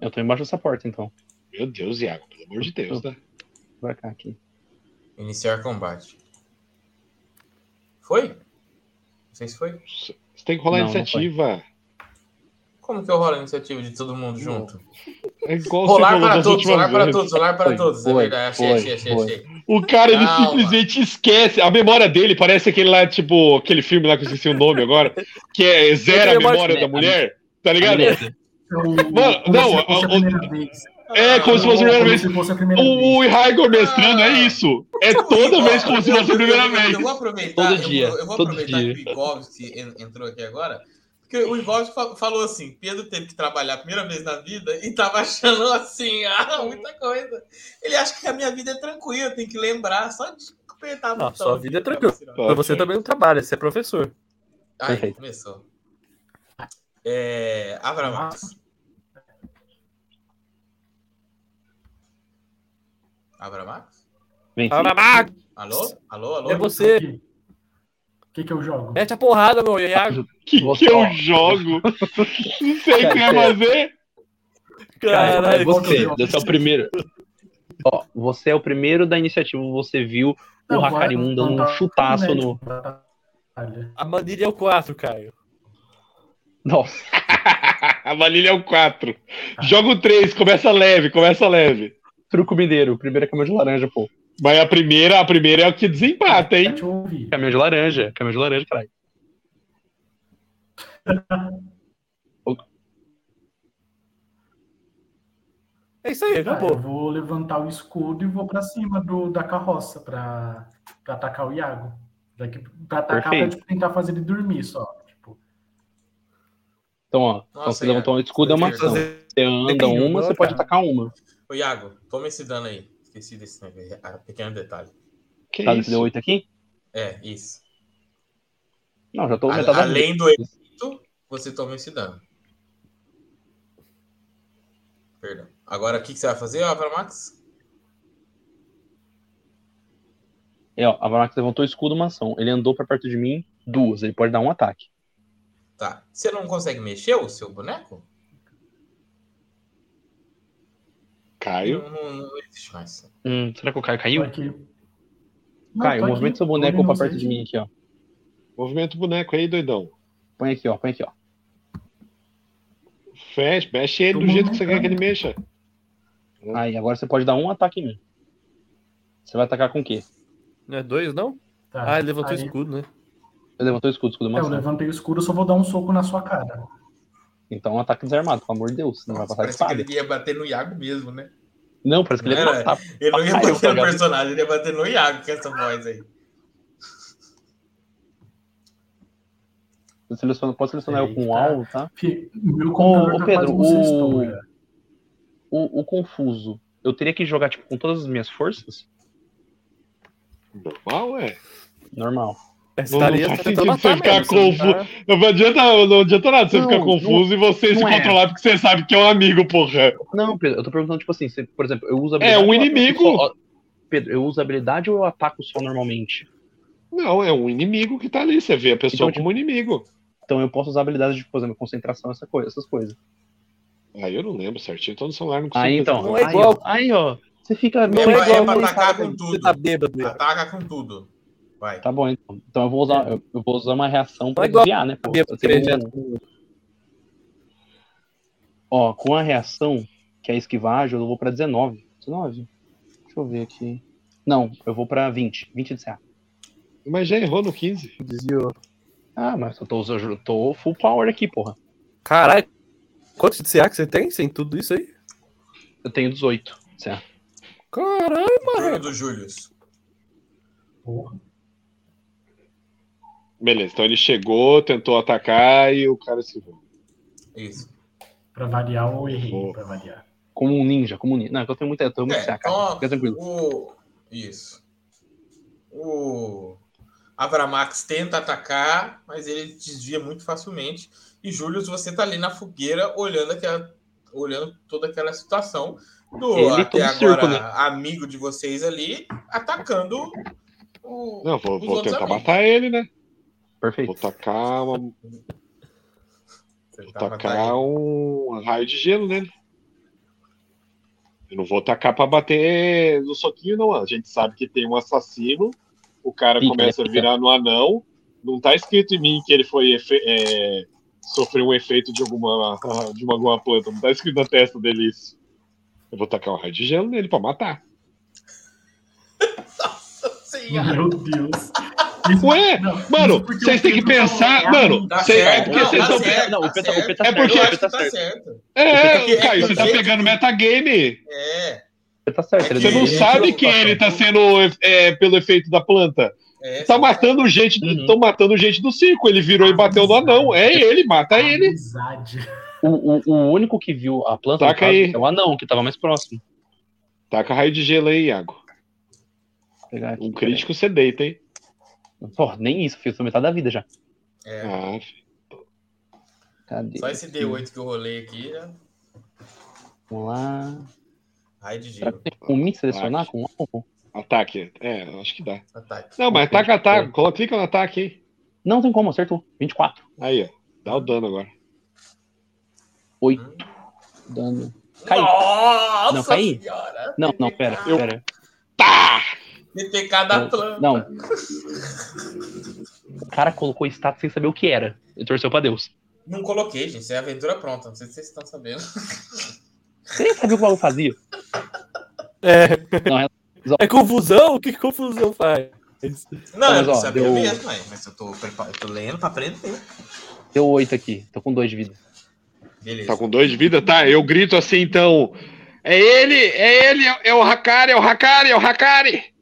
S2: Eu tô embaixo dessa porta, então.
S3: Meu Deus, Iago, pelo amor de Deus, né?
S2: Vai cá aqui.
S1: Iniciar combate. Foi? Não sei se foi.
S3: Você tem que rolar
S2: Não, não
S3: iniciativa.
S1: Como que eu rolo a iniciativa de todo mundo junto?
S3: é igual você
S1: Rolar
S3: falou
S1: para
S3: das
S1: todos,
S3: últimas
S1: rolar para
S3: vezes.
S1: todos, rolar para
S2: Foi,
S1: todos. É
S2: foi,
S1: verdade, achei,
S2: foi,
S1: achei, achei,
S2: foi.
S1: achei.
S3: O cara, ele
S1: Calma.
S3: simplesmente esquece. A memória dele parece aquele lá, tipo, aquele filme lá que eu esqueci o nome agora, que é Zero a
S2: Memória-
S3: Memória da Mulher, tá ligado?
S2: Beleza.
S5: Então,
S3: Mano,
S5: como
S3: não,
S5: se fosse
S3: o-
S5: a primeira vez.
S3: É, como se fosse a primeira
S5: Como
S3: vez.
S5: se fosse a primeira
S3: O, o
S5: vez.
S3: Igor mestrando é isso. É toda vez como se fosse a primeira
S1: Eu vou-
S3: vez.
S1: Eu vou aproveitar,
S2: Todo
S1: eu
S2: dia,
S1: vou, eu vou
S2: todo
S1: aproveitar
S2: dia.
S1: que o Igovski en- entrou aqui agora, porque o Igovski fa- falou assim, Pedro teve que trabalhar a primeira vez na vida e tava achando assim, *laughs* ah, muita coisa. Ele acha que a minha vida é tranquila, eu tenho que lembrar só de apertar o
S4: Não,
S1: botão
S4: sua
S1: aqui
S4: vida é
S1: pra
S4: tranquila.
S1: vacilar.
S3: Tá,
S4: Mas você também não trabalha, você é professor.
S1: Aí,
S2: Perfeito.
S1: começou. É, Abra Max. Abra Max?
S2: Vem.
S4: Caramba,
S1: Alô? Alô, alô?
S4: é você.
S5: O que, que eu
S2: É,
S5: jogo?
S4: Mete a porrada, meu Iago.
S3: Que,
S2: Você- é
S3: que eu jogo? Não sei o que vai fazer.
S2: Cara, é
S4: Caralho.
S2: você. Você é o primeiro. Ó, você é o primeiro da iniciativa. Você viu o Hakarimun dando um chutaço no.
S4: A manilha é o 4, Caio.
S2: Nossa.
S3: a Valilha é o 4. Joga o 3, começa leve, começa leve.
S2: Truco mineiro. Primeiro é caminhão de laranja, pô.
S3: Mas a primeira, a primeira é o que desempata,
S5: Pra
S3: hein?
S5: te ouvir.
S2: Caminhão de laranja. Caminhão de laranja, caralho.
S4: É isso aí,
S5: Ah, eu
S4: acabou.
S5: vou levantar o escudo e vou pra cima do, da carroça pra, pra atacar o Iago. Pra, que, pra atacar, pra
S2: Perfeito.
S5: tipo, tentar fazer ele dormir só. Tipo,
S2: Então, ó. Então
S1: Nossa,
S2: você levantou um escudo, é uma ação. Você
S4: Fazer-
S2: anda uma, você pode atacar uma.
S1: Ô, Iago, toma esse dano aí. Esqueci desse negócio, ah, pequeno detalhe.
S3: Que
S2: Tá, você deu
S3: isso?
S2: 8 aqui?
S1: É, isso.
S2: Não, já tô
S1: A-
S2: aumentado. a vinte.
S1: além do efeito, você toma esse dano. Perdão. Agora, o que, que você vai fazer, Abra Max?
S2: É, ó, a Varmax levantou o escudo uma ação. Ele andou pra perto de mim duas. Ele pode dar um ataque.
S1: Tá. Você não consegue mexer o seu boneco?
S3: Caio.
S1: Não, não, não existe mais.
S2: Hum, será que o Caio caiu?
S5: tô aqui. Não,
S2: Caio,
S5: tô aqui.
S2: movimento seu boneco
S5: Olha,
S2: pra
S5: não
S2: perto
S5: sei.
S2: de mim aqui, ó.
S3: Movimento boneco aí, doidão.
S2: Põe aqui, ó. Põe aqui, ó.
S3: Fecha, mexe ele
S5: Tô
S3: do jeito que você quer
S5: movimentando.
S3: que ele mexa.
S2: Aí, agora você pode dar um ataque em mim. Você vai atacar com o quê?
S4: Não é dois, não?
S5: Tá.
S4: Ah, ele levantou o
S5: Aí,
S4: escudo, né?
S2: Ele levantou o escudo, escudo
S5: é, eu
S2: mano.
S5: levantei o escudo, eu só vou dar um soco na sua cara.
S2: Então, um ataque desarmado, pelo amor de Deus. Não vai
S1: Nossa,
S2: passar de
S1: parece que
S2: espada.
S1: ele ia bater no Iago mesmo, né?
S2: Não, parece que ele ia
S1: Não era?
S2: matar.
S1: Ele não ia
S2: Ai, eu
S1: bater no
S2: cagava.
S1: personagem, ele ia bater no Iago com essa voz aí.
S2: Você seleciona- pode selecionar eu
S5: Peraí,
S2: com o
S5: tá.
S2: alvo, tá?
S5: Fi- Meu computador
S2: ô,
S5: tá
S2: Pedro,
S5: quase um sextou,
S2: o-
S5: já.
S2: O, o confuso. Eu teria que jogar, tipo, com todas as minhas forças?
S3: Normal, é.
S2: Normal.
S4: Essa
S3: Não- não
S4: daria
S3: faz
S4: tá
S3: sentido
S4: tentando
S3: você
S4: matar
S3: ficar
S4: mesmo, você
S3: confuso.
S4: tá-
S3: Não adianta, não adianta nada você
S2: Não,
S3: ficar confuso e você se
S2: não é.
S3: controlar porque você sabe que é um amigo, porra.
S2: Não, Pedro, eu tô perguntando, tipo assim, se, por exemplo, eu uso
S3: É um
S2: ou eu ataco
S3: inimigo.
S2: só- Pedro, eu uso habilidade ou eu ataco só normalmente?
S3: Não, é um inimigo que tá ali. Você vê a pessoa
S2: Então,
S3: como inimigo.
S2: Então eu posso usar habilidades de, por exemplo, concentração, essa coisa, essas coisas.
S3: Aí eu não lembro certinho, tô no celular, não consigo.
S2: Aí
S3: fazer
S2: então.
S3: nada.
S4: Não é igual.
S2: Aí, ó. aí, ó, Você fica.
S4: Não
S1: É
S4: é
S1: pra- é
S4: igual
S1: pra
S4: quando
S1: atacar
S4: você
S1: com tudo.
S4: tá bêbado. Iago.
S1: Ataca com tudo. Vai.
S2: Tá bom, então. Então eu vou usar, eu eu vou usar uma reação pra
S4: Mas igual-
S2: desviar, né? Pô?
S4: Bêbado,
S2: Eu tenho
S4: acredito.
S2: um- Ó, com a reação, que é esquivagem, eu vou pra 19. 19? Deixa eu ver aqui. Não, eu vou pra 20. 20 de CA.
S3: Mas já errou no 15.
S4: Desviou.
S2: Ah, mas eu tô, usando- eu tô full power aqui, porra.
S4: Caralho. Quantos de CA que você tem sem tudo isso aí?
S2: Eu tenho 18 de CA.
S4: Caralho.
S1: Turno do Júlio.
S3: Beleza, então ele chegou, tentou atacar e o cara se
S1: Isso.
S5: Pra variar ou errei,
S3: Vou.
S5: pra variar.
S2: Como um ninja, como um ninja. Não, que eu tenho muita. Eu tô muito
S1: É,
S2: saca.
S1: então,
S2: Fica tranquilo.
S1: O... Isso. O Avramax tenta atacar, mas ele desvia muito facilmente. E Július, você tá ali na fogueira olhando aquela, olhando toda aquela situação do
S2: Ele
S1: até
S2: todo
S1: agora
S2: circo, né?
S1: amigo de vocês ali atacando o
S3: Não, vou,
S1: Os
S3: vou
S1: outros
S3: tentar
S1: amigos.
S3: matar ele, né? Vou
S2: Perfeito.
S3: tacar, uma, vou
S1: Você tava
S3: tacar
S1: Tá, daí.
S3: um raio de gelo nele. Eu não vou tacar pra bater no soquinho, não. A gente sabe que tem um assassino, o cara
S2: Pica,
S3: começa
S2: né?
S3: a virar no anão. Não tá escrito em mim que ele foi efe- é, sofreu um efeito de alguma, de uma- alguma planta. Não tá escrito na testa dele isso. Eu vou tacar um raio de gelo nele pra matar.
S1: Nossa senhora.
S5: Meu Deus.
S3: Ué,
S5: Não,
S3: mano,
S5: isso porque
S3: vocês
S5: o
S3: têm que
S5: Pedro
S3: pensar-
S5: falou,
S3: mano,
S1: Tá
S3: Sei,
S1: certo,
S3: é porque
S1: não,
S3: vocês
S1: tá
S3: são-
S1: certo,
S2: Não,
S1: tá
S2: o Peta, o
S1: certo.
S2: Peta tá
S3: É porque
S1: Eu
S2: certo. O
S1: acho
S2: Peta
S1: que tá
S2: tá certo.
S1: certo.
S3: É,
S1: É,
S3: Caio, você tá
S1: é,
S3: pegando metagame.
S1: É,
S2: O Peta tá certo.
S1: É
S3: Você
S2: ele
S3: não
S1: É,
S3: sabe que ele tá sendo é, pelo efeito da planta.
S1: é.
S3: Tá matando gente,
S2: Uhum.
S3: tão matando gente do circo. Ele virou e bateu no anão. É ele, mata ele.
S5: Amizade.
S2: O, o, o único que viu a planta
S1: Tá
S3: Taca aí.
S2: é o anão, que tava mais próximo.
S3: Taca raio de gelo aí, Iago.
S2: Vou pegar aqui,
S3: Um crítico você deita, hein?
S2: peraí. Pô, nem isso, filho. Sou metade da vida já.
S1: É.
S3: Ah, filho.
S2: Cadê?
S1: Só esse D8 que eu rolei aqui, né?
S2: Vamos lá.
S1: Ai de
S2: Será que
S1: giro.
S2: tem como me selecionar com um alvo?
S3: ataque. É, acho que dá.
S1: Ataque.
S3: Não, mas taca, ataque. Coloca, clica no ataque, hein?
S2: Não tem como, acertou. 24.
S3: Aí, ó. Dá o dano agora.
S2: Dano. Cai.
S1: Nossa
S2: Não, cai.
S1: senhora.
S2: Não, não, pera,
S1: Eu-
S2: pera.
S3: Tá!
S1: TTK da planta.
S2: Não. O cara colocou status sem saber o que era. Ele torceu pra Deus.
S1: Não coloquei, gente. Isso é aventura pronta. Não sei se vocês estão sabendo.
S2: Você nem sabia o que o bagulho fazia.
S4: É,
S2: Mas, ó,
S4: é confusão? O que confusão faz?
S1: Não,
S2: Mas,
S1: eu não
S2: ó,
S1: sabia
S2: deu-
S1: mesmo, mas, mas eu tô, prepa- eu tô lendo pra aprender.
S2: Deu 8 aqui. Tô com 2 de vida.
S1: Beleza.
S3: Tá com dois de vida? Tá, eu grito assim, então. É ele! É ele! É o Hakari! É o Hakari! É o Hakari!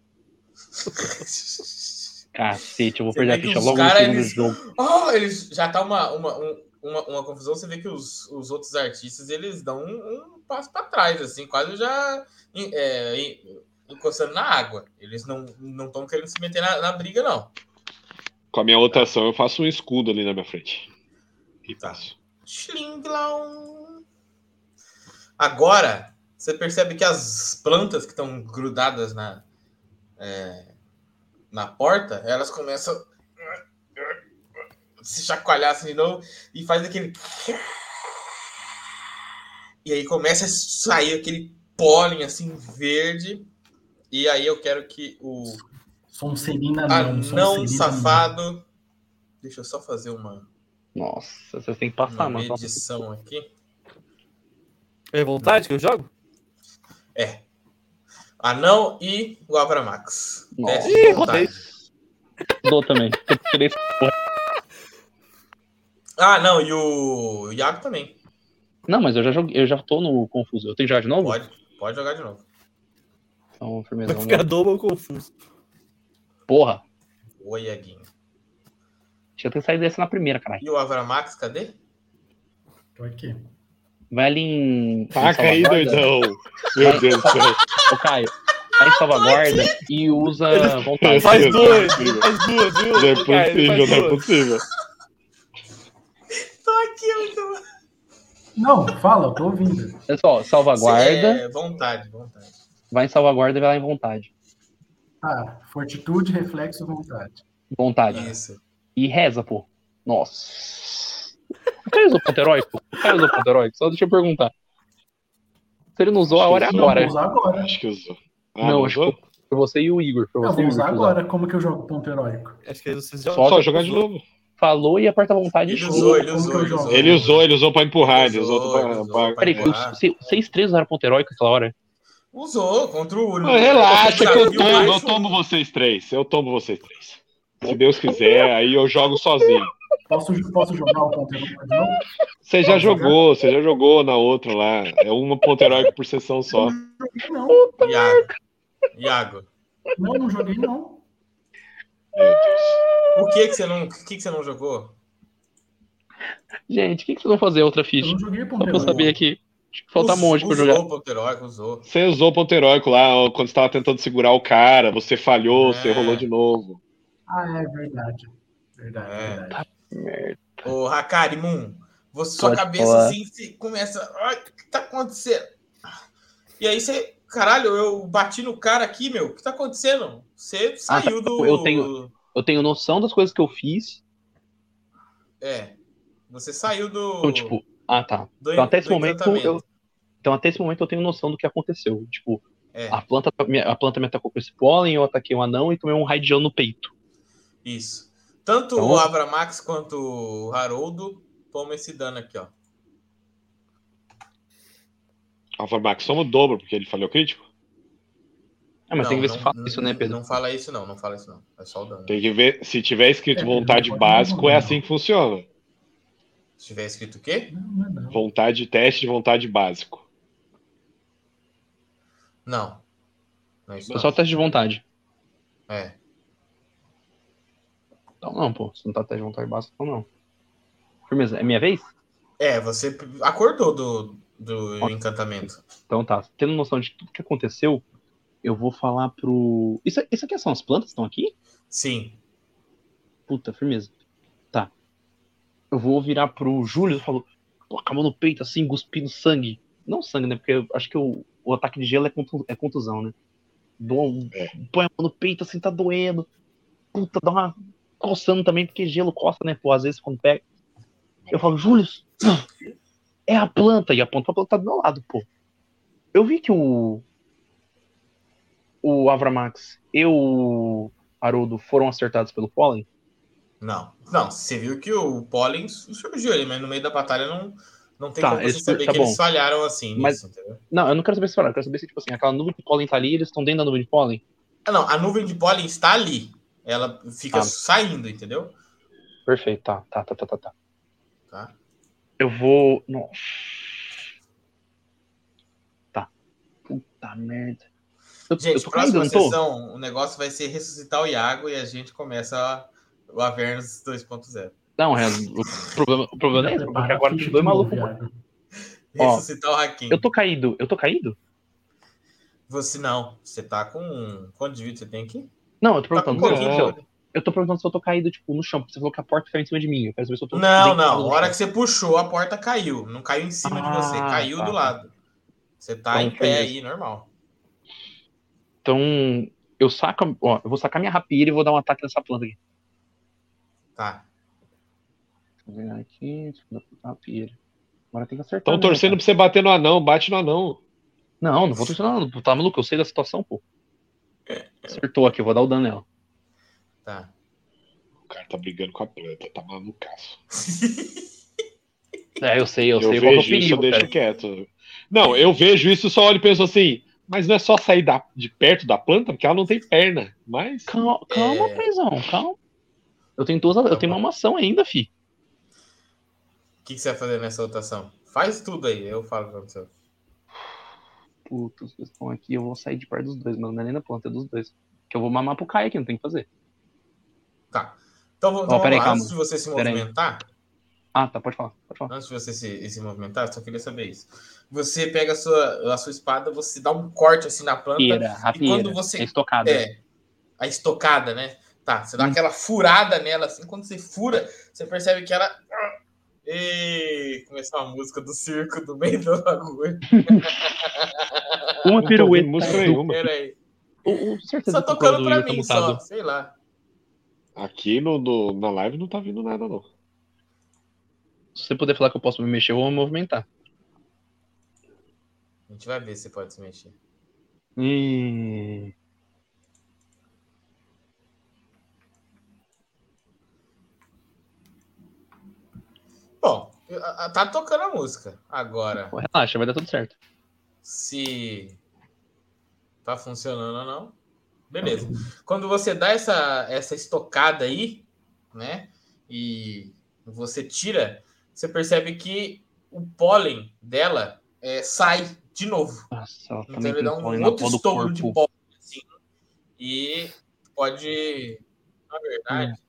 S2: Cacete, eu vou
S1: Você
S2: perder a
S1: vê que
S2: ficha
S1: os
S2: logo no
S1: cara,
S2: segundo
S1: eles-
S2: jogo.
S1: Oh, eles já tá uma, uma, um- uma, uma confusão. Você vê que os, os outros artistas eles dão um, um passo pra trás, assim, quase já em- é, em- encostando na água. Eles não estão querendo se meter na, na briga, não.
S3: Com a minha outra ação, eu faço um escudo ali na minha frente. E
S1: Tá.
S3: passo.
S1: Xlinglaum. Agora, você percebe que as plantas que estão grudadas na, é, na porta, elas começam a se chacoalhar assim de novo e faz aquele. E aí começa a sair aquele pólen assim verde. E aí eu quero que o
S5: Sonserina não.
S1: anão
S5: Sonserina não.
S1: Ah, safado. Deixa eu só fazer uma,
S2: Nossa, vocês têm que passar,
S1: uma
S2: mano. Nossa,
S1: medição aqui.
S4: É vontade que eu jogo?
S1: Anão e o Avramax. É,
S2: Nossa.
S1: Teste de
S4: Ih, rodei.
S1: vontade.
S2: Dou também. Eu tirei essa porra.
S1: Ah, não, e o Iago também.
S2: Não, mas eu já joguei, eu já tô no confuso. Eu tenho que jogar de novo?
S1: Pode, pode jogar de novo.
S2: Então, firmeza,
S4: Vai
S2: vamos
S4: ficar
S2: lá.
S4: double confuso.
S2: Porra,
S1: O Iaguinho.
S2: tinha que sair dessa na primeira, caralho.
S1: E o Avramax, cadê?
S5: Tô aqui.
S2: Vai ali em. em
S3: Taca aí,
S2: salvaguarda.
S3: doidão! Meu Deus do céu!
S2: Ô, Caio, vai em salvaguarda e usa vontade.
S4: Faz
S3: Deus,
S4: duas,
S3: não é possível.
S4: faz duas, viu?
S3: Não é
S4: Cara, ele
S3: possível,
S4: faz
S3: não é
S4: duas.
S3: possível.
S1: Tô aqui, eu
S5: Não, fala, eu tô ouvindo.
S2: Olha só, salvaguarda,
S1: É, vontade, vontade.
S2: vai em salvaguarda e vai lá em vontade.
S5: Tá, fortitude, reflexo, vontade.
S2: Vontade.
S1: Isso.
S2: E reza, pô. Nossa. O cara usou ponto heróico? O cara usou ponto heróico? Só deixa eu perguntar. Se ele não usou, a hora é
S5: Não,
S2: agora.
S5: vou usar agora.
S3: Acho que usou. Ah,
S2: Não, acho que-
S3: usou?
S2: Pra você e o Igor. Pra
S5: Eu
S2: você e
S5: vou
S2: o
S5: usar
S2: Igor que usaram.
S5: agora. Como que eu jogo ponto heróico?
S4: Acho que vocês jogam.
S2: Só-
S3: Só jogar de novo.
S2: Falou e aperta a vontade.
S1: Ele
S2: e
S1: usou,
S5: Como
S1: ele
S5: que
S1: usou,
S5: eu
S1: ele
S5: jogo?
S1: usou.
S3: Ele usou, ele usou pra empurrar, ele usou,
S1: Usou,
S3: pra.
S1: ele usou
S3: pra-
S1: pra
S2: Peraí,
S1: empurrar.
S2: os- vocês três usaram ponto heróico aquela hora?
S1: Usou contra o Uno.
S3: Mano, relaxa que eu
S1: Desafio
S3: tomo, eu
S1: baixo.
S3: tomo vocês três. Eu tomo vocês três. Se Deus quiser, aí eu jogo sozinho.
S5: Posso, posso jogar o ponto heróico de novo?
S3: Você já jogou, você já jogou na outra lá. É uma ponta heróica por sessão só.
S5: Não,
S1: Iago. Iago.
S5: não, não joguei não.
S3: Meu Deus.
S1: Por que, que, você não, por que, que você não jogou?
S2: Gente, o que, que vocês vão fazer outra
S5: Eu
S2: ficha?
S5: não joguei
S2: Só pra eu
S5: Pokémon.
S2: saber aqui. Acho que Falta um
S1: Us-
S2: monte pra eu
S1: usou
S2: jogar.
S1: o ponto heróico, usou.
S3: Você usou o ponto heróico lá, ó, quando você tava tentando segurar o cara, você falhou,
S1: É.
S3: você rolou de novo.
S5: Ah, é verdade. Verdade,
S1: É.
S5: verdade.
S1: Ô, Hakari Moon, você, sua
S2: Pode
S1: cabeça
S2: falar.
S1: assim você começa. Ai, o que tá acontecendo? E aí você. Caralho, eu bati no cara aqui, meu. O que tá acontecendo? Você
S2: Ah,
S1: saiu do.
S2: eu tenho- Eu tenho noção das coisas que eu fiz.
S1: É. Você saiu do.
S2: Então, tipo, ah, tá.
S1: do
S2: Então até esse
S1: do
S2: momento
S1: encantamento.
S2: eu. Então até esse momento eu tenho noção do que aconteceu. Tipo,
S1: É.
S2: a, planta, me- a planta me atacou com esse pólen, eu ataquei um anão e tomei um raidião no peito.
S1: Isso. Tanto
S2: Então-
S1: o Avramax quanto o Haroldo toma esse dano aqui, ó.
S3: Alfa Max, soma o dobro, porque ele falhou crítico.
S2: Ah, mas
S1: Não,
S2: tem que ver
S1: não- é,
S2: se fala isso, né, Pedro?
S1: Não fala isso, não. Não fala isso, não. É só o dano.
S3: Tem que ver, se tiver escrito
S5: É,
S3: vontade
S5: não pode
S3: básico,
S5: não,
S3: é
S5: não.
S3: assim que funciona.
S1: Se tiver escrito o
S2: Tá.
S1: quê?
S5: Não, não, não.
S3: Vontade teste, vontade básico.
S1: Não. Não é isso,
S2: É
S1: não.
S2: só teste de vontade.
S1: É.
S2: Então não, pô. Se não tá teste de vontade básica, então não. Firmeza, é minha vez?
S1: É, você acordou do, do encantamento.
S2: Então tá. Tendo noção de tudo que aconteceu, eu vou falar pro. Isso, isso aqui são as plantas que estão aqui?
S1: Sim.
S2: Puta, firmeza. Tá. Eu vou virar pro Júlio e falo, coloca a mão no peito, assim, cuspindo sangue. Não sangue, né? Porque eu acho que o, o ataque de gelo é, contu- é contusão, né? Dou um-
S3: É.
S2: Põe a mão no peito, assim, tá doendo. Puta, dá uma coçando também, porque gelo coça, né? Pô, às vezes quando pega. Eu falo, Júlio, é a planta. E aponta pra planta do meu lado, pô. Eu vi que o. O Avramax e o Haroldo foram acertados pelo pólen.
S1: Não. Não, você viu que o Pollen surgiu ali, mas no meio da batalha não, não tem
S2: Tá,
S1: como você
S2: eles-
S1: saber
S2: tá
S1: que
S2: bom.
S1: eles falharam assim.
S2: Mas-
S1: nisso, entendeu?
S2: Não, eu não quero saber se falaram. Eu quero saber se, tipo assim, aquela nuvem de pólen tá ali, eles estão dentro da nuvem de pólen.
S1: Ah, não. A nuvem de Pollen está ali. Ela fica
S2: Tá.
S1: saindo, entendeu?
S2: Perfeito, tá, tá, tá, tá, tá, tá.
S1: Tá.
S2: Eu vou. Nossa. Tá. Puta merda. Eu, eu
S1: Gente,
S2: tô
S1: próxima
S2: caindo, não tô?
S1: sessão, o negócio vai ser ressuscitar o Iago e a gente começa a- o Avernus 2.0.
S2: Não, é, o problema, o
S5: Tá
S2: problema não é esse,
S5: Prepara
S2: porque
S5: a
S2: agora
S5: ficha
S2: tem dois
S5: de novo,
S2: malucos.
S5: Iago.
S2: Ó,
S1: Ressuscitar o Hakim.
S2: Eu tô caído, eu tô caído?
S1: Você não. Você tá com. Quanto de vida você tem aqui?
S2: Não, eu tô
S1: Tá com
S2: perguntando.
S1: um
S2: se eu-
S1: pouquinho de
S2: se eu,
S1: vida.
S2: eu tô perguntando se eu tô caído, tipo, no chão, porque você falou que a porta caiu em cima de mim. Eu quero saber se eu tô.
S1: Não,
S2: bem caído
S1: não.
S2: no
S1: A hora
S2: chão.
S1: que você puxou, a porta caiu. Não caiu em cima de você,
S2: Ah,
S1: caiu
S2: tá.
S1: do lado. Você tá
S2: Então,
S1: em pé
S2: foi
S1: aí, normal.
S2: Então, eu saco. a- Ó, eu vou sacar minha rapieira e vou dar um ataque nessa planta aqui.
S1: Tá.
S2: Vou virar aqui, tipo, rapieira. Agora tem que
S3: Estão
S2: acertar. né,
S3: torcendo pra você bater no anão, bate no anão.
S2: Não, não vou torcer não, não, tá maluco, eu sei da situação, pô. Acertou aqui, eu vou dar o dano nela.
S1: Tá. *laughs*
S3: O cara tá brigando com a planta, tá malucaço.
S2: É, eu sei, eu,
S3: Eu,
S2: sei qual que é o
S3: vejo isso, eu
S2: perigo,
S3: deixo
S2: cara.
S3: quieto. Não, eu vejo isso, só olho e penso assim, mas não é só sair da- de perto da planta, porque ela não tem perna. Mas
S2: Calma, calma
S1: É.
S2: paizão, calma. Eu tenho duas, eu tenho uma ação ainda, fi.
S1: O que, que você vai fazer nessa rotação? Faz tudo aí, eu falo pra você.
S2: Puta, os dois estão aqui, eu vou sair de perto dos dois, mano, não é nem na planta, é dos dois. Que eu vou mamar pro Kai aqui, não tem o que fazer.
S1: Tá. Então, vamos- então
S2: peraí,
S1: vamos lá.
S2: calma.
S1: Antes de você se
S2: Peraí.
S1: movimentar,
S2: Ah, tá, pode falar, pode falar.
S1: antes de você se, se movimentar, eu só queria saber isso. Você pega a sua, a sua espada, você dá um corte assim na planta,
S2: Rapieira,
S1: E quando
S2: rapieira,
S1: você-
S2: é estocada.
S1: É, a estocada, né? Tá, você dá
S2: Hum.
S1: aquela furada nela, assim, quando você fura, você percebe que ela. E começou a música do circo do meio do bagulho.
S3: não
S2: Uma
S3: tô ouvindo
S2: pirueta.
S3: música nenhuma.
S1: Peraí.
S2: O, o, certeza
S1: Só
S2: que o
S1: tocando
S2: Claudio
S1: pra
S2: Will tá
S1: mim,
S2: mutado.
S1: só. Sei lá.
S3: Aqui no, no- na live não tá vindo nada, não.
S2: Se você puder falar que eu posso me mexer, eu vou me movimentar.
S1: A gente vai ver se pode se mexer.
S2: Hum.
S1: Bom, a- a- tá tocando a música. Agora,
S2: Relaxa, vai dar tudo certo.
S1: se tá funcionando ou não, beleza. Quando você dá essa, essa estocada aí, né? E você tira, você percebe que o pólen dela é, sai de novo.
S2: Nossa, ela
S1: Então
S2: também
S1: ele
S2: tem
S1: dá
S2: põe
S1: um
S2: na
S1: outro
S2: porra do
S1: estouro de
S2: corpo.
S1: pólen. Assim,
S2: Hum.
S1: e pode, na verdade,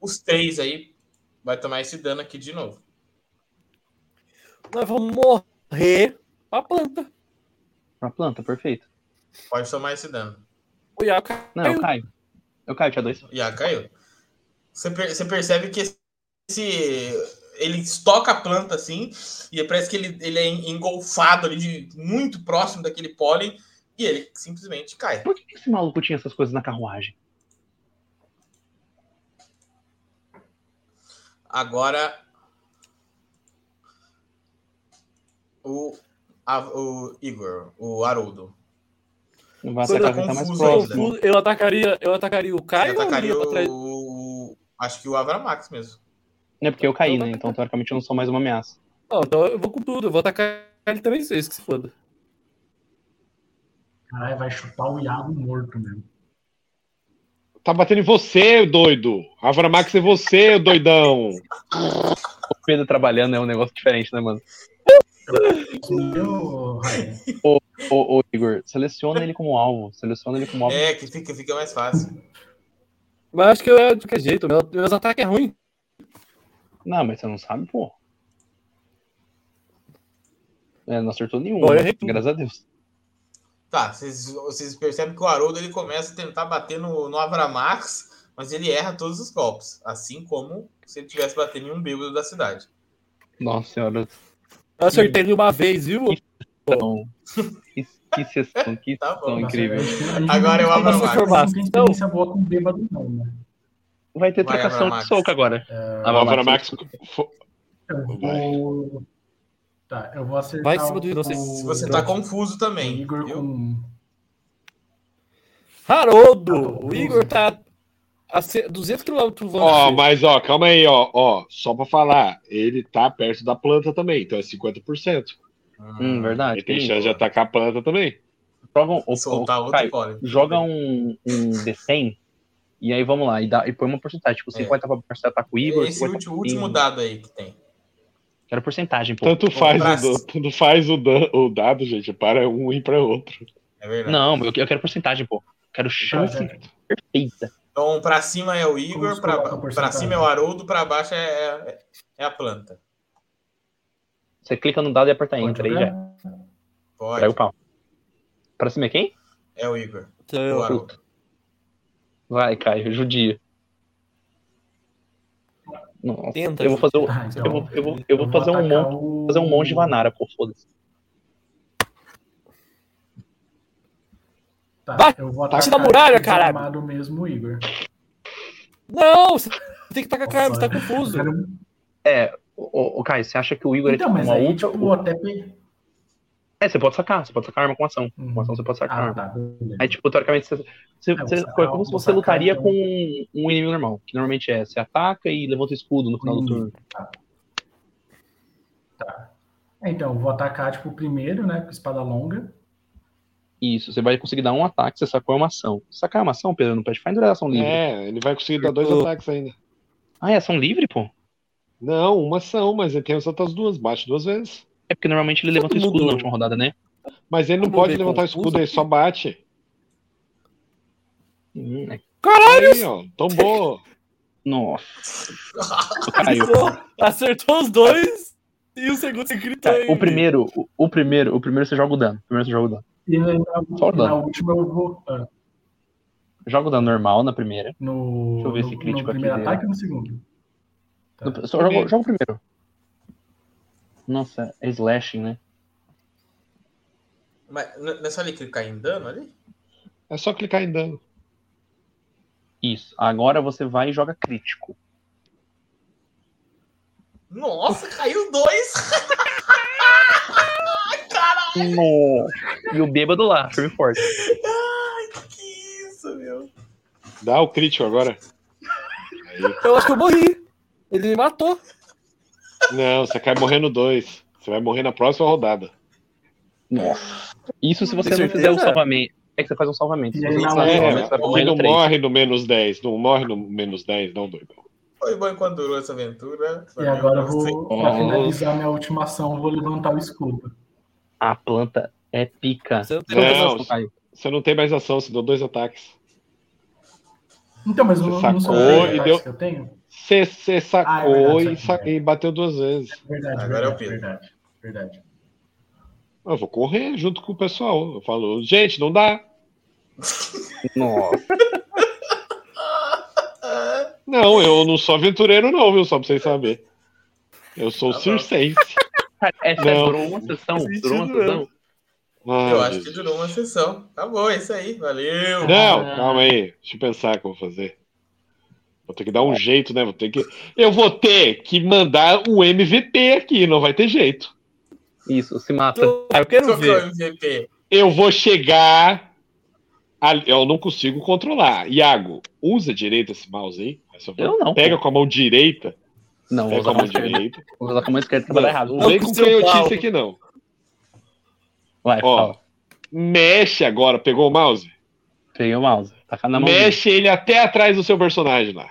S1: os três aí vai tomar esse dano aqui de novo.
S4: Nós vamos morrer pra planta.
S2: Pra planta, perfeito.
S1: Pode somar esse dano.
S4: O Yaka
S2: Não, eu caio. Eu caio, tinha dois.
S1: E ah, caiu. Você, per- você percebe que esse. Ele estoca a planta assim, e parece que ele, ele é engolfado ali de muito próximo daquele pólen, e ele simplesmente cai.
S2: Por que esse maluco tinha essas coisas na carruagem?
S1: Agora. O, a- o Igor, o Haroldo.
S2: Não vai
S4: Foi
S2: atacar quem tá mais
S1: confuso,
S2: próximo.
S4: eu, eu atacaria, eu atacaria o
S1: Ele
S4: Caio ou eu
S1: atacaria
S4: ia pra trás?
S1: o. Acho que o Avramax mesmo.
S2: Não é porque eu caí, né? Então, teoricamente, eu não sou mais uma ameaça.
S4: Não, então eu vou com tudo, eu vou atacar ele três vezes, que se foda.
S5: Caralho, vai chupar o Iago morto mesmo.
S3: Tá batendo em você, doido. Avramax é você, doidão.
S2: O Pedro trabalhando é um negócio diferente, né, mano?
S5: Meu, Raia,
S2: Ô, ô, Igor, seleciona ele como alvo. Seleciona ele como alvo.
S1: É, que fica, fica mais fácil.
S4: Mas acho que eu é de qualquer jeito, meu- meus ataques é ruim.
S2: Não, mas você não sabe, pô. É, não acertou nenhum.
S4: Bom, eu
S2: né?
S4: errei tudo.
S2: graças a Deus.
S1: Tá, vocês, vocês percebem que o Haroldo ele começa a tentar bater no, no Avramax, mas ele erra todos os golpes. Assim como se ele tivesse batendo em um bêbado da cidade.
S2: Nossa senhora.
S4: Eu acertei ele uma vez, viu?
S2: Então, que, que sessão, que
S1: *laughs* Tá bom,
S2: sessão
S1: tá
S2: incrível.
S5: a gente- a gente
S1: Agora
S5: não
S1: eu
S5: tem-
S1: abro a
S5: a gente
S1: vaga.
S5: Não tem
S2: Então-
S5: experiência boa com bêbado, não, né?
S2: Vai ter
S1: Vai,
S2: trocação
S1: Avramax.
S2: de soco agora.
S4: É,
S2: Ah,
S3: O Avramax
S2: é
S5: Eu vou. Tá, eu vou acertar.
S4: Vai em cima
S5: o-
S4: do Inocente.
S5: o-
S1: Se você tá confuso
S5: o
S1: também,
S5: Igor
S1: viu?
S2: Tá,
S5: com.
S4: Haroldo, o Igor tá a ce- 200 km
S3: Ó, mas ó, calma aí, ó, ó. Só pra falar, ele tá perto da planta também, então é 50%.
S2: Hum, verdade.
S3: Ele tem chance de atacar a planta também.
S2: Joga um, ô,
S1: Soltar né?
S2: ô,
S1: outro
S2: Caio,
S1: fora.
S2: joga um, um D100 e aí vamos lá. E, dá, e põe uma porcentagem. Tipo, 50 pra você ataca o Igor.
S1: É. Esse
S2: 50
S1: último,
S2: pra
S1: último
S2: mim.
S1: dado aí que tem.
S2: Quero porcentagem, pô.
S3: Tanto faz, o,
S1: braço.
S3: dan- tanto faz o, dan- o dado, gente, para um e para outro.
S1: É verdade.
S2: Não, eu, eu quero porcentagem, pô. Quero chance
S1: é?
S2: perfeita.
S1: Então, pra cima é o Igor,
S5: Vamos
S1: pra,
S5: colocar a
S1: ba- pra
S5: porcentagem.
S1: cima é o Haroldo, pra baixo é, é, é a planta.
S2: Você clica no dado e aperta
S5: Pode
S2: enter aí
S1: é?
S5: jogar?
S2: já. Pega É o
S1: Pode.
S2: pau. Pra cima é quem?
S1: É o Igor. O
S4: Então Eu,
S1: Haroldo.
S2: Vai, Caio, judia. Nossa,
S4: Tenta,
S2: eu vou fazer, o-
S5: Ah, então,
S2: eu vou, eu vou, eu vou fazer um
S5: atacar
S2: monte,
S5: o-
S2: fazer um monge vanara, pô, foda-se.
S5: Tá,
S4: Vai,
S5: eu vou
S4: bate na muralha, caralho.
S5: desarmado mesmo o Igor.
S4: Não, você tem que tacar a arma, você tá confuso.
S2: Ô, ô, Caio, você acha que o Igor
S5: um- Então,
S2: é
S5: mas
S2: uma
S5: aí,
S2: outra-
S5: tipo, até. pe-
S2: É, você pode sacar, você pode sacar arma com ação. Com
S5: Uhum.
S2: ação você pode sacar
S5: Ah,
S2: arma.
S5: tá, beleza.
S2: Aí, tipo, teoricamente, você, você,
S5: É, vou
S2: você-
S5: sacar,
S2: é como
S5: vou
S2: se você
S5: sacar,
S2: lutaria
S5: então.
S2: com um um inimigo normal, que normalmente é, você ataca e levanta o escudo no final do
S5: Hum.
S2: turno.
S5: É, Então, eu vou atacar, tipo, o primeiro, né? Com espada longa.
S2: Isso, você vai conseguir dar um ataque, você sacou é uma ação. Sacar é uma ação, Pedro, no Pathfinder é ação livre.
S3: É, ele vai conseguir dar dois
S4: Eu-
S3: ataques ainda.
S2: Ah, é ação livre, pô?
S3: Não, uma ação, mas ele tem as outras duas, bate duas vezes.
S2: É porque normalmente ele levanta o escudo
S4: Mudou.
S2: na última rodada, né?
S3: Mas ele não
S4: Vamos
S3: pode
S4: ver,
S3: levantar o
S4: confuso.
S3: escudo, ele só bate.
S2: Hum, é-
S3: Aí, ó, tombou.
S2: Nossa. Caio.
S4: Acertou os dois e o segundo você grita
S2: Tá,
S4: aí.
S2: o primeiro, o, o primeiro, o primeiro você joga o dano. Primeiro você joga o dano.
S5: E na,
S2: Só o dano.
S5: na última eu vou. ah,
S2: Joga o dano normal na primeira.
S5: No,
S2: Deixa eu ver esse
S5: no-
S2: crítico
S5: no
S2: aqui
S5: primeiro
S2: dele.
S5: ataque ou no segundo? Tá.
S2: No- só joga, joga o primeiro. Nossa, é slashing, né?
S1: Mas n- não é só ele clicar em dano ali?
S3: É só clicar em dano.
S2: Isso. Agora você vai e joga crítico.
S1: Nossa, caiu dois! *laughs* Caralho,
S2: E o bêbado lá, firme e forte.
S1: que isso, meu!
S3: Dá o crítico agora.
S4: Eu acho que eu morri. Ele me matou.
S3: Não, você cai morrendo dois. Você vai morrer na próxima rodada.
S2: Nossa. Isso se você
S4: Tem
S2: não fizer o
S4: certeza?
S2: salvamento. É que você faz um salvamento. Se
S5: E
S2: você não
S5: aí na
S2: faz um
S5: hora-
S2: salvamento, você vai
S3: É,
S2: pra
S3: porque
S2: morrendo
S3: não
S2: três.
S3: morre no menos 10. Não morre no menos 10, não, doido.
S1: Foi bom enquanto durou essa aventura.
S5: E agora eu
S1: Foi
S5: vou,
S2: Ó.
S5: pra finalizar minha última ação, eu vou levantar o escudo.
S2: A planta é pica.
S4: Você não tem
S3: Não.
S2: Todas as- Caio.
S3: Você não tem mais ação, você deu dois ataques.
S5: Então, mas
S3: Você
S5: não, não são
S3: sacou
S5: três
S3: e
S5: ataques
S3: deu-
S5: que eu tenho?
S3: Você você
S5: Ah, é
S3: sacou
S5: verdade,
S3: e,
S5: sacou.
S3: sa- e bateu duas vezes.
S5: Verdade,
S1: Agora é o
S5: verdade,
S1: Pedro.
S5: verdade, verdade.
S3: Eu vou correr junto com o pessoal. Eu falo, gente, não dá.
S2: Nossa.
S3: Não, eu não sou aventureiro, não, viu? Só pra vocês saberem. Eu sou
S1: Tá bom.
S3: circense.
S2: Essa
S3: Não.
S2: é durou uma sessão.
S4: Faz sentido,
S2: Durou uma sessão.
S3: Ai,
S1: Eu acho que
S3: Ah, Jesus.
S1: durou uma sessão. Tá bom, é isso aí. Valeu.
S3: Não,
S2: Ah.
S3: calma aí. Deixa eu pensar o que eu vou fazer. Vou ter que dar um jeito, né? Vou ter que... Eu vou ter que mandar um MVP aqui, não vai ter jeito.
S2: Isso, se mata.
S4: Então, eu quero
S1: Qual que é o
S4: ver.
S1: MVP?
S3: Eu vou chegar. a- Eu não consigo controlar. Iago, usa direito esse mouse aí. faz favor.
S2: Eu não.
S3: Pega com a mão direita.
S2: Não, vou
S3: Pega com a
S2: usar com a
S3: mão
S2: mão esquerda.
S3: direita.
S2: Vou usar com a mão esquerda trabalhar errado.
S3: Não vem
S4: Não,
S3: com
S4: seu pau.
S3: canhotice aqui, não.
S2: Vai,
S3: Ó,
S2: fala.
S3: mexe agora. Pegou o mouse?
S2: Peguei o mouse. Taca na mão. dele.
S3: mexe ele até atrás do seu personagem lá.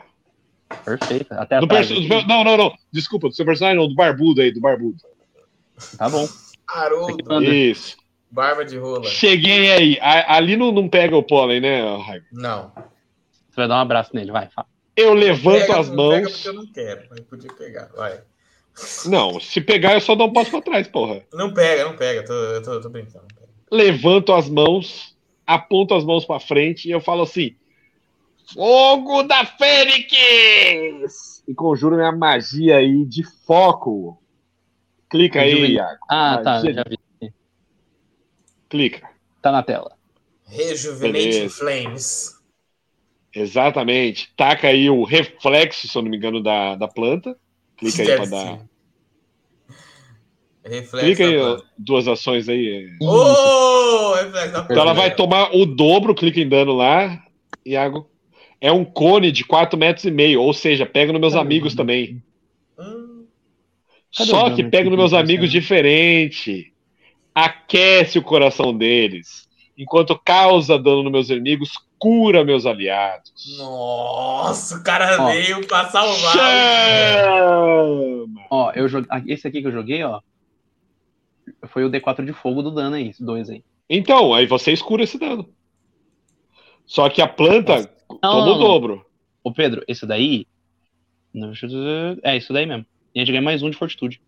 S2: Perfeito. Até
S3: Do
S2: atrás.
S3: perso- do meu- Não, não, não. Desculpa, do seu personagem, não, do barbudo aí, do barbudo.
S2: Tá bom.
S1: Haroldo.
S2: Manda.
S3: Isso.
S1: Barba de rola.
S3: Cheguei aí. A- ali não, não pega o pólen, né, Raigo?
S1: Não.
S2: Você vai dar um abraço nele, vai. Fala.
S3: Eu levanto as
S1: não Pega
S3: mãos.
S1: porque eu não quero. Mas podia pegar. Vai.
S3: Não, se pegar, eu só dou um passo pra trás, porra.
S1: Não pega, não pega. Tô, eu tô, tô brincando.
S3: Levanto as mãos, aponto as mãos pra frente e eu falo assim: Fogo da Fênix! E conjuro minha magia aí de foco. Clica aí,
S2: Rejuven-
S3: Iago.
S2: Ah,
S3: Ah,
S2: tá.
S3: gente.
S2: Já vi.
S3: Clica.
S2: Tá na tela.
S1: Rejuvenate
S3: Beleza.
S1: Flames.
S3: Exatamente. Taca aí o reflexo, se eu não me engano, da, da planta. Clica aí pra
S1: Deve
S3: dar.
S1: ser. Reflexo.
S3: Clica aí,
S1: da
S3: ó,
S1: planta.
S3: duas ações aí.
S1: Ô, reflexo da
S3: Então ela vai
S1: planta.
S3: tomar o dobro, clica em dano lá, Iago. É um cone de 4 metros e meio, ou seja, pega nos meus
S1: Tá
S2: Cadê
S3: amigos
S2: o dano?
S3: também.
S1: Hum,
S2: Cadê o
S3: Só
S2: dano
S3: que
S2: aqui
S3: pega nos
S2: que
S3: meus
S2: eu tô
S3: amigos
S2: pensando?
S3: diferente. Aquece o coração deles. Enquanto causa dano nos meus inimigos, cura meus aliados.
S1: Nossa, o cara
S2: Ó.
S1: veio pra salvar.
S3: Chama!
S2: Ó, eu joguei. ah, Esse aqui que eu joguei, ó. Foi o D4 de fogo do dano aí, esses dois aí.
S3: Então, aí vocês curam esse dano. Só que a planta
S2: Não,
S3: toma
S2: não,
S3: o
S2: não.
S3: dobro.
S2: Ô, Pedro, esse daí. Não, deixa eu- É, isso daí mesmo. E a gente ganha mais um de fortitude.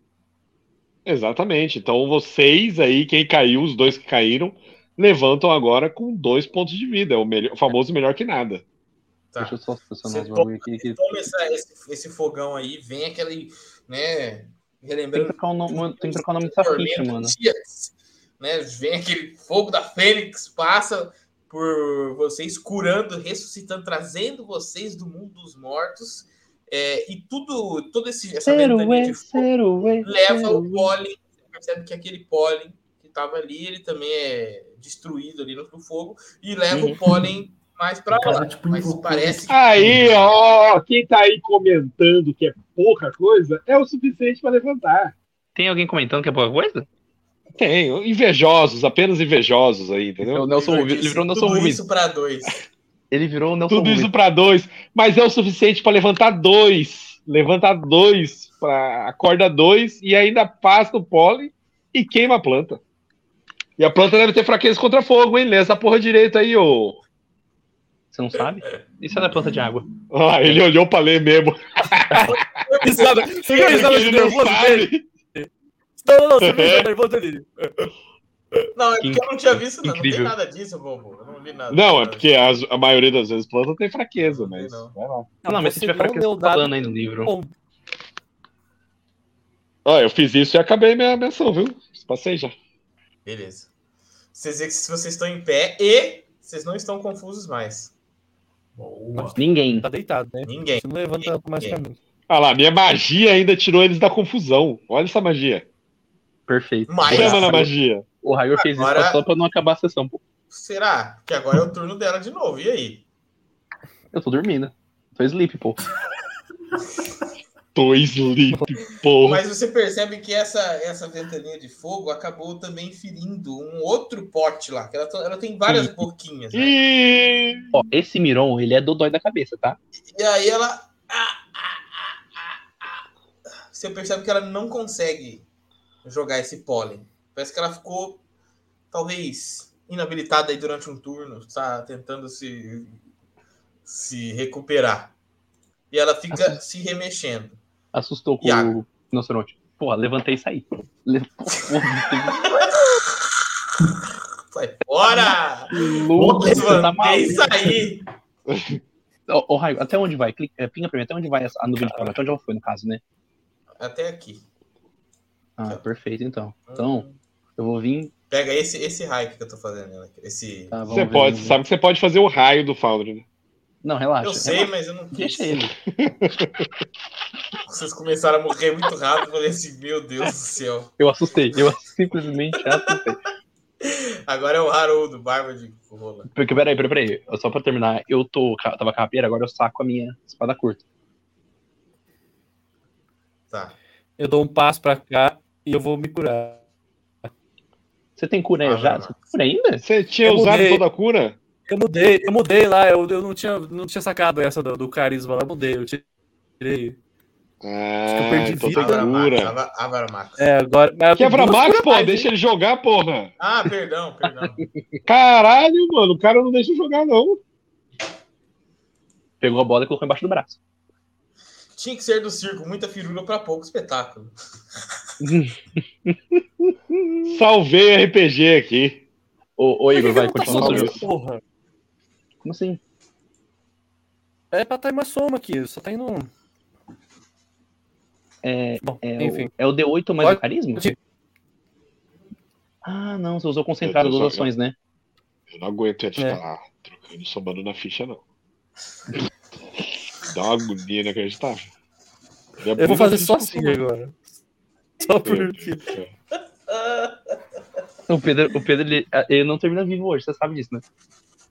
S3: Exatamente. Então vocês aí, quem caiu, os dois que caíram, levantam agora com dois pontos de vida. É o, melhor, o famoso melhor que nada.
S1: Tá.
S2: Deixa eu só selecionar
S1: Você
S2: os bagulho aqui. Que...
S1: Toma essa- esse, esse fogão aí, vem aquele, né,
S2: Tem que
S1: relembrando
S2: trocar o nome, mano, tem que trocar o nome dessa
S1: tormenta
S2: ficha, mano.
S1: Dias, né, vem aquele fogo da Fênix, passa por vocês, curando, ressuscitando, trazendo vocês do mundo dos mortos, é, e tudo, todo esse, essa ventania de fogo leva o pólen, você percebe que aquele pólen que estava ali, ele também é destruído ali no, no fogo, e leva
S2: Uhum.
S1: o pólen mais para
S5: O cara,
S1: lá,
S5: tipo,
S1: mas
S5: invocou-
S1: parece
S3: Ah,
S1: que
S3: Aí, ó, quem tá aí comentando que é pouca coisa, é o suficiente para levantar.
S2: Tem alguém comentando que é pouca coisa?
S3: Tem, invejosos, apenas invejosos aí,
S2: É o
S3: entendeu?
S2: Nelson
S1: Igor
S2: Rubens.
S1: disse,
S2: Ele virou o Nelson
S1: tudo
S2: Rubens.
S1: isso para dois.
S2: Ele virou o Nelson
S3: Tudo
S2: Rubens.
S3: isso para dois, mas é o suficiente para levantar dois. Levantar dois, pra, acorda dois e ainda passa o pólen e queima a planta. E a planta deve ter fraqueza contra fogo, hein? Lê essa porra direito aí, ô.
S2: Você não sabe? Isso é da planta de água.
S3: Ah, ele olhou pra ler mesmo.
S4: Risada. Você viu a risada de
S3: Ele não
S4: tá nervoso dele?
S3: sabe.
S4: Não, não, não. Você viu a risada de nervoso dele?
S1: Não, é
S2: Que
S1: porque eu não tinha visto nada.
S2: incrível.
S1: Não tem nada disso, bobo. Eu não vi nada.
S3: Não, é porque as- a maioria das vezes planta tem fraqueza, mas.
S1: Não.
S3: vai lá.
S2: Não, não, mas se
S4: Você
S2: tiver fraqueza,
S4: deu
S2: eu tô
S4: dado-
S2: falando aí no livro.
S4: Bom,
S3: Ó, eu fiz isso e acabei minha menção, viu? Passei já.
S1: Beleza. Vocês veem que se vocês estão em pé e vocês não estão confusos mais.
S5: Boa.
S2: Ninguém.
S4: Tá deitado, né?
S1: Ninguém.
S4: Você não levanta
S2: É.
S4: automaticamente.
S3: Olha lá, minha magia ainda tirou eles da confusão. Olha essa magia.
S2: Perfeito.
S1: Mas-
S3: Chama na magia.
S2: O Raio fez isso
S1: Agora-
S2: só pra não acabar a sessão. pô.
S1: Será? Que agora é o turno dela de novo. E aí?
S2: Eu tô dormindo. Tô sleep, pô.
S3: Tô sleep, porra.
S1: Mas você percebe que essa, essa ventania de fogo acabou também ferindo um outro pote lá. que ela, to- ela tem várias
S2: Sim.
S1: boquinhas. né?
S3: Ih!
S2: Ó, esse Miron, ele é dodói da cabeça, tá?
S1: E aí ela. ah, ah, ah, ah, ah. Você percebe que ela não consegue jogar esse pólen. Parece que ela ficou, talvez, inabilitada aí durante um turno. Está tentando tá se se recuperar. E ela
S2: Assim.
S1: fica se remexendo.
S2: Assustou com
S1: Iago.
S2: o rinoceronte. Porra, levantei e saí. Le- Porra,
S1: Sai fora!
S2: que louco,
S1: Levantei
S2: você tá
S1: e
S2: maluco.
S1: saí.
S2: Ô, ô, Raigo, até onde vai? Clica, é, pinga pra mim, até onde vai essa- a nuvem de cola? Até onde ela foi, no caso, né?
S1: Até aqui.
S2: Ah,
S1: Tá.
S2: perfeito, então. Então, eu vou vir.
S1: Pega esse, esse raio que eu tô fazendo. né? Esse.
S2: Tá, vamos
S3: Você
S2: ver,
S3: pode,
S2: vamos ver.
S3: sabe que você pode fazer o raio do Foundry, né?
S2: Não, relaxa.
S1: Eu sei,
S2: relaxa.
S1: mas eu não quis.
S2: é *laughs* Deixa ele.
S1: Vocês começaram a morrer muito rápido. Eu falei assim, meu Deus do céu.
S2: Eu assustei. Eu *laughs* simplesmente assustei.
S1: Agora é o Haroldo, barba de rola.
S2: Porque, peraí, peraí, peraí. Só pra terminar, eu tô, ca- tava com a rapeira, agora eu saco a minha espada curta.
S1: Tá.
S4: Eu dou um passo pra cá e eu vou me curar.
S2: Você tem cura aí
S1: Ah,
S2: já?
S1: não, não.
S2: Você tem cura ainda?
S3: Você tinha
S4: Eu
S3: usado
S4: mudei.
S3: toda a cura?
S4: Eu mudei, eu mudei lá, eu, eu não, tinha, não tinha sacado essa do, do carisma lá, eu mudei, eu tirei. eu
S3: Ah,
S4: perdi
S3: então
S4: vida.
S3: tem
S1: Avara Max.
S3: cura.
S1: Ava- Avara Max.
S4: É, agora. mas eu tô
S3: Quebra
S4: duas
S3: Max,
S4: curas
S3: pô,
S4: mais,
S3: deixa
S4: hein?
S3: ele jogar, porra.
S1: Ah, perdão, perdão.
S3: Caralho, mano, o cara não deixa jogar, não.
S2: Pegou a bola e colocou embaixo do braço.
S1: Tinha que ser do circo, muita firula pra pouco espetáculo.
S3: Salvei o RPG aqui.
S2: Ô, ô
S4: Por que
S2: Igor,
S4: que
S2: vai,
S4: não tá
S2: continua
S3: falando
S2: o seu
S4: somando,
S2: jogo.
S4: porra?
S2: Como assim?
S4: É pra estar uma soma aqui, só tá indo um.
S2: É,
S4: Bom,
S2: é,
S4: enfim.
S2: O, é o D8 mais
S4: Pode-
S2: o carisma?
S4: Pode-
S2: Ah, não, você usou concentrado
S3: Eu tô
S2: duas
S3: só-
S2: ações, né?
S3: Eu não aguento ele
S4: É.
S3: ficar trocando, somando na ficha, não. Dá uma agonia inacreditável. é
S4: Eu vou fazer só assim agora. Só
S3: Meu
S4: porque.
S3: Deus do céu.
S2: O Pedro, o Pedro ele, ah, ele não termina vivo hoje, você sabe disso, né?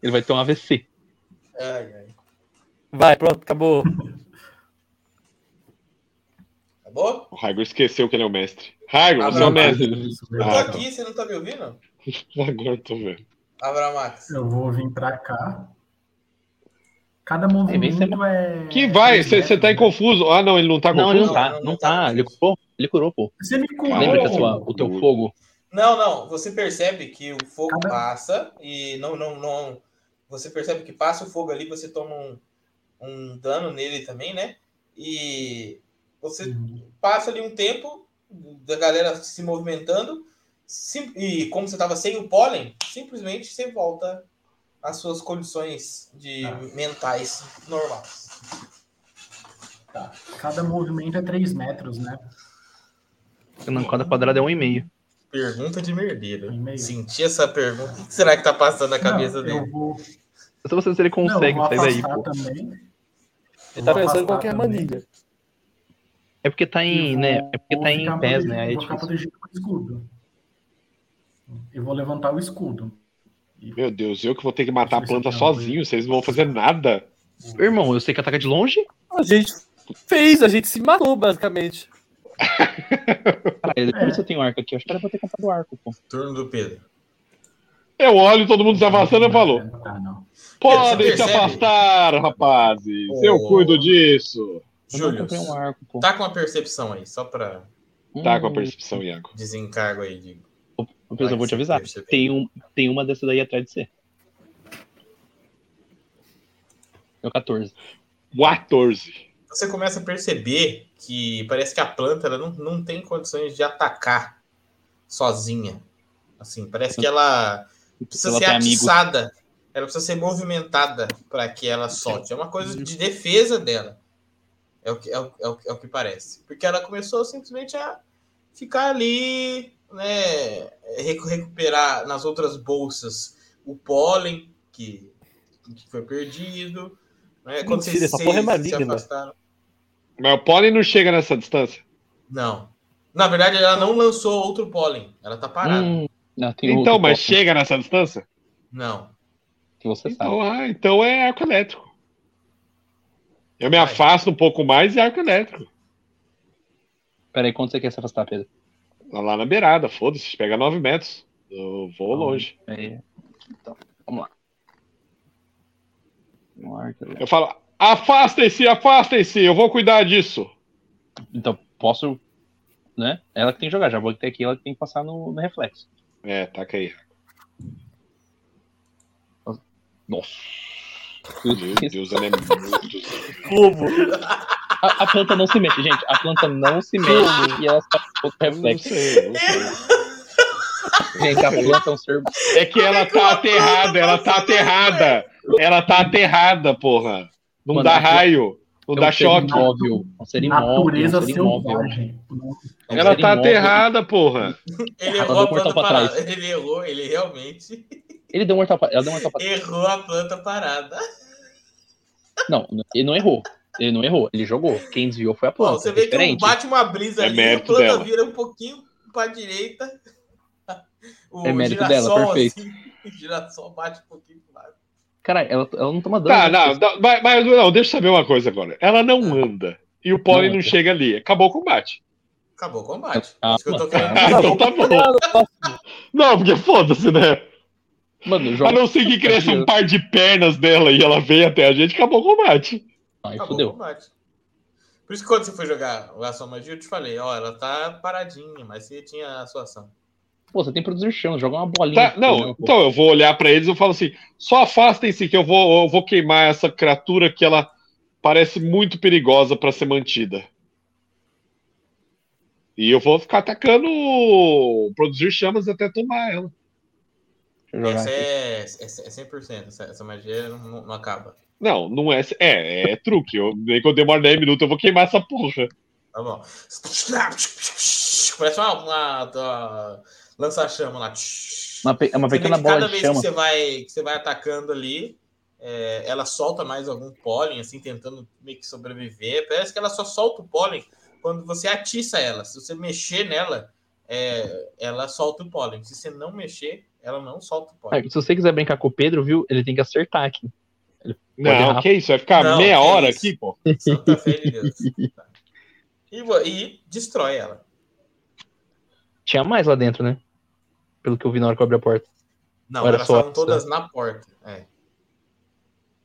S2: Ele vai ter um AVC.
S5: Tá
S1: Ai, ai.
S4: Vai, pronto, acabou.
S1: Tá bom?
S3: O Raigor esqueceu que ele é o mestre. Raigor,
S1: Ah,
S3: você é o
S1: não,
S3: mestre.
S5: Isso,
S1: Eu tô
S3: Ah, tá.
S5: verdade.
S1: aqui, você não tá me ouvindo?
S3: Agora eu tô vendo.
S1: Avara Max.
S3: tá.
S5: Eu vou vir pra cá. Cada
S2: É, vem ser
S5: movimento é.
S3: Que vai, você
S5: três
S3: você tá aí
S5: metros, né?
S3: confuso. Ah, não, ele não tá
S2: Não,
S3: confuso.
S2: ele não tá,
S1: Não,
S2: não,
S1: não tá.
S2: tá. Ele curou, ele curou, pô.
S5: Você me curou.
S2: Lembra que a
S3: Oh.
S2: sua, o teu fogo?
S1: Não, não, você percebe que o fogo
S5: Cada-
S1: passa e não, não, não. Você percebe que passa o fogo ali, você toma um, um dano nele também, né? E você passa ali um tempo da galera se movimentando sim- e como você tava sem o pólen, simplesmente você volta às suas condições de
S5: Ah.
S1: mentais normais.
S5: Cada movimento é 3 metros, né?
S2: Não, cada quadrado é um e meio.
S1: Pergunta de merdeiro.
S5: E-mail.
S1: Senti essa pergunta. O que será que tá passando na cabeça
S5: Não,
S1: dele?
S5: Eu vou,
S2: Se você se ele
S5: não, eu
S2: consegue
S5: vou
S2: sair daí,
S5: afastar
S2: pô.
S5: também.
S4: Ele tá
S5: Vou
S4: pensando em
S5: afastar
S4: qualquer
S5: também.
S4: manilha.
S2: É porque tá
S5: Eu
S2: em,
S5: vou-
S2: né? É porque
S5: vou
S2: tá
S5: ficar
S2: em pés,
S5: protegido-
S2: né? Aí é
S5: Vou ficar
S2: difícil.
S5: protegido com o escudo. Eu vou levantar o escudo.
S3: Meu Deus, eu que vou ter que matar a
S5: Deixa eu ver
S3: planta
S5: se tem alguma
S3: sozinho, vocês não vão fazer nada.
S2: Irmão, eu sei que ataca de longe.
S4: A gente fez, a gente se matou, basicamente.
S2: Caralho, é
S5: É.
S2: por isso eu tenho arco aqui. Eu acho que era pra ter comprado arco, pô.
S1: Turno do Pedro.
S3: Eu olho, todo
S2: Tá
S3: mundo se afastando e falou:
S5: Não, tá, não.
S3: Podem
S1: Você
S3: se
S1: percebe?
S3: afastar, rapazes.
S1: Oh.
S3: Eu cuido disso.
S2: Eu não
S1: Júlio,
S2: comprei um arco, pô.
S1: tá com a percepção aí, só pra
S3: Tá com a
S2: Hum,
S3: percepção, Iago.
S1: desencargo aí de.
S2: Ô, Pedro, eu vou te avisar.
S1: Percebi.
S2: Tem, um, tem uma dessas daí atrás de você. É o 14.
S3: 14.
S1: Você começa a perceber que parece que a planta ela não, não tem condições de atacar sozinha. Assim, parece que ela precisa
S2: Ela
S1: ser
S2: tem amigos.
S1: atiçada, ela precisa ser movimentada para que ela solte. É uma coisa
S2: Uhum.
S1: de defesa dela. É o que, é o, é o- é o que parece. Porque ela começou simplesmente a ficar ali, né, recu- recuperar nas outras bolsas o pólen que, que foi perdido. Né, quando
S4: Mentira,
S1: vocês
S4: essa
S1: se,
S4: porra é
S1: se
S4: maligna.
S1: afastaram.
S3: Mas o pólen não chega nessa distância.
S1: Não. Na verdade, ela não lançou outro pólen. Ela tá parada.
S2: Hum, não, tem
S3: Então,
S2: outro,
S3: mas
S2: pô,
S3: chega nessa distância?
S1: Não.
S2: Que você sabe.
S3: Então, ah, então é arco elétrico. Eu me afasto um pouco mais e é arco elétrico.
S2: Peraí, quanto você quer se afastar, Pedro?
S3: Tá Lá na beirada, foda-se, pega 9 metros. Eu vou longe.
S2: É, Então, vamos lá. Um arco, né?
S3: Eu falo, afastem-se, afastem-se, eu vou cuidar disso.
S2: Então, posso. Né? Ela que tem que jogar, já vou até aqui, ela que tem que passar no, no reflexo.
S3: É, taca aí.
S2: Nossa.
S3: Meu Deus, ela é muito.
S4: Como?
S2: A, a planta não se mexe, gente. A planta não se mexe e ela só ficou com
S3: Eu não
S2: reflexo.
S3: sei, eu não sei.
S2: Gente, a planta é um ser.
S3: *laughs* É que ela tá aterrada, ela tá aterrada. Ela tá aterrada, porra. Não
S2: Mano,
S3: dá
S2: é que-
S3: raio, não
S2: é um
S3: dá
S2: ser
S3: choque.
S2: Imóvel, é um ser imóvel. É
S5: Natureza
S2: um ser imóvel.
S5: selvagem.
S2: É um
S3: Ela
S2: ser
S3: tá
S2: imóvel.
S3: aterrada, porra.
S1: Ele
S2: Ela
S1: errou
S2: deu
S1: a
S2: um
S1: planta
S2: portão pra
S1: parada. *laughs*
S2: trás.
S1: Ele errou, ele realmente
S2: Ele deu um mortal pra... Ela deu um mortal pra...
S1: errou a planta parada.
S2: Não, ele não errou. Ele não errou, ele jogou. Quem desviou foi a planta. é
S1: Ó, você vê
S2: tá Diferente.
S1: que um- bate uma brisa
S3: É
S1: ali, a
S3: mérito
S1: planta
S3: dela.
S1: vira um pouquinho pra direita. *laughs* O
S2: É mérito
S1: girassol,
S2: dela, perfeito.
S1: assim, *laughs* o girassol bate um pouquinho pro lado.
S2: Caralho, ela, ela não toma dano.
S3: Tá,
S2: né?
S3: não, não, mas, mas não, deixa eu saber uma coisa agora. Ela não anda. E o pólen
S2: Não
S3: não
S2: anda.
S3: chega ali. Acabou o combate.
S1: Acabou o combate.
S2: Ah,
S1: Isso que eu tô
S2: mano.
S1: querendo.
S3: Ah, então tá bom. Não, porque foda-se, né?
S2: Mano,
S3: A
S2: joga.
S3: não ser que cresça um par de pernas dela e ela vem até a gente, acabou o combate.
S2: Aí
S1: Acabou o
S2: fodeu.
S1: combate. Por isso que quando você foi jogar a sua magia, eu te falei, ó, ela tá paradinha, mas você tinha a sua ação.
S2: Pô, você tem que produzir chão, joga uma bolinha.
S3: Tá, não,
S2: entendeu, pô?
S3: então eu vou olhar pra eles e eu falo assim: só afastem-se que eu vou, eu vou queimar essa criatura que ela parece muito perigosa pra ser mantida. E eu vou ficar atacando, produzir chamas até tomar ela.
S2: Deixa eu jogar
S1: Essa
S2: aqui.
S1: é, essa é 100%, essa, essa magia não, não acaba.
S3: Não, não é. É, é truque. Eu, nem que eu demore 10 minutos, eu vou queimar essa porra.
S1: Tá bom. Parece uma, uma, uma lança-chama lá.
S2: Uma, pe- uma
S1: Você vê
S2: pequena
S1: que
S2: bola
S1: cada
S2: de
S1: vez
S2: chama.
S1: que você vai, que você vai atacando ali, é, ela solta mais algum pólen, assim, tentando meio que sobreviver. Parece que ela só solta o pólen quando você atiça ela. Se você mexer nela, é, ela solta o pólen. Se você não mexer, ela não solta o pólen.
S2: *laughs* Aí, se você quiser brincar com o Pedro, viu? Ele tem que acertar aqui.
S3: Não,
S2: errar.
S3: que isso? Vai ficar
S1: Não,
S3: meia
S1: que
S3: hora
S1: isso.
S3: aqui, pô.
S1: Santa fé de Deus. Tá. E, vo- e destrói ela.
S2: Tinha mais lá dentro, né? Pelo que eu vi na hora que eu abri a porta.
S1: Não,
S2: Olha
S1: elas
S2: só,
S1: estavam todas na porta. É.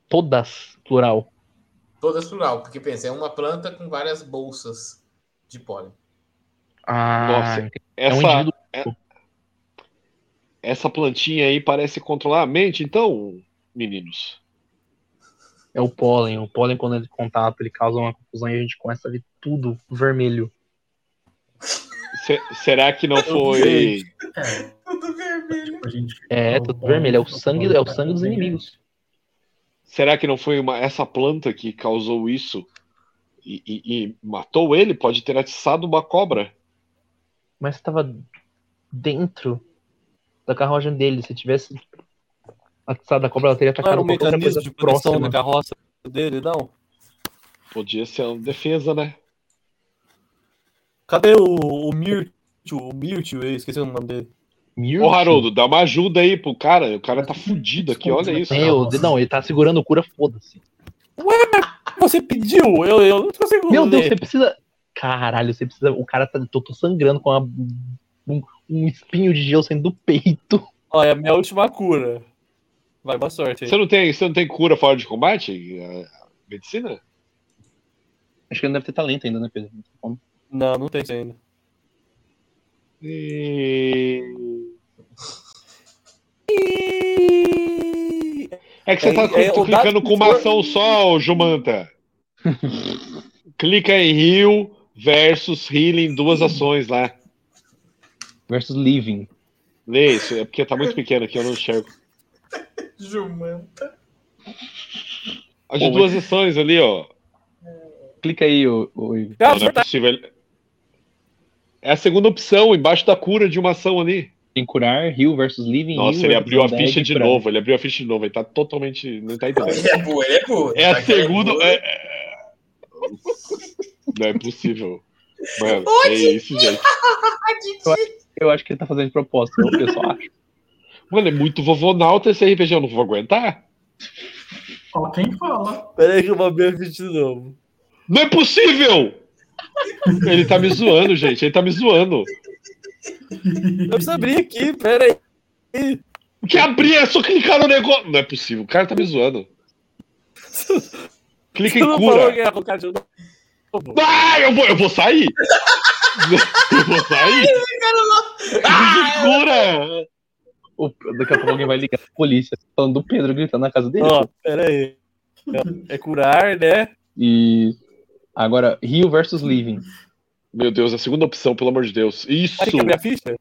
S2: Todas, plural.
S1: Todas plural, porque pensa, é uma planta com várias bolsas de pólen.
S2: Ah,
S3: Nossa,
S2: entendi. é um
S3: Essa,
S2: indivíduo.
S3: essa plantinha aí parece controlar a mente, então, meninos.
S2: É o pólen. O pólen, quando ele contato, ele causa uma confusão e a gente começa a ver tudo vermelho.
S3: se- será que não foi.
S4: sei.
S5: É, Tipo,
S1: Tudo vermelho.
S5: a gente
S2: É,
S5: O
S2: tudo
S5: pólen-
S2: vermelho. É o
S5: o
S2: sangue,
S5: pólen
S2: é o
S5: tá
S2: sangue dos
S5: bem
S2: inimigos.
S3: Será que não foi uma, essa planta que causou isso e, e- e matou ele? Pode ter atiçado uma cobra.
S2: Mas estava dentro da carruagem dele. Se tivesse atiçado a cobra, ela teria
S4: Não era
S2: atacado
S4: um
S2: qualquer outra
S4: mecanismo
S2: coisa
S4: de proteção né,
S2: próxima.
S4: da carroça dele, não?
S3: Podia ser uma defesa, né?
S4: Cadê o, o Mirtio? O Mirtio, eu esqueci o nome dele.
S2: Mirtio?
S3: Ô, Haroldo, dá uma ajuda aí pro cara. O cara tá fudido aqui, olha isso.
S2: Meu, Deus, não, ele tá segurando o cura, foda-se.
S4: Você pediu! Eu, eu não consigo
S2: Meu Deus,
S4: ler.
S2: você precisa. Caralho, você precisa. O cara tá. Tô, tô sangrando com uma- um, um espinho de gelo saindo do peito.
S4: Ó, é a minha última cura. Vai, boa sorte aí.
S3: Você não tem, você não tem cura fora de combate? A Medicina?
S2: Acho que ele não deve ter talento ainda, né, Pedro? Como?
S4: Não, não tem isso ainda.
S3: E-
S4: Ih,
S3: É que você
S4: É,
S3: tá
S4: é,
S3: cli-
S4: o
S3: clicando
S4: dado-
S3: com uma ação só, ô Jumanta. Clica em heal versus healing, duas ações lá.
S2: Versus Living.
S3: Lê isso, é porque tá muito pequeno aqui, eu não enxergo.
S1: Jumanta.
S3: As de duas ações ali, ó.
S2: Clica aí, ô, ô Igor.
S4: Ah,
S3: Não, não é
S4: verdade.
S3: possível. É a segunda opção, embaixo da cura de uma ação ali.
S2: Tem curar, Heal versus Living.
S3: Nossa,
S2: heal
S3: ele
S2: versus
S3: abriu a
S2: undead,
S3: ficha de
S2: curar.
S3: novo, ele abriu a ficha de novo, ele tá totalmente. Não tá entendendo.
S1: Ele é burro, ele é burro.
S3: É a
S1: Tá que ele
S3: segunda.
S1: burro.
S3: é- é- Não é possível. Mano, é isso, gente.
S2: Eu acho que ele tá fazendo de propósito, é o que eu só acho.
S3: Mano, é muito vovonauta esse RPG, eu não vou aguentar.
S5: Ó, quem fala?
S4: Peraí que eu vou abrir a ficha de novo.
S3: Não é possível! Ele tá me zoando, gente. Ele tá me zoando.
S4: Eu preciso abrir aqui, peraí.
S3: Que abrir é só clicar no negócio. Não é possível, o cara tá me zoando. Clica
S4: Você
S3: em
S4: não falou que
S3: cura.
S4: ia colocar de um- novo.
S3: Ah, eu vou, eu vou sair! Eu vou sair!
S1: Ah,
S3: Cura!
S2: O- daqui a pouco alguém vai ligar pra polícia falando do Pedro gritando na casa dele.
S4: Ó, peraí. É curar, né?
S2: E agora, Rio versus Living.
S3: Meu Deus, a segunda opção, pelo amor de Deus. Isso!
S4: Tem que abrir a ficha?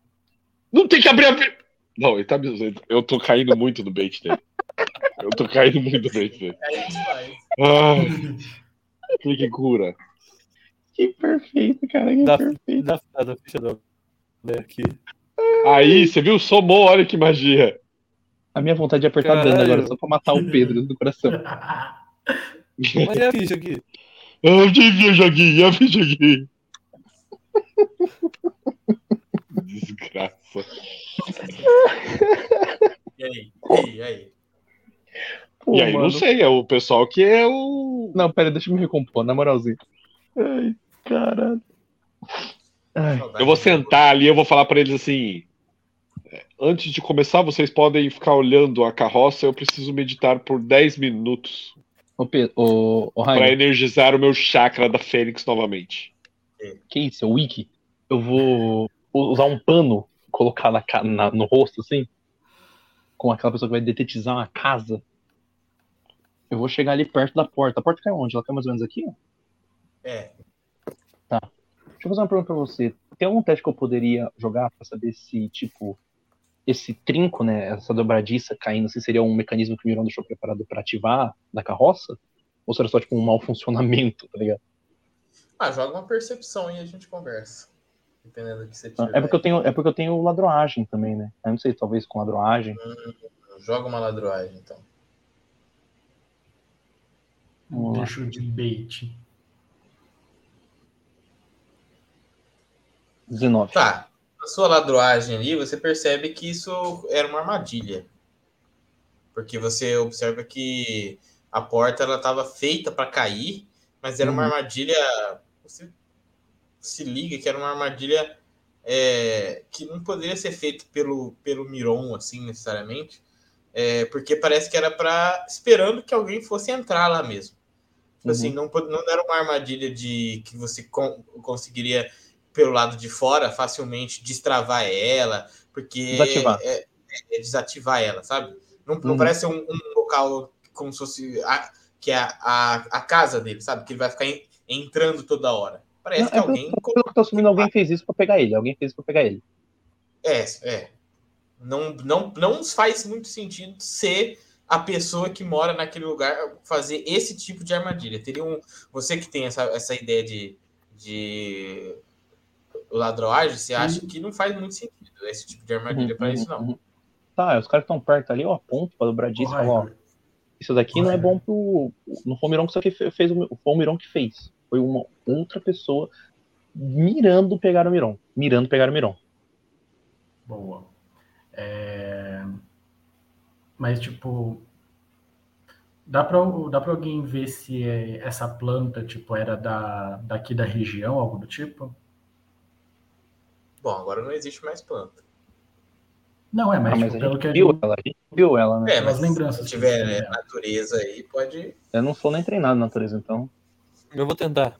S3: Não tem que abrir a. vi- Não, ele tá me usando. Eu tô caindo muito do bait dele. Eu tô caindo muito do bait dele.
S1: Aí a gente faz.
S3: Ah, clique cura.
S2: Que perfeito, cara, que
S4: Dá-
S2: perfeito.
S4: Da, da, da ficha não. Né, aqui.
S3: Aí, você viu? Somou, olha que magia.
S2: A minha vontade é apertar
S4: Caralho.
S2: dano agora, só pra matar o Pedro do coração.
S4: Mas é a ficha aqui.
S3: Ah, Eu vi o joguinho, eu vi o joguinho. Desgraça.
S1: E aí? E aí? E aí?
S3: *laughs*
S2: Pô,
S3: e aí,
S2: mano.
S3: não sei, é o pessoal que é o.
S2: Não, pera, deixa eu me recompor, na moralzinha. Ai, caralho. Ai,
S1: Saudade.
S3: Eu vou sentar ali, eu vou falar pra eles assim. é, Antes de começar, vocês podem ficar olhando a carroça. Eu preciso meditar por 10 minutos
S2: ô, Pedro, ô, ô
S3: pra
S2: Rainer,
S3: energizar o meu chakra da Fênix novamente.
S2: que isso, é o Wiki? Eu vou usar um pano, colocar na, ca- na- no rosto, assim, com aquela pessoa que vai detetizar uma casa. Eu vou chegar ali perto da porta. A porta cai onde? Ela cai mais ou menos aqui? ó?
S1: É.
S2: Deixa eu fazer uma pergunta pra você. Tem algum teste que eu poderia jogar pra saber se, tipo, esse trinco, né, essa dobradiça caindo, se seria um mecanismo que o Mirão deixou preparado pra ativar da carroça? Ou será só, tipo, um mau funcionamento, tá ligado?
S1: Ah, joga uma percepção e a gente conversa. Dependendo do que você tiver.
S2: É porque eu tenho, é porque eu tenho ladroagem também, né? Eu não sei, talvez com ladroagem.
S1: Joga uma ladroagem, então.
S2: Vamos lá.
S5: Deixou de bait.
S2: 19.
S1: Tá. A sua ladroagem ali, você percebe que isso era uma armadilha. Porque você observa que a porta ela estava feita para cair, mas era uma
S2: Uhum.
S1: armadilha. Você se liga que era uma armadilha é, que não poderia ser feita pelo, pelo Miron, assim, necessariamente. É, porque parece que era para esperando que alguém fosse entrar lá mesmo. Tipo
S2: Uhum.
S1: Assim, não, pod- não era uma armadilha de que você con- conseguiria pelo lado de fora facilmente destravar ela, porque
S2: Desativar.
S1: É, é- é desativar ela, sabe? Não, não
S2: Uhum.
S1: parece um, um local como se fosse a, que é a, a, a casa dele, sabe? Que ele vai ficar en- entrando toda hora. Parece
S2: Não,
S1: que
S2: é
S1: alguém.
S2: Pelo que eu tô assumindo, alguém fez isso pra pegar ele. Alguém fez isso pra pegar ele.
S1: É, é. Não, não, não faz muito sentido ser a pessoa que mora naquele lugar fazer esse tipo de armadilha. Teria um. Você que tem essa, essa ideia de, de ladroagem, você acha que não faz muito sentido esse tipo de armadilha para isso, não.
S2: Uhum. Tá, os caras que estão perto ali, ó, ponto pra dobradiça,
S5: Ô,
S2: fala, ó,
S5: Rainer,
S2: isso daqui não é bom pro. Não foi o Mirão que isso aqui fe- fez, o Mi- foi o Mirão que fez. Foi uma outra pessoa mirando pegar o Mirão. Mirando pegar o Mirão.
S5: Boa. É, Mas, tipo, dá pra, dá pra alguém ver se é- essa planta, tipo, era da, daqui da região, algo do tipo?
S1: Bom, agora não existe mais planta.
S5: Não, é, mas,
S2: Ah, mas
S5: tipo,
S2: a
S5: pelo
S2: gente
S5: que a
S2: viu
S5: gente...
S2: ela, a gente viu ela, né?
S1: É, mas
S5: As lembranças
S1: se tiver
S5: que tem,
S1: né, natureza aí, pode.
S2: Eu não sou nem treinado na natureza, então.
S4: Eu vou tentar.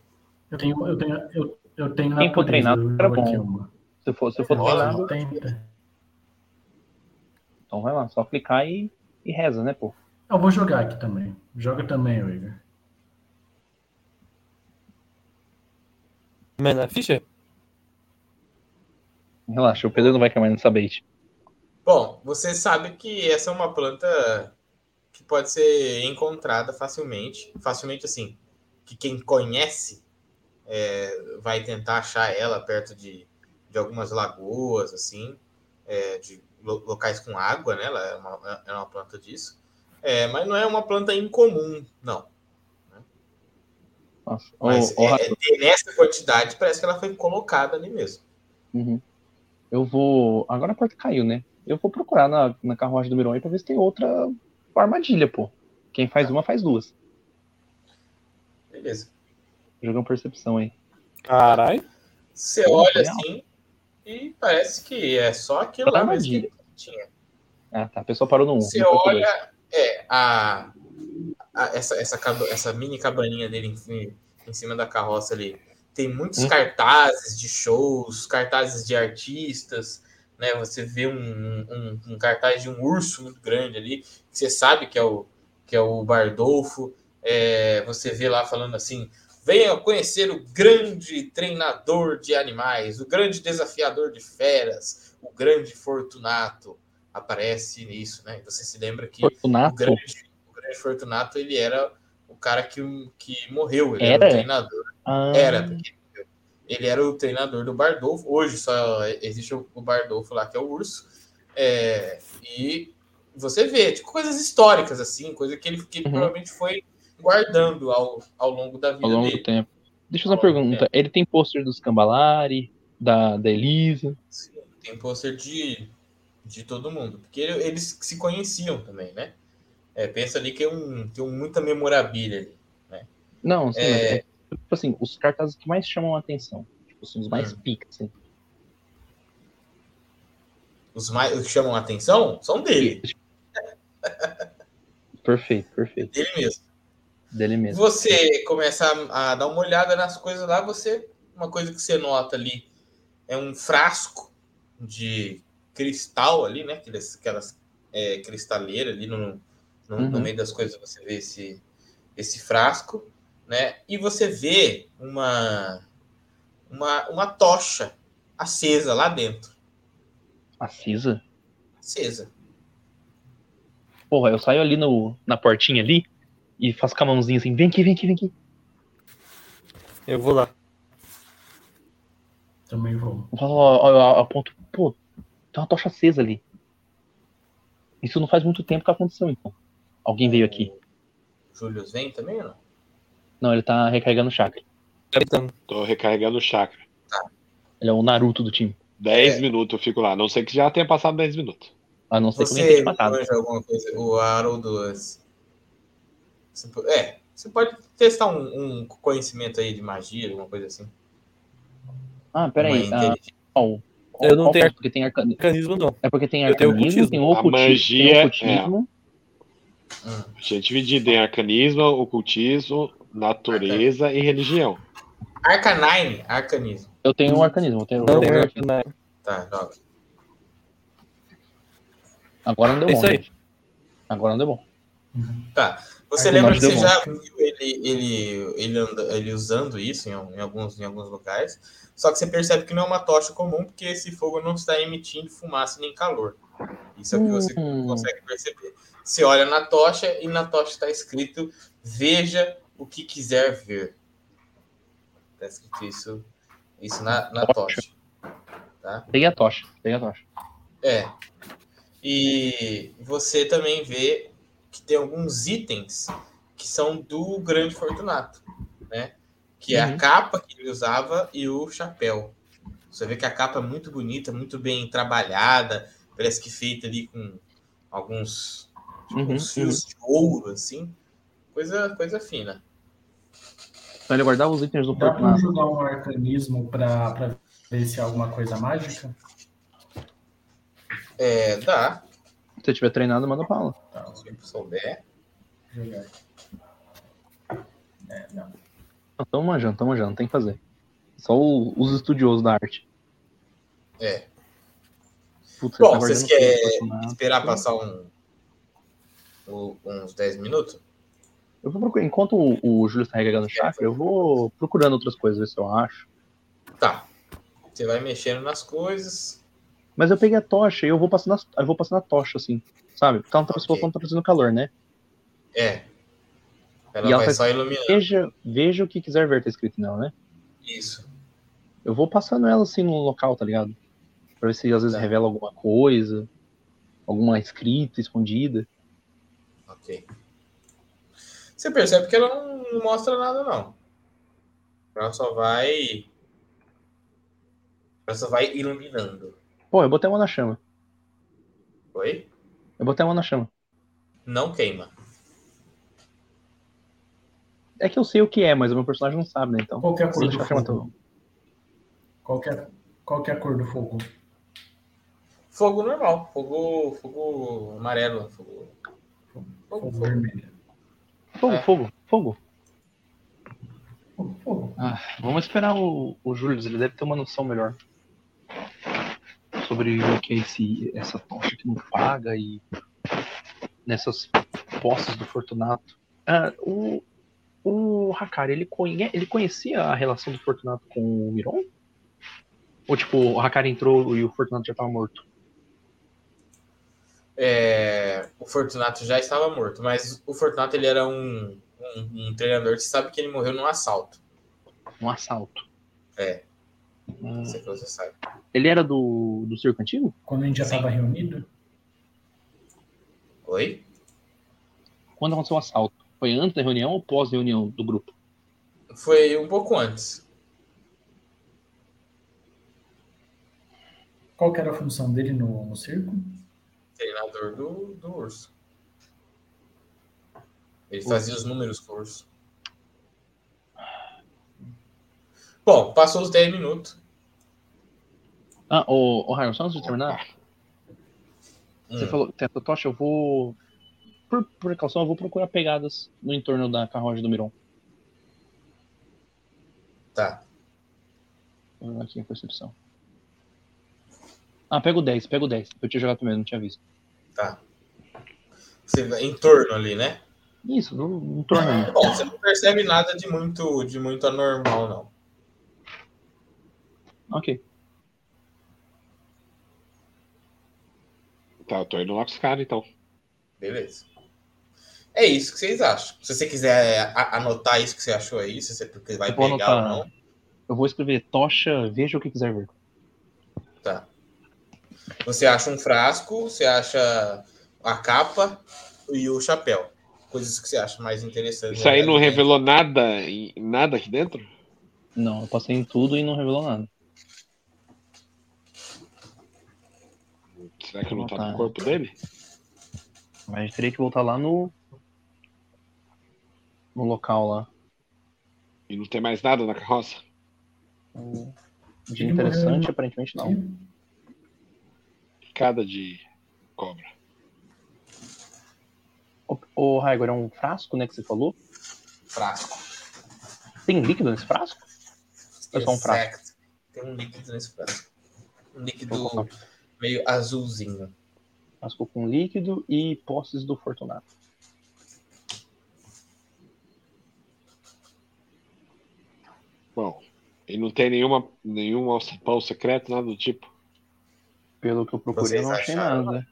S5: Eu tenho, eu tenho, eu, eu tenho
S2: Quem for
S5: natureza,
S2: treinado,
S5: eu
S2: era
S5: jogo aqui
S2: bom.
S5: uma.
S2: Se eu for, se eu for
S1: Nossa,
S2: treinado,
S5: Não tenta.
S2: então vai lá, só clicar e, e reza, né, pô?
S5: Eu vou jogar aqui também. Joga também, ô Igor.
S4: Mas na ficha?
S2: Relaxa, o Pedro não vai cair mais nessa bait.
S1: Bom, você sabe que essa é uma planta que pode ser encontrada facilmente. Facilmente, assim, que quem conhece é, vai tentar achar ela perto de, de algumas lagoas, assim, é, de lo- locais com água, né? Ela é uma, é uma planta disso. É, mas não é uma planta incomum, não.
S2: Nossa, ô,
S1: Mas
S2: ô,
S1: é-
S2: Ra-
S1: é, ter essa quantidade, parece que ela foi colocada ali mesmo.
S2: Uhum. Eu vou. Agora a porta caiu, né? Eu vou procurar na, na carruagem do Miron aí pra ver se tem outra armadilha, pô. Quem faz uma, faz duas.
S1: Beleza.
S2: Jogar uma percepção aí.
S4: Caralho.
S1: Você
S2: Pô,
S1: olha
S2: legal.
S1: assim e parece que é só aquilo
S2: Pra
S1: lá mesmo que
S2: armadilha.
S1: tinha.
S2: Ah, tá. A pessoa parou no 1.
S1: Você olha é, a, a- essa, essa, caba- essa mini cabaninha dele em, em cima da carroça ali. Tem muitos
S2: Hum.
S1: cartazes de shows, cartazes de artistas, né? Você vê um, um, um cartaz de um urso muito grande ali, que você sabe que é o, que é o Bardolfo. é, você vê lá falando assim: venha conhecer o grande treinador de animais, o grande desafiador de feras, o grande Fortunato. Aparece nisso, né? Você se lembra que
S2: Fortunato?
S1: O, grande, o grande Fortunato ele era o cara que, que morreu, ele
S2: Era?
S1: era o treinador.
S2: Ah,
S1: Era, porque ele era o treinador do Bardolfo. Hoje só existe o o Bardolfo lá, que é o urso. É, e você vê, tipo, coisas históricas, assim, coisa que ele, que ele
S2: Uhum.
S1: provavelmente foi guardando ao, ao longo da vida
S2: ao longo do
S1: dele.
S2: tempo. Deixa eu fazer
S1: Ao
S2: uma
S1: longo do
S2: pergunta. Ele tem pôster dos Cambalari, da, da Elisa.
S1: Sim, tem pôster de, de todo mundo. Porque eles se conheciam também, né? É, pensa ali que é um, tem muita memorabilia ali.
S2: Não, sim, mas
S1: É.
S2: é, tipo assim, os cartazes que mais chamam a atenção. Tipo, são os mais
S1: Hum.
S2: pica, assim.
S1: Os mais os que chamam a atenção são dele,
S2: Perfeito, perfeito.
S1: dele mesmo.
S2: Dele mesmo.
S1: Você começa a, a dar uma olhada nas coisas lá, você uma coisa que você nota ali é um frasco de cristal ali, né? Aquelas, aquelas é, cristaleiras ali no, no, no
S2: Uhum.
S1: meio das coisas você vê esse, esse frasco, né? E você vê uma, uma, uma tocha acesa lá dentro.
S2: A Cisa.
S1: Acesa.
S2: Porra, eu saio ali no, na portinha ali e faço com a mãozinha assim, vem aqui, vem aqui, vem aqui.
S4: Eu vou lá.
S5: Também vou.
S2: Eu falo, ó, ó, eu aponto, pô, tem uma tocha acesa ali. Isso não faz muito tempo que aconteceu, então. Alguém veio aqui.
S1: O Júlio vem também, ou não?
S2: Não, ele tá recarregando o chakra.
S4: Capitão.
S3: Tô recarregando o chakra.
S2: Ele é o Naruto do time.
S3: 10 minutos eu fico lá. A Não sei que já tenha passado 10 minutos.
S2: A não ser que é alguém tenha
S1: Você
S2: te matado.
S1: manja alguma coisa? O Haroldo. as- Você po- É, você pode testar um, um conhecimento aí de magia, alguma coisa assim.
S2: Ah,
S1: Uma
S2: peraí. Ah,
S1: inteligência.
S2: qual, qual,
S4: Eu não
S2: qual
S4: tenho-
S2: parte? Porque tem arcani-
S4: Mecanismo não.
S2: É porque tem
S4: Eu tenho
S2: arcanismo,
S4: ocultismo. é-
S2: tem
S3: A
S2: ocultismo, tem
S3: magia,
S2: ocultismo.
S3: A gente dividido em arcanismo, ocultismo, natureza e religião.
S1: Arcanine, arcanismo.
S2: Eu tenho um arcanismo. Eu tenho,
S4: Não é-
S2: eu
S4: tem
S2: tenho
S4: arco
S2: arcanismo.
S4: na-
S1: Tá, joga.
S2: Agora não deu
S4: É
S2: bom.
S4: isso aí.
S2: gente. Agora não deu bom.
S1: Você
S5: Aí
S1: lembra que você
S2: embaixo deu
S1: já viu ele, ele, ele, anda- ele usando isso em, em alguns, em alguns locais, só que você percebe que não é uma tocha comum, porque esse fogo não está emitindo fumaça nem calor. Isso é o que você
S2: Hum.
S1: consegue perceber. Você olha na tocha e na tocha está escrito: Veja o que quiser ver. Está escrito isso, isso na, na
S2: Tocha.
S1: tocha. Tá?
S2: Peguei a tocha. Peguei a tocha.
S1: É. E você também vê que tem alguns itens que são do Grande Fortunato, né? Que é
S2: Uhum.
S1: a capa que ele usava e o chapéu. Você vê que a capa é muito bonita, muito bem trabalhada, parece que feita ali com alguns tipo,
S2: Uhum,
S1: uns fios de ouro, assim. Coisa, coisa fina.
S2: Então ele guardava os itens do
S5: Dá
S2: corpo
S5: pra
S2: na.
S5: jogar um arcanismo pra, pra ver se é alguma coisa mágica?
S1: É, dá.
S2: Se você tiver treinado, manda pra aula.
S5: Tá, vou
S1: Se souber.
S5: jogar. É, não.
S2: Não, Tamo manjando, tamo manjando, tem que fazer. Só o- os estudiosos da arte.
S1: É.
S2: Putz,
S1: Bom,
S2: ele
S1: vocês
S2: guardando
S1: querem
S2: tudo tá do corpo na-
S1: Esperar passar um, um- uns 10 minutos.
S2: Eu vou procurar. Enquanto o, o Júlio está recarregando o chakra, eu vou procurando outras coisas, ver se eu acho.
S1: Tá. Você vai mexendo nas coisas.
S2: Mas eu peguei a tocha e eu vou passando, as- eu vou passando a tocha, assim. Sabe? Porque ela não tá,
S1: Ok.
S2: não tá fazendo calor, né?
S1: É. Ela
S2: E ela
S1: vai
S2: tá-
S1: só iluminando
S2: Veja, veja o que quiser ver, tá escrito nela, né?
S1: isso.
S2: Eu vou passando ela assim no local, tá ligado? Pra ver se às vezes
S1: Tá.
S2: revela alguma coisa, alguma escrita escondida.
S1: Ok. Você percebe que ela não, não mostra nada, não. Ela só vai. Ela só vai iluminando.
S2: Pô, eu botei a mão na chama.
S1: Oi?
S2: Eu botei a mão na chama.
S1: Não queima.
S2: É que eu sei o que é, mas o meu personagem não sabe, né? Então.
S5: Qual que é a cor
S2: Deixa
S5: do
S2: eu chamar teu.
S5: fogo? Qual que é, qual que é a cor do fogo?
S1: Fogo normal. Fogo. Fogo amarelo. Fogo.
S5: Fogo
S1: Fogo, fogo.
S5: vermelho.
S2: Fogo,
S1: É.
S2: fogo, fogo.
S5: Fogo, fogo.
S2: Vamos esperar o, o Júlio, ele deve ter uma noção melhor. Sobre o que é esse, essa tocha que não paga e nessas posses do Fortunato. Ah, o, O Hakari, ele, conhe... ele conhecia a relação do Fortunato com o Miron? Ou, tipo, o Hakari entrou e o Fortunato já tava morto?
S1: É, o Fortunato já estava morto, mas o Fortunato ele era um, um, um treinador que sabe que ele morreu num assalto.
S2: Um assalto.
S1: É,
S2: Hum.
S1: isso é que você sabe.
S2: Ele era do, do circo antigo?
S5: Quando a gente já
S1: Sim.
S5: estava reunido?
S1: Oi?
S2: Quando aconteceu o assalto? Foi antes da reunião ou pós reunião do grupo?
S1: Foi um pouco antes.
S5: Qual que era a função dele no, no circo?
S1: Treinador do, do urso. Ele fazia os números com o urso. Bom, passou os 10 minutos.
S2: Ah, o, o Raio, só antes de terminar, você
S1: Hum,
S2: falou, Teto Tocha, eu vou. Por por precaução, eu vou procurar pegadas no entorno da carruagem do Miron.
S1: Tá.
S2: Vou jogar aqui a percepção. Ah, pega o 10, pega o 10. Eu tinha jogado primeiro, não tinha visto.
S1: Você, vai- em torno ali, né?
S2: Isso, no, no entorno.
S1: *laughs*
S2: ali.
S1: Bom, você não percebe nada de muito, de muito anormal, não.
S2: ok.
S3: Tá, eu tô indo lá com os caras, então.
S1: Beleza. É isso que vocês acham. Se você quiser a- anotar isso que você achou aí, se você porque vai
S2: Eu vou
S1: pegar ou
S2: anotar.
S1: não.
S2: Eu vou escrever Tocha, veja o que quiser ver.
S1: Tá. Você acha um frasco, você acha a capa e o chapéu. Coisas que você acha mais interessantes.
S3: Isso aí não
S1: Né?
S3: revelou nada, em- nada aqui dentro?
S2: Não, eu passei em tudo e não revelou nada.
S3: Será que não tá
S2: Não tá.
S3: no corpo dele?
S2: Mas a gente teria que voltar lá no. No local lá.
S3: E não tem mais nada na carroça?
S2: De Então, interessante, aparentemente não.
S5: Sim.
S3: Picada de cobra.
S2: Ô, ô, Raigo, era um frasco, né, que você falou?
S1: Frasco.
S2: Tem líquido nesse frasco? É só um frasco.
S1: Exacto. Tem um líquido nesse frasco. Um líquido
S2: Vou colocar
S1: meio azulzinho.
S2: Frasco com líquido e posses do Fortunato.
S3: Bom, e não tem nenhuma, nenhum alçapão secreto, nada do tipo.
S2: Pelo que eu procurei,
S1: Vocês
S2: não achei
S1: acharam?
S2: nada.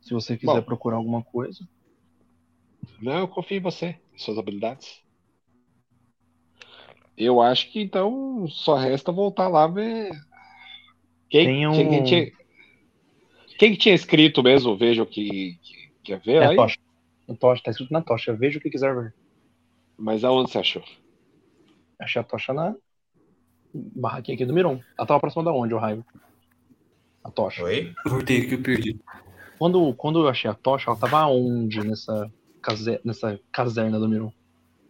S2: Se você quiser
S3: Bom.
S2: procurar alguma coisa.
S3: Não, eu confio em você, em suas habilidades. Eu acho que então só resta voltar lá ver. Quem,
S2: Tem um-
S3: quem, quem tinha... quem que tinha escrito mesmo? Veja o que, que quer ver
S2: É a
S3: aí.
S2: tocha. A tocha, tá escrito na tocha. Veja o que quiser ver.
S3: Mas aonde você achou?
S2: Achei a tocha na barraquinha aqui do Miron. Ela tava próxima da onde, o Raigo? A tocha.
S1: Oi?
S6: Voltei que eu perdi.
S2: Quando, quando eu achei a tocha, ela tava aonde nessa, case- nessa caserna do Miron?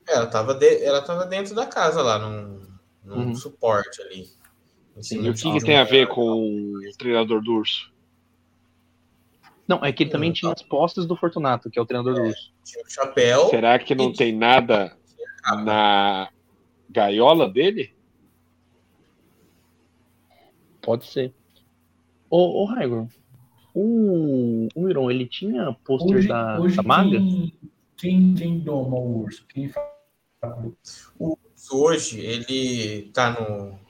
S1: Ela tava, de- Ela tava dentro da casa lá, num, num
S2: Uhum.
S1: suporte ali. Em cima
S3: E o
S1: de
S3: que,
S1: um-
S3: que tem a ver com o treinador do urso?
S2: Não, é que ele também
S1: Hum,
S2: tinha as postas do Fortunato, que é o treinador do urso.
S1: Tinha o chapéu.
S3: Será que não
S1: E-
S3: tem nada na gaiola dele?
S2: Pode ser. Ô, ô Raigor, o, o Miron, ele tinha pôster
S5: Hoje,
S2: da,
S5: hoje
S2: da maga?
S5: Quem, quem, quem doma o urso? Quem fala?
S1: hoje ele tá no,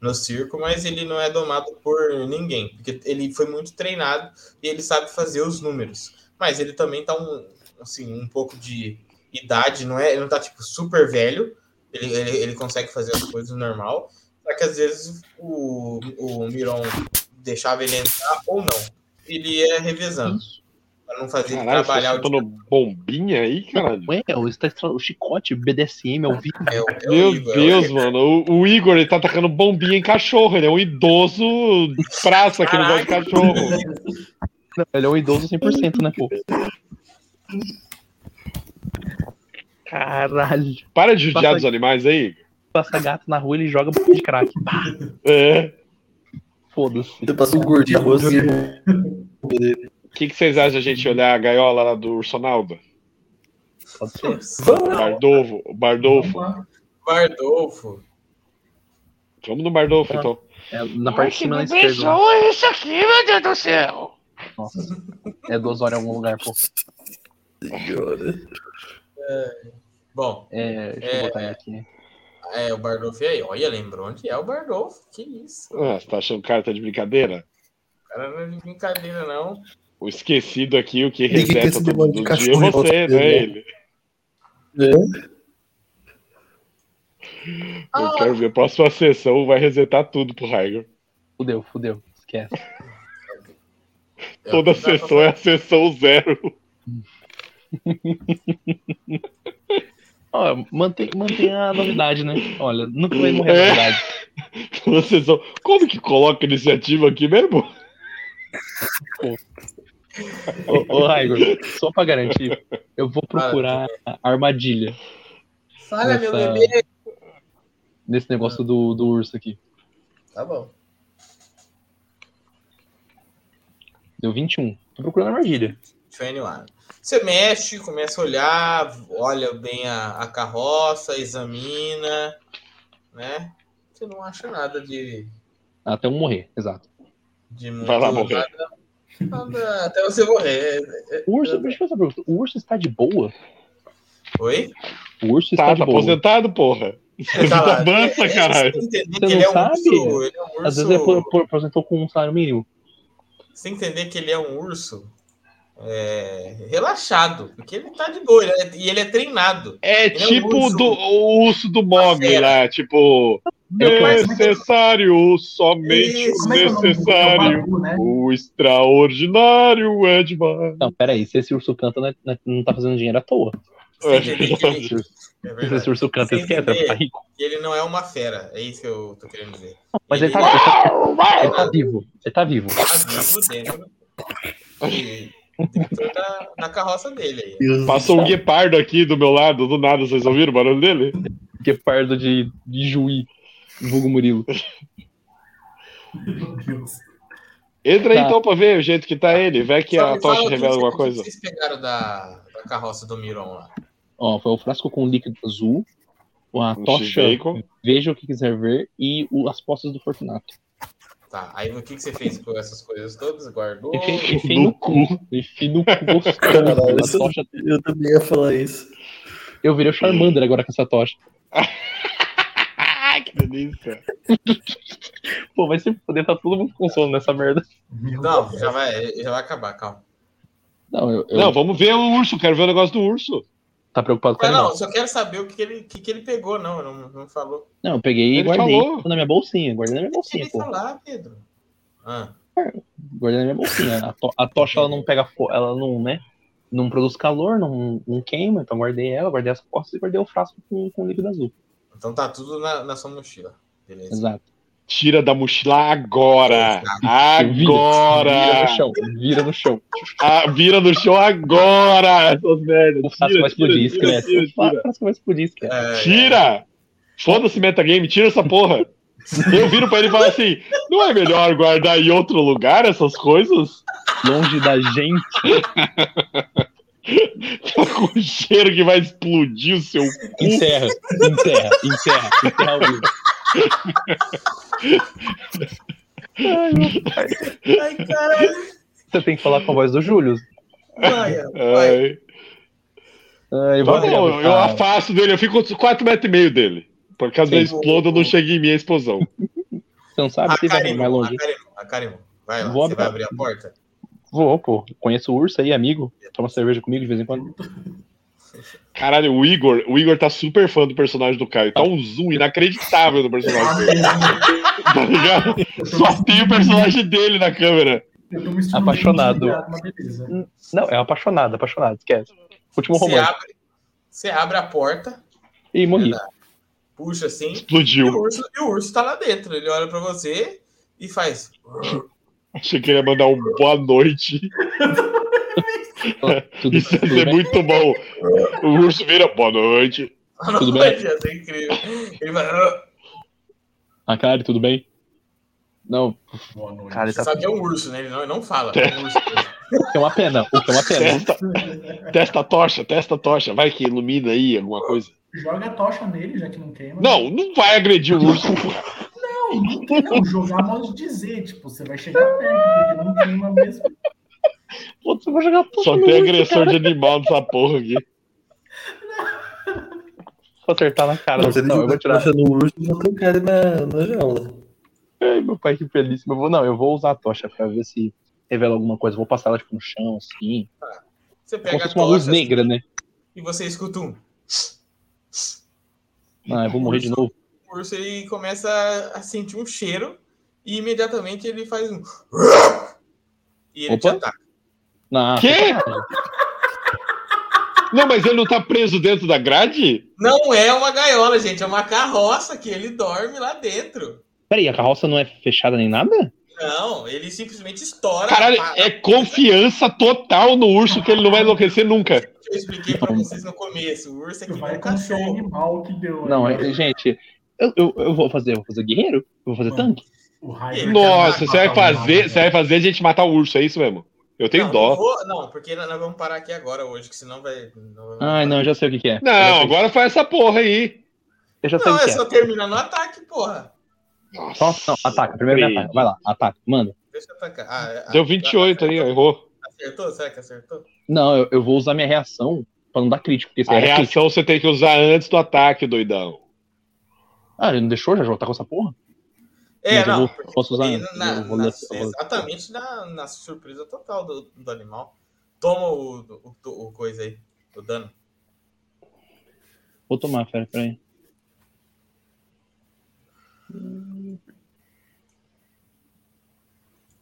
S1: no circo, mas ele não é domado por ninguém, porque ele foi muito treinado e ele sabe fazer os números. Mas ele também tá um, assim, um pouco de idade, não é? Ele não tá tipo super velho, ele, ele, ele consegue fazer as coisas normal, só que às vezes o, o Miron deixava ele entrar ou não. Ele ia revezando,
S2: Isso.
S1: pra não fazer ele
S3: Caralho, você
S1: trabalhar o
S3: soltando bombinha aí, caralho.
S2: Ué, você tá estralando o chicote BDSM ao vivo.
S1: dia. É o- é o
S3: Meu
S1: Igor, é o
S3: Deus, mano. O, o Igor, ele tá atacando bombinha em cachorro. Ele é um idoso de praça que não gosta de cachorro.
S2: Ele é um idoso 100%, né, pô? Caralho.
S3: Para de judiar
S2: Passa-
S3: dos animais aí. Igor.
S2: Passa gato na rua, ele joga de crack.
S3: É.
S2: Foda-se.
S4: Eu passo um gordinho rosto e
S3: O que, que vocês acham da gente olhar a gaiola lá do Ursonaldo?
S2: Pode ser.
S6: Vamos lá.
S3: Bardolfo, Bardolfo.
S1: Bardolfo.
S3: Vamos no Bardolfo, então.
S2: É, na parte de cima na esquerda. lá.
S7: Pessoa, isso é aqui, meu Deus do céu!
S2: Nossa. É duas horas em algum lugar, pô.
S4: Senhora.
S1: Bom,
S2: É, deixa eu
S1: É.
S2: botar ele aqui.
S1: é, o Bardolfo aí. Olha, lembrou onde é o Bardolfo. Que isso.
S3: Ah, você tá achando que o cara tá de brincadeira?
S1: O cara não é de brincadeira, não.
S3: O esquecido aqui, o que
S4: Ninguém quer
S3: reseta
S4: se
S3: todo
S4: demônio de
S3: dia é
S4: cachorro em volta
S3: você, não é ele?
S4: dele, É.
S3: Eu quero ver. A próxima sessão vai resetar tudo pro Raigor.
S2: Fudeu, fudeu. Esquece.
S1: É,
S3: Toda
S1: dá pra
S3: sessão é a sessão zero.
S2: Ó, mantém, mantém a novidade, né? Olha, nunca vai morrer a
S3: É.
S2: novidade.
S3: Toda sessão. Como que coloca iniciativa aqui mesmo?
S2: Ô, ô Raigor, só pra garantir, eu vou procurar a armadilha
S1: Fala, meu
S2: Essa-
S1: bebê.
S2: nesse negócio do, do urso aqui.
S1: Tá bom.
S2: Deu 21. Tô procurando a armadilha.
S1: 21. Você mexe, começa a olhar, olha bem a, a carroça, examina, né? Você não acha nada de,
S2: Até eu morrer, exato.
S1: de muito.
S3: Vai lá morrer.
S1: Nada, nada- até você morrer.
S2: O urso, deixa eu fazer uma pergunta. O urso está de boa?
S1: Oi?
S2: O urso está
S3: Tá,
S2: de
S3: tá
S2: boa.
S3: aposentado, porra.
S1: Tá lá.
S3: Dança,
S1: É, é,
S3: caralho.
S1: Você tem que entender
S2: Você
S1: que
S2: não
S1: ele é um
S2: sabe?
S1: urso. Ele é um urso.
S2: Às vezes ele apo- apo- aposentou com um salário mínimo.
S1: Você tem que entender que ele é um urso é, relaxado. Porque ele tá de boa. ele é- e ele é treinado.
S3: É
S1: Ele é um
S3: tipo
S1: urso. Tá
S3: do, o urso do Mogli
S1: fera.
S3: lá, tipo.
S2: quero-
S3: Necessário, somente
S1: Isso.
S3: o
S5: Como é que é o nome do-
S3: necessário.
S5: do Babu, né?
S3: O extraordinário é demais.
S2: Não, peraí. Se esse urso canta, né, né, não tá fazendo dinheiro à toa.
S1: Você tem que entender que
S2: Se
S1: ele,
S2: esse-
S1: é
S2: se esse
S1: verdade,
S2: urso canta,
S1: Sem
S2: ele quer
S1: entender.
S2: ficar rico.
S1: ele não é uma fera. É isso que eu tô querendo dizer.
S2: Mas ele tá,
S1: Ele- é
S2: ele tá- ele tá vivo. Ele tá vivo.
S1: tá vivo dentro, e- dentro da, da carroça dele. aí.
S4: Deus.
S3: Passou um
S2: Tá.
S3: guepardo aqui do meu lado, do nada, vocês ouviram o barulho dele?
S2: Guepardo é de, de Juí. Vulgo Murilo.
S5: Meu Deus.
S3: Entra aí
S2: Tá.
S3: então pra ver o jeito que tá ele, vai que
S1: Só
S3: a
S1: me fala
S3: tocha
S1: o que
S3: revela
S1: vocês-
S3: alguma
S1: o que
S3: coisa.
S1: Vocês pegaram da, da carroça do Miron lá.
S2: Ó, foi o frasco com líquido azul, a
S3: Um
S2: tocha,
S3: X-Bacon.
S2: veja o que quiser ver, e o- as postas do Fortunato.
S1: Tá, aí o que, que você fez com essas coisas todas? Guardou?
S2: Enfim, enfim Oh, no cu. Enfim no cu. gostoso.
S4: Caralho,
S2: A
S4: isso-
S2: tocha-
S4: Eu também ia falar isso.
S2: Eu virei o Charmander agora com essa tocha.
S3: Ah, que delícia.
S2: Pô, vai se poder tá todo mundo com sono nessa merda.
S5: né? Meu
S1: Não,
S5: Deus.
S1: já vai, já vai acabar, calma.
S2: Não, eu, eu
S3: Não, vamos ver o urso, quero ver o negócio do urso.
S2: tá preocupado com o
S1: Mas não,
S2: animal.
S1: eu só quero saber o que, que ele, o que, que ele pegou, não, não, não falou.
S2: Não, eu peguei e
S3: Ele
S2: guardei
S3: falou.
S2: na minha bolsinha. Guardei na minha
S1: O que ele
S2: bolsinha, pô.
S1: falar, Pedro? Ah,
S2: Guardei na minha bolsinha. é né? A, to- a tocha, ela não pega fogo, ela não, né? Não produz calor, não, não queima, então guardei ela, guardei as postas e guardei o frasco com, com líquido azul.
S1: então tá tudo na, na sua mochila. Beleza.
S2: Exato.
S3: Tira da mochila agora. Agora.
S2: Vira no chão, vira no chão.
S3: Ah, vira no chão agora. Essas merdas.
S2: O frasco vai explodir, esquece.
S3: tira, tira.
S2: O frasco vai explodir, esquece.
S1: É,
S3: Tira! Foda-se metagame, tira essa porra! Eu viro pra ele e falo assim: não é melhor guardar em outro lugar essas coisas?
S2: É. Longe da gente.
S3: Tá com cheiro que vai explodir o seu cu.
S2: Encerra, encerra, encerra, encerra o vídeo.
S1: é. Ai, caralho.
S2: Você tem que falar com a voz do Júlio.
S1: Vai, vai.
S3: Ai.
S2: Ah, eu
S3: Tá bom,
S2: vou pegar-
S3: eu, eu afasto dele, eu fico 4 metros e meio dele. Por causa da
S1: Sim.
S3: exploda, não chega em mim a explosão.
S2: Você não sabe se vai pra Ah, mais
S1: Acarimou,
S2: longe.
S1: acarimou, acarimou. Vai lá,
S2: Vou
S1: você vai
S2: abrir.
S1: abrir a porta?
S2: Vou, pô. Conheço o urso aí, amigo. Toma cerveja comigo de vez em quando.
S3: Caralho, o Igor, o Igor tá super fã do personagem do Caio. Tá um zoom inacreditável no personagem dele. Tá ligado? Só tem o personagem dele na câmera.
S5: Eu tô me sentindo
S2: Apaixonado.
S5: bem desligado, mas beleza.
S2: Não, é apaixonado, apaixonado, esquece. Último
S1: Você
S2: romance.
S1: abre, você abre a porta,
S2: Ih, morri.
S1: puxa assim, e
S3: Explodiu.
S1: o, urso, e o urso tá lá dentro. Ele olha pra você e faz. *laughs*
S3: Achei que ele ia mandar um boa noite.
S2: Tudo,
S3: Isso
S2: tudo
S3: é
S2: bem?
S3: muito bom. O urso vira boa noite.
S2: Tudo bem?
S1: Ia ser é incrível. Ele vai. "Ah".
S2: Ah, cara, tudo bem? Não,
S5: Boa noite.
S2: cara, ele
S1: Você
S2: tá...
S1: sabe que é um urso, né? Ele não, ele não fala. É um urso.
S2: o que é uma pena. O que é uma
S5: *laughs*
S2: pena.
S5: Então,
S3: Testa, testa a tocha, testa a tocha. Vai que ilumina aí alguma coisa.
S5: Joga a tocha nele, já que não queima.
S3: Não, não vai agredir o urso.
S5: Não, não tem não. Jogar modo de dizer, tipo, você vai chegar perto, porque não queima mesmo.
S2: Putz, eu vou jogar tudo
S3: Só
S2: no
S3: tem
S2: urso,
S3: agressor
S2: cara.
S3: de animal nessa porra aqui.
S2: Vou acertar na cara.
S8: Não, se ele
S2: Não, eu vou tirar.
S8: tirar no urso, eu vou trancar ele na, na jaula.
S2: Ai, meu pai, que belíssimo. Eu vou, não, eu vou usar a tocha pra ver se revela alguma coisa. Vou passar ela tipo, no chão, assim.
S1: Você
S2: Como
S1: pega a
S2: se fosse uma luz
S1: tocha assim.
S2: negra, né?
S1: e você escuta um
S2: Ah, eu vou morrer de novo.
S1: urso, ele começa a sentir um cheiro e imediatamente ele faz um. E ele tá. te
S2: Opa.
S1: ataca.
S2: Não,
S3: Quê? Não, mas ele não tá preso dentro da grade?
S1: Não é uma gaiola, gente, é uma carroça que ele dorme lá dentro.
S2: peraí, a carroça não é fechada nem nada?
S1: Não, ele simplesmente estoura.
S3: Caralho,
S1: a-
S3: é confiança total no urso que ele não vai enlouquecer nunca.
S1: Eu expliquei pra vocês no começo. O urso é que nem
S5: Vai
S1: um
S5: com o seu
S1: cachorro.
S5: animal que deu.
S2: Não,
S5: aí,
S2: é- gente, eu, eu, eu vou fazer, eu vou fazer guerreiro? Eu vou fazer
S5: Hum.
S2: tanque?
S5: o Raider
S3: Nossa,
S5: quer
S3: você vai
S5: matar o
S3: fazer,
S5: Raider.
S3: você vai fazer a gente matar o urso, é isso mesmo? Eu tenho
S1: um não,
S3: dó.
S1: Não, vou- não, porque nós nós vamos parar aqui agora hoje, que senão vai. Não,
S2: Ai, não, eu já sei o que, que é. eu já
S3: Não,
S2: sei,
S3: agora faz essa porra aí.
S2: eu já sei
S1: não
S2: o que
S1: é
S2: que é.
S1: só terminar no ataque, porra.
S2: Nossa, não, ataca. Primeiro me
S3: Credo.
S2: ataca. Vai lá, ataca. Manda.
S1: Deixa eu atacar. Ah, ah,
S3: Deu 28 aí, ó, errou.
S1: Acertou? Será que acertou?
S2: Não, eu, eu vou usar minha reação pra não dar crítico. Porque se
S3: A
S2: era crítico.
S3: reação você tem é que usar antes do ataque, doidão.
S2: Ah, ele não deixou já jogar com essa porra?
S1: É,
S2: Mas eu
S1: não.
S2: vou-
S1: porque
S2: posso usar
S1: ele
S2: antes,
S1: na-
S2: eu vou
S1: na-
S2: ler- eu vou-
S1: exatamente na, na surpresa total do, do animal. Toma o, o, o coisa aí, o dano.
S2: Vou tomar, pera, peraí.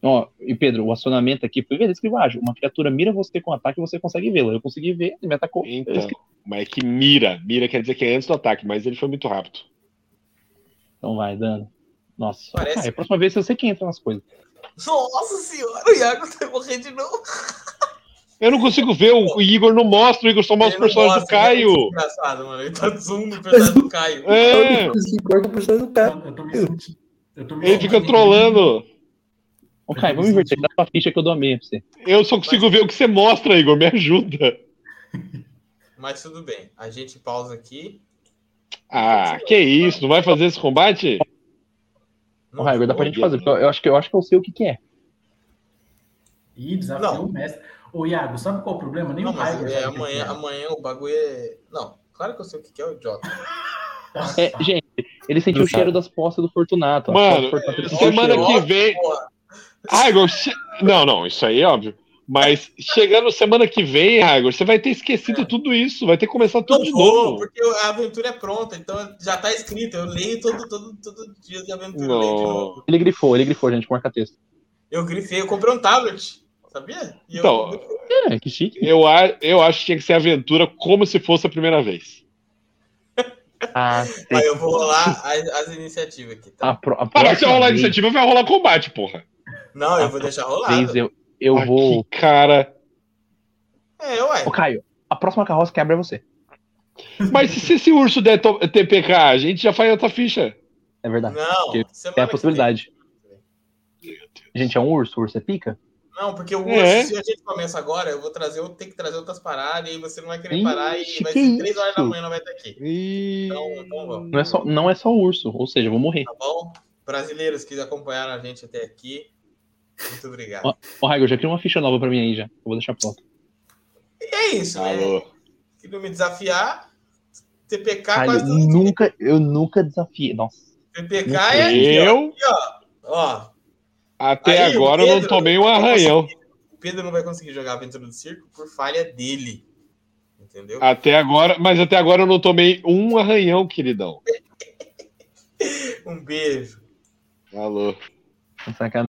S2: Ó, e Pedro, o acionamento aqui foi ver escrivagem. Uma criatura mira você com ataque e você consegue vê-la. Eu consegui ver, ele tá me atacou. Eu
S3: Então,
S2: escrevi.
S3: mas é que mira. Mira quer dizer que é antes do ataque, mas ele foi muito rápido.
S2: Então vai, dano. Nossa.
S1: Parece-
S2: Ah, é a próxima vez eu sei que entra nas coisas.
S1: Nossa senhora, o Iago vai morrer de novo.
S3: Eu não consigo ver, o o Igor não mostra, o Igor só mostra
S1: Ele
S3: o
S1: não
S3: personagem do
S1: gosta, né?
S3: Caio.
S1: Isso é engraçado, mano. Ele tá zoom no personagem do Caio.
S8: A
S3: É,
S8: única coisa que importa é o personagem do cara.
S5: Eu tô me sentindo. Eu tô me
S3: ele fica
S5: sentindo-
S3: trolando.
S2: Ô, Caio, vamos inverter. Dá sua ficha que eu dou a meia pra você.
S3: Eu só consigo ver o que você mostra, Igor, me ajuda.
S1: Mas tudo bem. A gente pausa aqui.
S3: Ah, que isso, não vai fazer esse combate?
S2: Ô, Raio, dá pra
S1: vou.
S2: gente fazer. porque Eu, eu acho que, eu acho que eu sei o que, que é.
S5: Ih, desafiou
S1: Não.
S5: o mestre. Ô, Iago, sabe qual é o problema? Nem
S1: Não,
S5: o
S1: mas
S5: Raider
S1: é,
S5: sabe o que
S1: amanhã,
S5: é.
S1: amanhã o bagulho é. Não, claro que eu sei o que que é o idiota.
S2: É, gente, ele sentiu
S8: Não
S2: o cheiro
S8: sabe.
S2: das postas do Fortunato. ó.
S3: Mano,
S2: As postas do Fortunato, ele sentiu o
S3: Semana
S2: cheiro.
S3: que vem. Ah, Igor, che- não, não, isso aí é óbvio. Mas chegando semana que vem, Igor, você vai ter esquecido tudo isso, vai ter que começar tudo
S1: Não
S3: de
S1: vou,
S3: novo.
S1: porque a aventura é pronta, então já tá escrito. Eu leio todo, todo, todo dia de aventura. Eu, leio de novo.
S3: Não.
S2: Ele grifou, ele grifou, gente, marca texto.
S1: eu grifei, eu comprei um tablet, sabia? E eu-
S3: Então,
S2: É, que chique.
S3: eu, a- eu acho que tinha que ser aventura como se fosse a primeira vez.
S2: Ah,
S1: Aí eu vou rolar as, as iniciativas aqui, tá?
S2: A, pro, a
S3: Para se
S2: próxima
S3: rolar
S2: vez,
S3: iniciativa, vai rolar combate, porra.
S1: Não, eu
S2: a
S1: vou
S2: próxima
S1: deixar rolado.
S2: vez eu, eu
S3: Ah,
S2: vou.
S3: que cara.
S1: É, ué.
S2: Ô, Caio, a próxima carroça quebra é você.
S3: Mas se, se esse urso der to- TPK, a gente já faz outra ficha.
S2: É verdade.
S1: Não,
S2: Porque
S1: semana
S2: É a
S1: que
S2: possibilidade. Gente, é um urso, o urso é pica?
S1: vem. Não, porque o
S3: É.
S1: urso, se a gente começa agora, eu vou trazer, eu tenho que trazer outras paradas, e aí você não vai querer
S2: Ixi,
S1: parar, e vai
S2: que
S1: ser três horas da
S2: isso?
S1: manhã, não vai estar aqui. Então, então vamos.
S2: Não é só, não é só o urso, ou seja, eu vou morrer.
S1: Tá bom? Brasileiros que acompanharam a gente até aqui, muito obrigado.
S2: Ó. Ô, Raigo, já cria uma ficha nova pra mim aí já. Eu vou deixar pronto.
S1: E é isso, né?
S3: Alô.
S1: Que não me desafiar, TPK
S2: Caio,
S1: Tá quase
S2: eu
S1: todo dia.
S2: nunca, eu nunca desafiei. Nossa.
S1: TPK
S2: nunca.
S1: é aqui, ó.
S3: Eu,
S1: Ó,
S3: até
S1: Aí,
S3: agora, eu não
S1: Pedro,
S3: tomei um arranhão.
S1: o Pedro não vai conseguir jogar a aventura do circo por falha dele. Entendeu?
S3: Até agora, mas até agora eu não tomei um arranhão, queridão.
S1: Um beijo.
S3: Alô.
S2: tá Sacanagem.